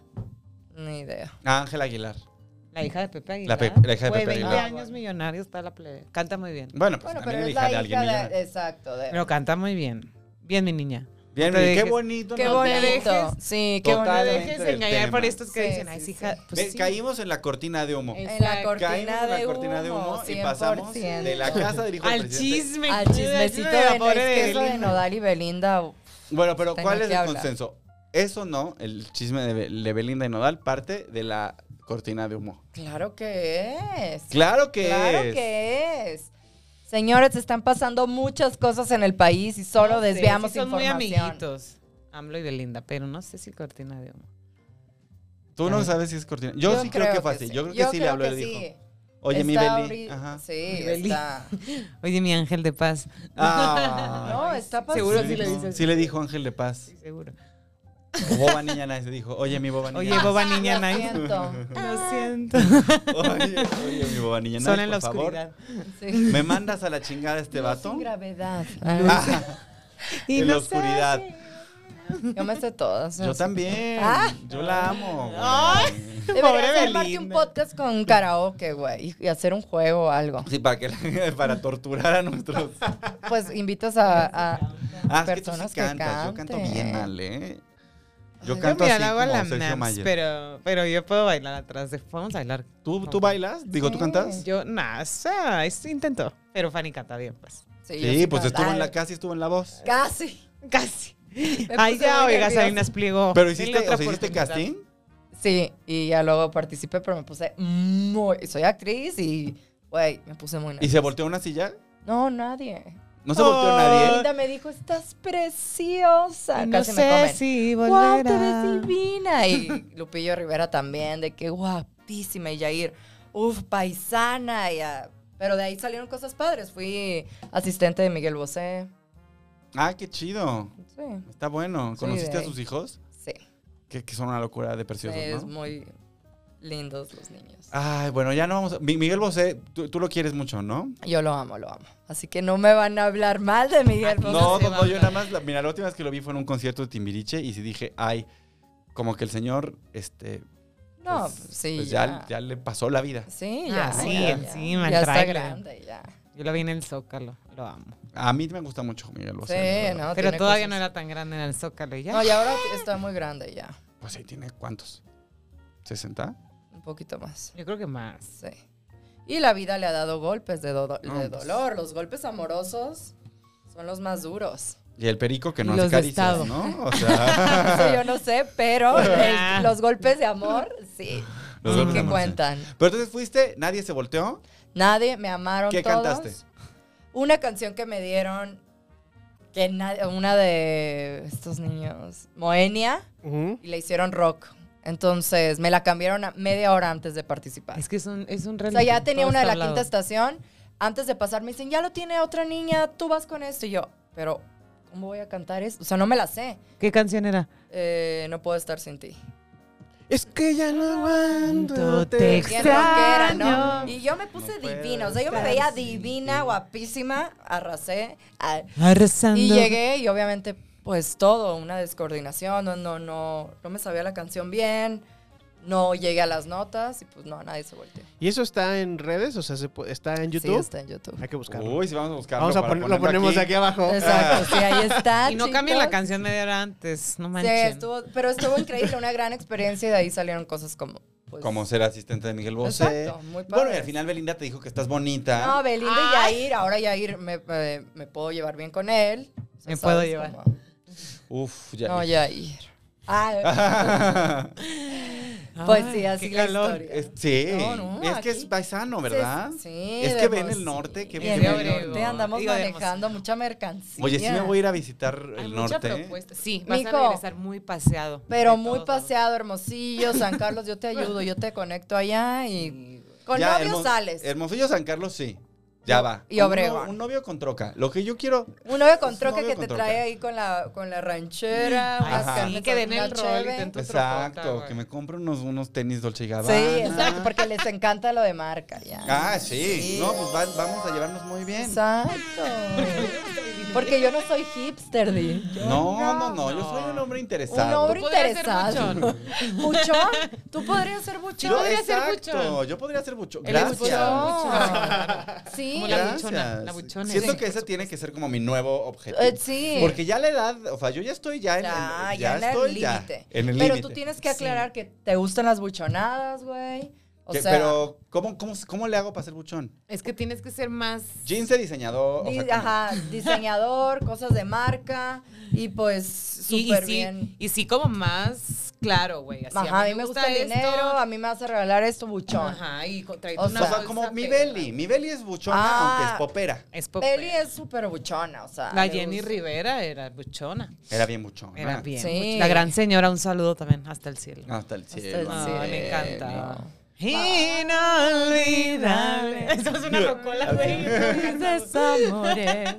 Ni idea.
Ángel Aguilar.
la hija de Pepe
La
Aguilar.
Pe- la hija de
Güey,
Pepe
20
Aguilar.
años millonario está la plebe. Canta muy bien.
Bueno, pues
Bueno, pero
también
es
es hija
la
de
hija
alguien millonario.
de. Exacto, de.
Pero canta muy bien. Bien, mi niña.
Bien,
No te
bien, qué
dejes-
bonito.
Qué
¿no?
bonito.
dejes-
sí, qué
Total.
bonito.
Totalmente
Dejes
del
engañar
tema.
por estos que
Sí,
dicen, ay,
sí,
hija,
sí.
pues
Ve,
sí.
Caímos en la cortina de humo.
En la
Caímos
cortina,
en la
de,
cortina
humo,
de humo y
100%.
pasamos de la casa del hijo del
Al
presidente.
chisme.
Al chismecito
Ay,
de,
la pobre
es que eso de
Belinda.
Nodal y Belinda. uf,
Bueno, pero
Tengo
¿cuál es
que
el
hablar.
consenso? Eso no, el chisme de, Be- de Belinda y Nodal parte de la cortina de humo.
Claro que es.
Claro que
Claro
es.
que es. Señores, están pasando muchas cosas en el país y solo
No sé,
desviamos
sí son muy
información.
amiguitos. AMLO y Belinda, pero no sé si cortina de humo.
Tú no sabes si es cortina. Yo, sí creo que fue así.
sí.
Yo creo que sí le
creo
habló y le
que
dijo.
sí.
Oye, mi
Está
Beli.
ahorri-
Ajá.
Sí,
Mi Beli.
está.
Oye, mi ángel de paz.
Ah.
No, está pasando.
Seguro
Sí
sí le
dijo.
dices.
Sí le dijo Ángel de Paz.
Sí, seguro.
O Boba Niña Nice le dijo. Oye, mi Boba Niña
Oye,
Nice.
boba niña
Lo
nice.
siento.
Lo siento.
Oye, oye, mi Boba Niña Nice,
Son en
por
la
favor.
oscuridad.
Sí.
¿Me mandas a la chingada este
No,
vato?
Sin gravedad.
Ah,
Y
en
no
la
sé.
oscuridad.
Yo me sé todas.
Yo también. Yo la amo. güey.
Deberías
Pobre
armarte un
Belinda.
podcast con karaoke, güey, y- y hacer un juego o algo.
Sí, para, que, la- para torturar a nuestros.
Pues invitas a, a
Ah, es que tú
personas
sí
que,
cantas. Yo canto
canten.
bien mal, ¿eh? Yo
Yo,
canto
mira,
así
la hago a
como
la
Sergio
Nams,
Mayer.
pero, pero yo puedo bailar atrás. Después vamos a bailar.
¿Tú, ¿Tú bailas? Digo, ¿tú
Sí.
cantas?
Yo, nada, o sea, es intento. Pero Fanny canta bien, pues.
Sí, yo
Sí, pues
canto.
estuvo en la casa y estuvo en la voz.
Casi.
Casi.
Me
Ay,
puse
ya,
muy
oiga,
nerviosa.
Salinas pliego.
Pero
Denle
hiciste,
otra
o sea, hiciste
oportunidad.
casting.
Sí, y ya luego participé, pero me puse muy... Soy actriz y, güey, me puse muy nerviosa.
¿Y se volteó una silla?
No, nadie.
No se volteó
Oh.
nadie.
Linda me dijo, estás preciosa.
Y No
Casi me comen.
sé si
¡Wow,
volverá.
te ves divina! Y Lupillo Rivera también, de que guapísima. Y Jair, uf, paisana. y, ah, Pero de ahí salieron cosas padres. Fui asistente de Miguel Bosé.
Ah, qué chido.
Sí,
Está bueno.
Sí,
¿Conociste
de
a
ahí.
sus hijos?
sí.
Que, que son una locura de preciosos,
es
¿no?
muy lindos los niños.
Ay, bueno, ya no vamos a... Mi- Miguel Bosé, tú, tú lo quieres mucho, ¿no?
Yo lo amo, lo amo. Así que no me van a hablar mal de Miguel Bosé.
No,
se
no, no, yo
va.
nada más, la- mira, la última vez que lo vi fue en un concierto de Timbiriche y sí dije, ay, como que el señor, este,
No,
pues,
pues, sí.
pues
ya.
ya, ya le pasó la vida.
Sí,
Ah,
ya.
sí,
ya,
encima,
ya. Ya está
tráela.
grande, ya.
Yo lo vi en el Zócalo, lo amo.
A mí me gusta mucho Miguel
Sí,
Bosé. la verdad.
no.
Pero
tiene
todavía
cosas-
no era tan grande en el Zócalo, ¿y ¿ya?
No, y ahora está muy grande ya.
Pues ahí tiene, ¿cuántos? ¿60?
Un poquito más.
Yo creo que más.
Sí. Y la vida le ha dado golpes de, do- de
No, pues.
dolor. Los golpes amorosos son los más duros.
Y el perico que no
Y
hace
los de
caricias,
Estado.
¿no? O
Eso
sea...
yo no sé, pero el- los golpes de amor, sí.
Los
sí
golpes de
que
amor,
cuentan.
Pero entonces fuiste, nadie se volteó.
Nadie, me amaron
¿Qué
todos.
cantaste?
Una canción que me dieron, que nadie, una de estos niños, Moenia,
Ujú.
y le hicieron rock. Entonces me la cambiaron a media hora antes de participar.
Es que es un, es un
O sea,
reality,
ya tenía
todo
una de
está
la
hablado.
quinta estación. Antes de pasar me dicen, ya lo tiene otra niña, tú vas con esto. Y yo, pero, ¿cómo voy a cantar eso? O sea, no me la sé.
¿Qué canción era?
Eh, no puedo estar sin ti.
Es que ya no aguanto.
Te
Bien rockera,
Extraño.
¿no? Y yo me puse
No puedo
divina. O sea, yo me
estar
veía
sin
divina,
ti.
guapísima. Arrasé. ah,
Arrasando.
Y llegué y obviamente, pues todo, una descoordinación. No, no, no, no me sabía la canción bien. No llegué a las notas y pues no, nadie se volteó.
¿Y eso está en redes? O sea, se pu- ¿está en YouTube?
Sí, está en YouTube.
Ah.
Hay que buscarlo.
Uy, sí, vamos a buscarlo.
Vamos a
para
poner, lo
ponerlo
ponemos aquí, abajo.
Exacto, sí, ahí está.
Y no cambien la
Ah, chicos.
canción media hora antes, no
Sí,
manchen.
estuvo, pero estuvo increíble, una gran experiencia y de ahí salieron cosas como. pues,
Como ser asistente de Miguel Bosé.
Exacto, muy padre.
Bueno, y al final Belinda te dijo que estás bonita.
No, Belinda y Yair, ahora Yair me, me, me puedo llevar bien con él. O sea,
Me puedo
sabes,
llevar.
como-
Uf, ya.
No, Yair. Ah, pues sí,
Ay,
así
qué
la
calor.
historia.
Es- sí.
No, no,
es que
aquí.
es paisano, ¿verdad?
Sí, sí,
Es que
de
ven el
Hermosillo.
norte, que
Y
ven
en
el
el
norte.
norte andamos
Digo, de
manejando mucha mercancía.
Oye, sí me voy a ir a visitar
Hay
el
mucha
norte. ¿eh?
propuesta. Sí, vas
Mico.
a regresar muy paseado.
Pero
De
muy
todos lados.
paseado, Hermosillo, San Carlos, yo te ayudo, yo te conecto allá y con
Ya,
novio
Hermo-
sales.
Hermosillo San Carlos, sí. Ya va.
y
Un no-
Obregón.
Un novio con troca. Lo que yo quiero.
Un novio con
Un
troca
novio
que
con
te
troca.
trae ahí con la, con la ranchera,
Ay,
unas
sí,
carnes
que den
una
el rol y
cheve.
te entro- trocota,
Exacto.
güey.
Que me compre unos, unos tenis Dolce y Gabbana.
Sí, exacto, porque les encanta lo de marca, ya.
Ah, sí.
Sí.
No, pues va- vamos a llevarnos muy bien.
Exacto. Porque yo no soy hipster, Di. Yo
No, no, no, Yo soy un hombre interesado.
Un hombre
Tú podrías ser
interesado. ¿Buchón? ¿Tú podrías ser buchón?
Yo,
podría ser
exacto,
buchón.
yo podría ser buchón.
El
Gracias.
buchón.
Sí.
Como la
Gracias.
buchona, la buchona.
Siento
Sí.
que ese tiene que ser como mi nuevo objetivo.
Eh, sí.
Porque ya la edad, o sea, yo ya estoy ya en,
Ya,
en- ya
ya, en el
estoy ya
límite.
en el límite.
Pero tú tienes que aclarar que te gustan las buchonadas, güey. O
Que-
sea,
pero ¿cómo, cómo, cómo le hago para ser buchón?
Es que tienes que ser más.
Jeans de diseñador, o
di-
sea, ¿cómo?
ajá, diseñador, cosas de marca y pues
Y, y
súper
sí,
bien.
y sí, como más claro, güey. así,
Ajá, a
mí
mí me gusta el
esto.
dinero, a mí me vas a regalar esto, buchón.
Ajá, y co- trae
O
una
o sea,
bolsa
como mi
pegada.
Belly. Mi Belly es buchona,
Ah.
aunque es popera.
Es popera.
Peli es súper buchona, o sea.
pues, La
le
Jenny
gusta.
Rivera era buchona.
Era bien buchona. Ah,
Era bien.
Sí.
buchona. La gran señora, un saludo también, hasta el cielo.
Hasta el cielo.
el
Ay,
cielo.
Ah, me encanta.
no.
Inolvidable. Eso es una rocola, güey. Desamores.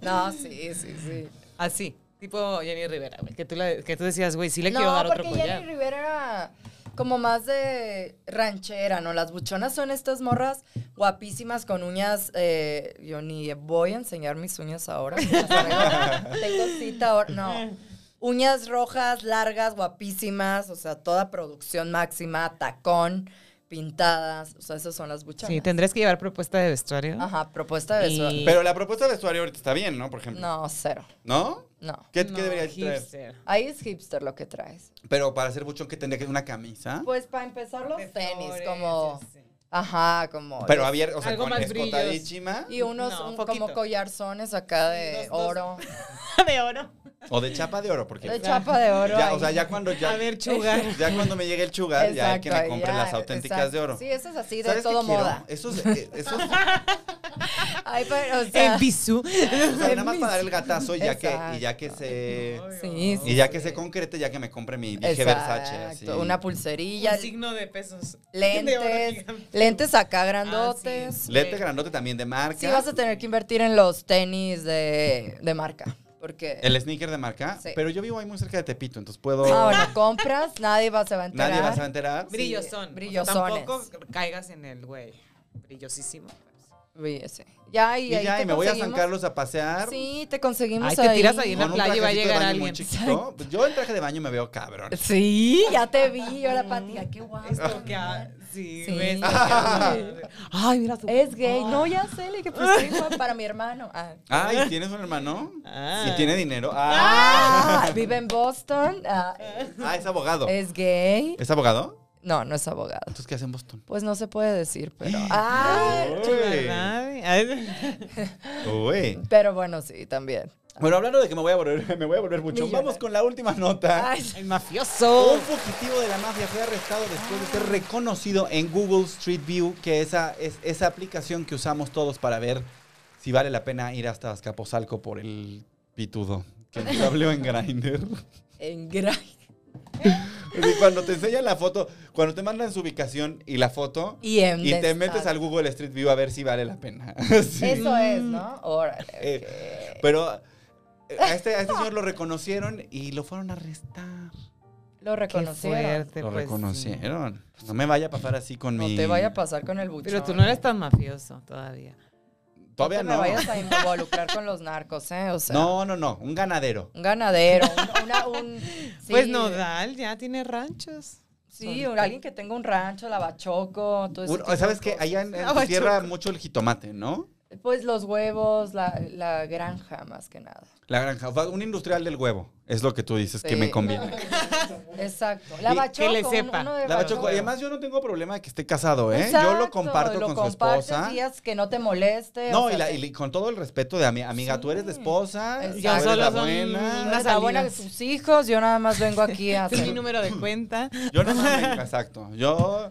No, sí, sí, sí.
Así, tipo Jenny Rivera, güey. Que tú, la- que tú decías, güey, sí le quiero
No,
dar otro pues,
porque
collar.
Jenny Rivera era como más de ranchera, ¿no? Las buchonas son estas morras guapísimas con uñas. eh, yo ni voy a enseñar mis uñas ahora. las traigo- Tengo cita ahora. No. Uñas rojas, largas, guapísimas. O sea, toda producción máxima, tacón, pintadas. O sea, esas son las buchonas.
Sí, tendrías que llevar propuesta de vestuario.
Ajá, propuesta de eso.
Y-
Pero la propuesta de vestuario ahorita está bien, ¿no? Por ejemplo.
No, cero.
¿No?
No.
¿Qué,
No,
qué debería traer?
hipster.
Ahí es hipster lo que traes.
Pero para ser buchón, ¿qué tendría que ser una camisa?
Pues para empezar los
De
tenis,
flores,
como...
sí, sí.
Ajá, como...
Pero abierto, o sea,
Algo
con
más
escotadísima.
Y unos
No,
un-
poquito.
como collarzones acá
dos,
de
dos.
oro.
de oro.
O de chapa de oro, porque. pues,
De chapa de oro.
Ya,
ahí.
o sea, ya cuando ya.
A ver, chugar.
Ya cuando me llegue el chugar, ya hay que me
Exacto,
compre
ya,
las auténticas
exacto.
de oro.
Sí, eso es así, de
¿Sabes qué
todo
quiero?
moda.
Esos, eh, esos
Ay, pero, o sea,
En bisú.
o sea, nada más para dar el gatazo y ya que, y
Exacto.
ya que se.
sí, sí,
Y ya que se concrete, ya que me compre mi dije Versace. Así.
Exacto, una pulserilla,
Un signo de pesos. De oro
lentes,
gigante. Ah,
lentes acá grandotes.
Lente grandote también de marca.
Sí, vas a tener que invertir en los tenis de, de marca, porque...
El sneaker de marca.
Sí. Ah,
Pero yo vivo ahí muy cerca de Tepito, entonces puedo.
Ahora compras, nadie va, se va a enterar.
Nadie va a enterar.
Brillos son.
brillosones.
tampoco caigas en el, güey. Brillosísimo.
Oye, sí. Ya, y,
Y
ahí
ya,
te
y me voy a San
conseguimos-
Carlos a pasear.
Sí, te conseguimos
Ay, te tiras ahí en la
con un
playa y va a
trajecito de
llegar
baño muy
alguien.
chiquito. Pues Yo en traje de baño me veo cabrón.
Sí, ya te vi, yo la patilla, qué guapo.
Esto que ha- Sí,
ah, Sí.
ves, esto que ha- Ay, mira su-
Es gay. No, ya sé, le dije, pues soy guapa para mi hermano. Ah.
Ay, ¿tienes un hermano?
Ah.
¿Y tiene dinero?
Ah,
Ah.
vive en Boston. Ah,
Ah, es abogado.
es gay.
¿Es abogado?
No, no es abogado.
Entonces, ¿qué hace en Boston?
Pues no se puede decir, pero. Ah,
Ay, ay.
Uy.
pero bueno, sí, también.
Bueno, hablando de que me voy a volver, me voy a volver mucho.
Millonario.
Vamos con la última nota.
Ay,
El mafioso.
Un fugitivo de la mafia fue arrestado después de
Ah.
ser reconocido en Google Street View, que esa es esa aplicación que usamos todos para ver si vale la pena ir hasta Azcapotzalco por el pitudo. Que nos habló en Grindr.
en gran.
Y cuando te enseñan la foto, cuando te mandan su ubicación y la foto,
Y, en
y te
destape.
metes al Google Street View a ver si vale la pena. Sí.
Eso es, ¿no? Órale.
Eh,
ok.
Pero eh, a este, a este señor lo reconocieron y lo fueron a arrestar.
Lo reconocieron.
Lo
pues,
reconocieron. No me vaya a pasar así con
No
mi...
te vaya a pasar con el buchón.
Pero tú no eres tan mafioso todavía.
Todavía
No te
no.
me vayas a involucrar con los narcos, ¿eh? O sea.
No, no, no. Un ganadero.
Un ganadero, un- una- un- sí,
Pues Nodal ya tiene ranchos.
Sí, o alguien que tenga un rancho, lavachoco, todo eso.
Un- ¿Sabes qué? Allá en, en tu
Lavachoco.
tierra mucho el jitomate, ¿no?
Pues los huevos, la, la granja más que nada.
La granja, va- un industrial del huevo, es lo que tú dices que
Sí.
me conviene.
Exacto.
que le
Lavachoco, un-
sepa.
uno de
Lavachoco,
barbacoa.
y además yo no tengo problema de que esté casado, ¿eh?
Exacto,
yo lo comparto
lo
con su
compartes
esposa.
días que no te moleste.
No,
o sea,
y, la-
te-
y con todo el respeto de ami- amiga, tú eres la esposa,
Exacto.
yo
Solo
la
son
buena.
Tú
unas
eres la abuela de
salidas.
sus hijos, yo nada más vengo aquí a
Este es mi
hacer...
número de cuenta.
Yo no mando, exacto. Yo.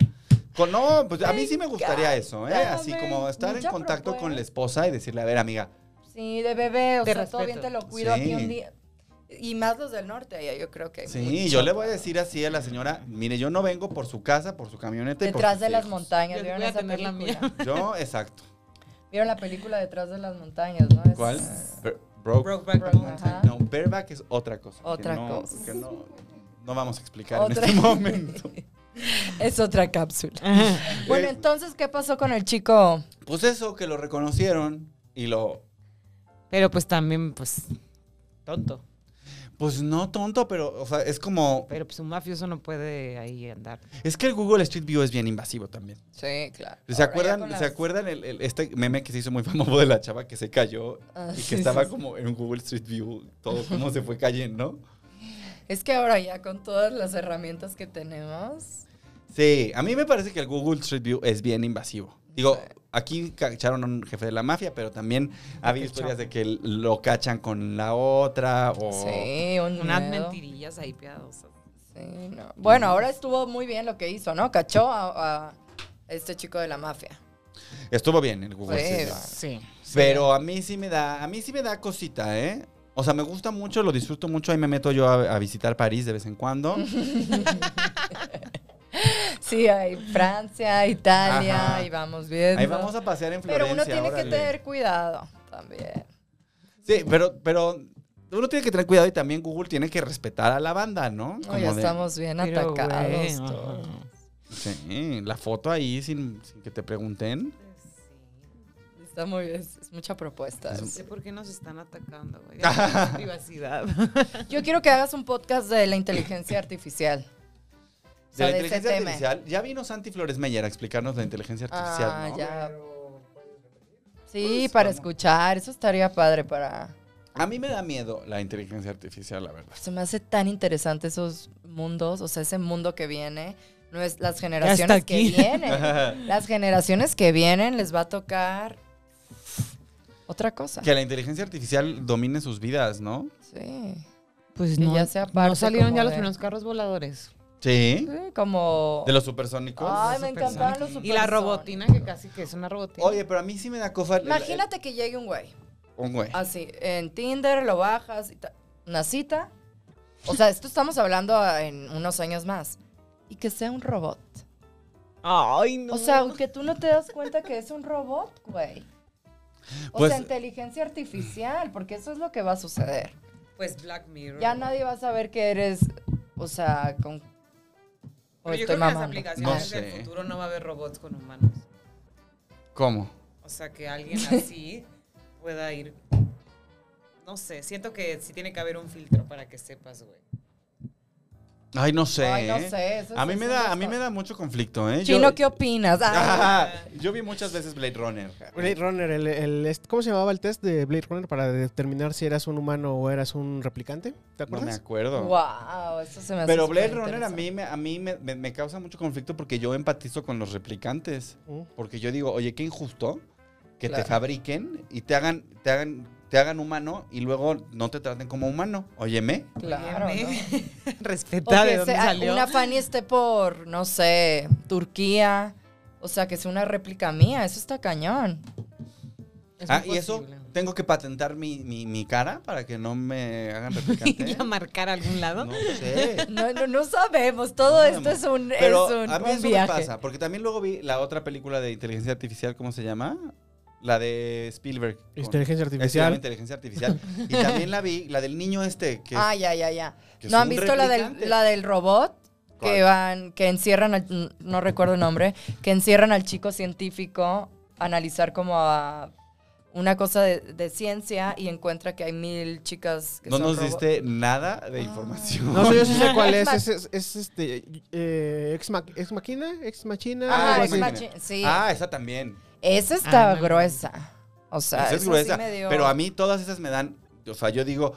con- no, pues a mí sí me gustaría eso, ¿eh? Así como estar en
Mucha
contacto
propuesta.
con la esposa y decirle, a ver, amiga,
Sí, de bebé, o
Te
sea, todo
respeto.
bien te lo cuido
Sí.
aquí un día. Y más los del norte, allá yo creo que hay
sí,
mucho.
yo le voy a decir así a la señora, mire, yo no vengo por su casa, por su camioneta y por
Detrás
sus
de las
hijos".
montañas,
Yo
¿vieron
voy a
esa
tener la
película?
mía.
Yo, exacto.
¿Vieron la película Detrás de las montañas, no? Es-
¿Cuál? Bro- Broke-
Brokeback
Brokeback
Mountain.
Pues, eh, Ajá.
No, bareback es otra cosa. que
Otra
no-
cosa.
que no, no vamos a explicar
Otra.
en este momento.
Es otra cápsula. bueno,
Eh,
entonces, ¿qué pasó con el chico?
Pues eso, que lo reconocieron y lo...
Pero pues también, pues, tonto.
Pues no tonto, pero, o sea, es como...
Pero pues un mafioso no puede ahí andar.
Es que el Google Street View es bien invasivo también.
Sí, claro.
¿Se acuerdan, ¿se
acuerdan?
acuerdan el, el- este meme que se hizo muy famoso de la chava que se cayó
Ah,
y que
sí,
estaba
sí, sí.
como en Google Street View, todo cómo se fue cayendo?
Es que ahora ya con todas las herramientas que tenemos,
Sí, a mí me parece que el Google Street View es bien invasivo. Digo, aquí cacharon a un jefe de la mafia, pero también ha habido historias de que lo cachan con la otra o...
sí, un
Unas
miedo.
mentirillas ahí piadosas.
Sí, no. Bueno, ahora estuvo muy bien lo que hizo, ¿no? Cachó a, a este chico de la mafia.
Estuvo bien el Google
Pues,
Street View.
Sí.
Pero a mí sí me da, a mí sí me da cosita, ¿eh? O sea, me gusta mucho, lo disfruto mucho. Ahí me meto yo a, a visitar París de vez en cuando.
Sí, hay Francia, Italia,
Ajá.
y vamos viendo.
Ahí vamos a pasear en Florencia.
Pero uno tiene que
órale.
tener cuidado también.
Sí, pero, pero uno tiene que tener cuidado y también Google tiene que respetar a la banda, ¿no?
No, ya
de-
estamos bien
Pero,
atacados.
güey,
todos.
ajá.
Sí, la foto ahí sin, sin que te pregunten.
Está muy bien, es, es mucha propuesta.
No
Es-
sé por qué nos están atacando, güey. Ya no Privacidad.
Yo quiero que hagas un podcast de la inteligencia artificial.
De
O sea,
la
de ese
inteligencia
tema.
artificial. Ya vino Santi Flores Meyer a explicarnos la inteligencia artificial.
Ah,
¿no?
ya. Sí, para
vamos.
escuchar. Eso estaría padre para. pues,
A mí me da miedo la inteligencia artificial, la verdad.
Se me hace tan interesante esos mundos, o sea, ese mundo que viene, no es las
está
generaciones que
aquí.
vienen. Las generaciones que vienen les va a tocar otra cosa.
que la inteligencia artificial domine sus vidas, ¿no?
Sí.
Pues
Que
no.
ya sea
no
parte
salieron
como
ya los
de-
primeros carros voladores.
Sí.
Sí, Como
De los supersónicos.
Ay, me encantaban los
Y la
supersónicos.
robotina, que casi que es una robotina.
Oye, pero a mí sí me da cofa. el-
Imagínate Ah. que llegue un güey
el- Un güey.
así, en Tinder lo bajas, y ta- una cita. O sea, esto estamos hablando a- en unos años más. Y que sea un robot.
Ay, no.
O sea, que tú no te das cuenta que es un robot, güey. O
Pues-
sea, inteligencia artificial, porque eso es lo que va a suceder.
pues Black Mirror.
Ya nadie va a saber que eres, o sea, con... o
Pero yo
estoy
creo que las
mamando.
aplicaciones
No
del
sé.
futuro no va a haber robots con humanos.
¿Cómo?
O sea, que alguien así pueda ir. No sé, siento que sí tiene que haber un filtro para que sepas, güey.
Ay, no sé.
Ay, no
¿eh?
sé. eso
A
sí
mí
es
me
un
da, a mí
desastre.
me da mucho conflicto, ¿eh?
Chino,
Yo-
¿qué opinas? Ah,
yo vi muchas veces Blade Runner.
Blade Runner, el, el- est- ¿cómo se llamaba el test de Blade Runner para determinar si eras un humano o eras un replicante? ¿Te
No me
acuerdas?
acuerdo.
wow, eso se me hace
Pero Blade
superinteresante.
Runner a mí, me, a mí me, me- me causa mucho conflicto porque yo empatizo con los replicantes.
Mm.
Porque yo digo, oye, qué injusto que
Claro.
te fabriquen y te hagan, te hagan, te hagan humano y luego no te traten como humano. Óyeme.
Claro. ¿no? O
Respeta de
que
dónde
sea-
salió.
ah, una Fanny esté por, no sé, Turquía. O sea, que sea una réplica mía. Eso está cañón.
Es
ah,
muy
y eso,
posible.
tengo que patentar mi, mi, mi cara para que no me hagan replicante.
¿Ir a marcar a algún lado?
no sé.
No, no, no sabemos. Todo
No
esto
sabemos.
es un,
Pero
es un,
a mí
un
eso
viaje.
me pasa, porque también luego vi la otra película de inteligencia artificial, ¿cómo se llama? La de Spielberg. con-
Inteligencia
Eh, se llama
artificial.
inteligencia artificial. Y también la vi, la del niño este, que,
Ah, ya, ya, ya.
que es
¿No han
un
visto la del,
replicante.
la del robot? Que
¿Cuál?
van, que encierran al, no recuerdo el nombre, que encierran al chico científico a analizar como a una cosa de, de ciencia y encuentra que hay mil chicas que
No
son Ah.
nos
robots.
diste nada de información.
No sé, yo sí sé cuál es. Es, es- es, este. eh, ex, Ma- Ex Machina. Ex Machina.
Ajá,
algo
es
así.
Machina.
machi- sí.
Ah, esa también.
Esa está
Ah, no.
gruesa. O sea,
Esa
esa
es gruesa.
sí me dio-
Pero a mí todas esas me dan. O sea, yo digo.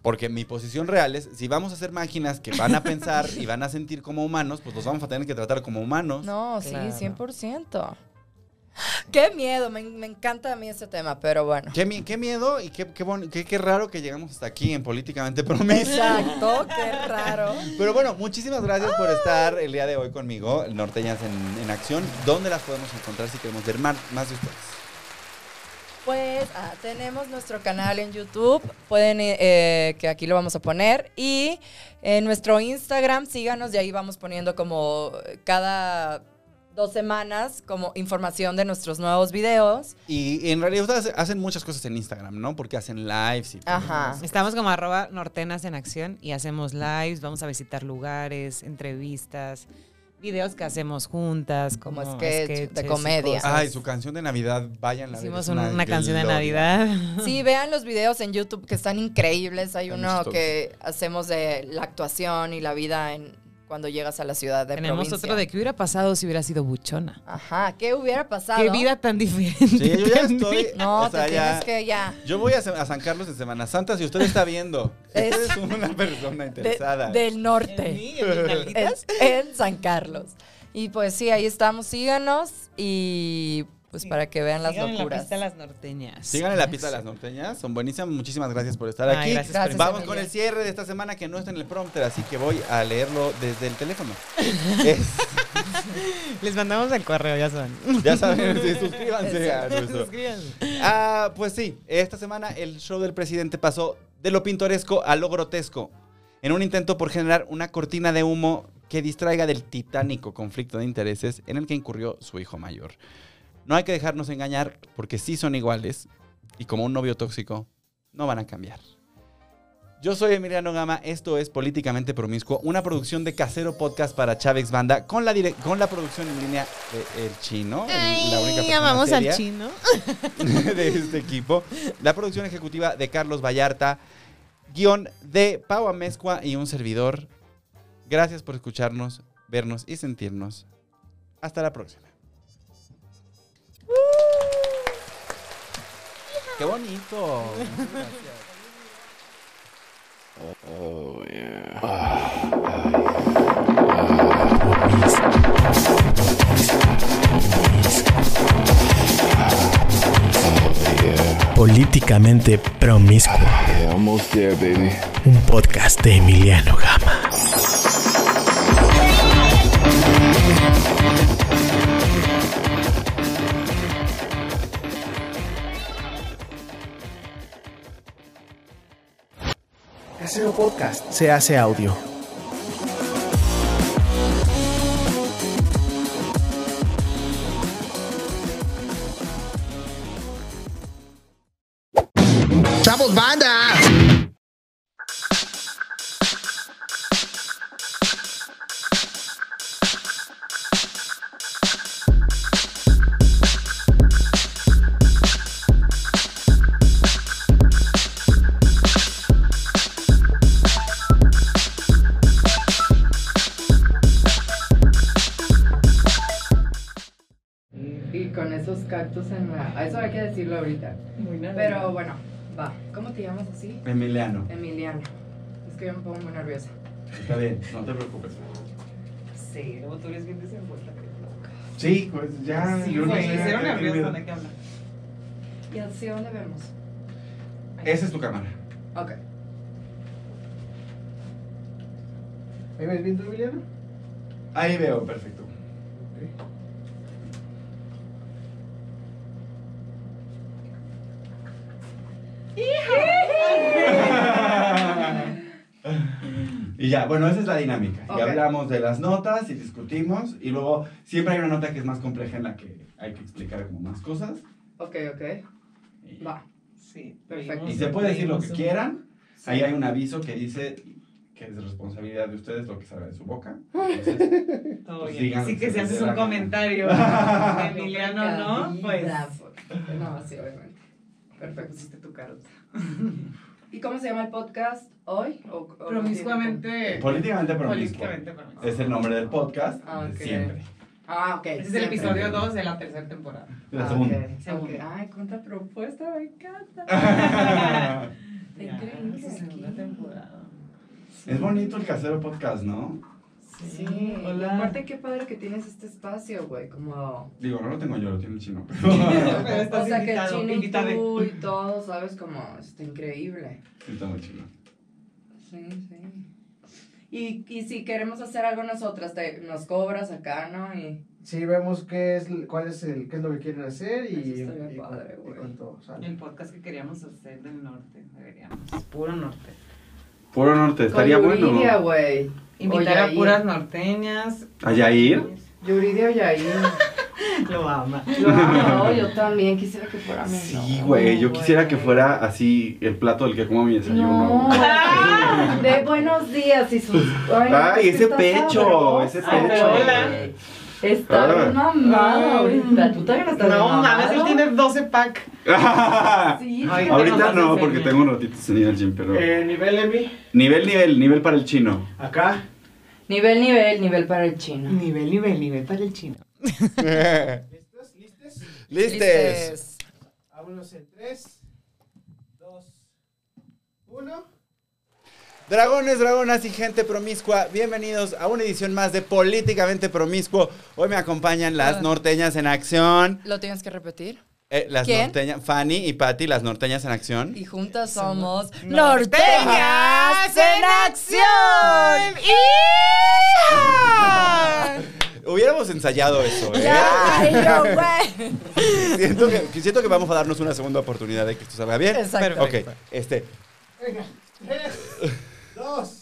Porque mi posición real es, si vamos a hacer máquinas que van a pensar y van a sentir como humanos, pues los vamos a tener que tratar como humanos.
No, sí,
Claro.
100%. Qué miedo, me, me encanta a mí ese tema, pero bueno.
Qué, mi- qué miedo y qué, qué, bon- qué- qué raro que llegamos hasta aquí en Políticamente Promesa.
Exacto, qué raro.
Pero bueno, muchísimas gracias por estar el día de hoy conmigo, Norteñas en, en Acción. ¿Dónde las podemos encontrar si queremos ver mar- más de ustedes?
Pues ah, tenemos nuestro canal en YouTube, pueden, eh, eh, que aquí lo vamos a poner, y en nuestro Instagram, síganos, y ahí vamos poniendo como cada dos semanas como información de nuestros nuevos videos.
Y en realidad ustedes hacen muchas cosas en Instagram, ¿no? Porque hacen lives y todo.
Ajá.
Estamos como arroba nortenas en acción y hacemos lives, vamos a visitar lugares, entrevistas, videos que hacemos juntas, como,
Como sketch, de
sketches y
comedia.
cosas.
Ay, su canción de Navidad, vayan a
Hicimos un- una, canción de Navidad.
Sí, vean los videos en YouTube que están increíbles. Hay
Están
uno
chistosos.
que hacemos de la actuación y la vida en cuando llegas a la ciudad de
Tenemos
provincia.
otro de qué hubiera pasado si hubiera sido buchona.
Ajá, ¿qué hubiera pasado?
Qué vida tan diferente.
Sí, yo ya
tendría.
estoy.
No,
o sea,
te
ya-
tienes que ya.
Yo voy a, Sa- a San Carlos en Semana Santa si usted está viendo. Si
Es-
usted es una persona
de-
interesada.
del norte. Es- en San Carlos. Y pues sí, ahí estamos. Síganos y pues
Sí,
para que vean las
Sigan en la
locuras.
pista las norteñas.
Síganle la pista a las norteñas, son buenísimas. Muchísimas gracias por estar
Ay,
aquí.
gracias
por
Vamos
invitarme.
con el cierre de esta semana que no está en el prompter, así que voy a leerlo desde el teléfono. Es-
Les mandamos el correo, ya son.
ya saben, sí, suscríbanse a nuestro.
Suscríbanse.
Ah, pues sí, esta semana el show del presidente pasó de lo pintoresco a lo grotesco, en un intento por generar una cortina de humo que distraiga del titánico conflicto de intereses en el que incurrió su hijo mayor. No hay que dejarnos engañar porque sí son iguales y como un novio tóxico no van a cambiar. Yo soy Emiliano Gama, esto es Políticamente Promiscuo, una producción de Casero Podcast para Chávez Banda con la, direc- con la producción en línea de El Chino. el- la única
Ay,
persona
amamos
seria
al chino.
de este equipo. La producción ejecutiva de Carlos Vallarta, guión de Pau Amezcua y un servidor. Gracias por escucharnos, vernos y sentirnos. Hasta la próxima. ¡Qué bonito!
Oh, yeah.
Políticamente Promiscuo,
Oh, Yeah, almost there, baby.
un podcast de Emiliano Gama. Casero Podcast se hace audio.
Chavos banda.
Y con esos cactus en la... Eso hay que decirlo ahorita. Pero bueno, va. ¿Cómo te llamas así?
Emiliano,
Emiliano. Es que yo me pongo muy nerviosa.
está bien, no te preocupes.
Sí, luego tú eres bien desenvuelta.
Sí, pues ya.
Sí, güey, hicieron nerviosa, ¿de qué hablan?
¿Y hacia dónde vemos?
Esa es tu cámara.
Ok.
¿Ahí ves bien tú, Emiliano?
Ahí veo, perfecto. Y ya, bueno, esa es la dinámica.
Ok.
Y hablamos de las notas y discutimos. Y luego siempre hay una nota que es más compleja en la que hay que explicar como más cosas.
Ok, ok.
Y,
Va.
Sí,
Perfecto.
y se puede decir lo que quieran. Ahí hay un aviso que dice que es responsabilidad de ustedes lo que salga de su boca. Entonces,
Todo
Pues
bien.
digan
Así que si
ustedes
haces
de
un
la cama.
comentario, Emiliano, ¿no? Pues.
No, sí, obviamente.
Perfecto, hiciste tu cara.
¿Y cómo se llama el podcast hoy? ¿O- o-
Promiscuamente.
Políticamente promiscuo.
Políticamente promiscuo.
Es el nombre del podcast
Ah,
de
ok.
siempre.
Ah, ok.
Ese es el
siempre.
episodio 2 de la tercera temporada.
La
Ah,
segunda.
ok,
Segunda. Ah.
ok. Ay, cuánta propuesta, me encanta. Está
Ya,
increíble
es la segunda
aquí.
temporada.
es bonito el casero podcast, ¿no?
Sí, y
Hola.
aparte qué padre que tienes este espacio, güey, como...
Digo, no lo tengo yo, lo tiene el chino. pero-
Pero estás
o sea, que
invitado,
Chino y
invitade.
tú y todo, ¿sabes? Como, está increíble.
Sí, está muy chido.
Sí, sí. Y, y si queremos hacer algo nosotras, te- nos cobras acá, ¿no? Y
Sí, vemos qué es, cuál es, el, qué es lo que quieren hacer y,
Eso estaría
y cu-
padre,
y
güey.
cuánto sale.
El podcast que queríamos hacer del norte, deberíamos. Puro norte.
Puro norte, estaría
con Yuridia,
bueno.
güey.
Invitar
Oye,
a
ahí.
puras norteñas.
¿Allá ir?
Yuridia y ahí.
Lo ama.
Lo amo, no, yo también quisiera que fuera mi
Sí,
novio,
güey, yo quisiera que fuera así el plato del que como mi desayuno.
No,
güey.
de buenos días y sus. Ay, no,
Ay,
es que
ese
está
pecho, ese
sabroso.
pecho.
hola.
güey.
Está
Ah.
bien mamado ahorita. Tú también estás bien
No mames,
mamado.
él tiene 12 pack.
Sí,
Ay,
sí.
Ahorita
nos
no,
enseña.
porque tengo un ratito sin ir al gym, pero...
Eh, nivel Emi,
Nivel, nivel, nivel para el chino.
acá.
Nivel, nivel, nivel para el chino.
Nivel, nivel, nivel para el chino.
¿Listos? ¿Listes?
¡Listes!
Vámonos en 3, 2, 1.
Dragones, dragonas y gente promiscua, bienvenidos a una edición más de Políticamente Promiscuo. Hoy me acompañan
Ah.
las norteñas en acción.
¿Lo tienes que repetir?
Eh, las
¿Quién?
norteñas, Fanny y Patty, las norteñas en acción.
Y juntas somos
¡Norteñas en acción!
Hubiéramos ensayado eso, ¿eh?
Ay, no, güey.
siento, que, siento que vamos a darnos una segunda este, oportunidad de que esto salga bien.
Exacto.
Ok, este,
3, 2,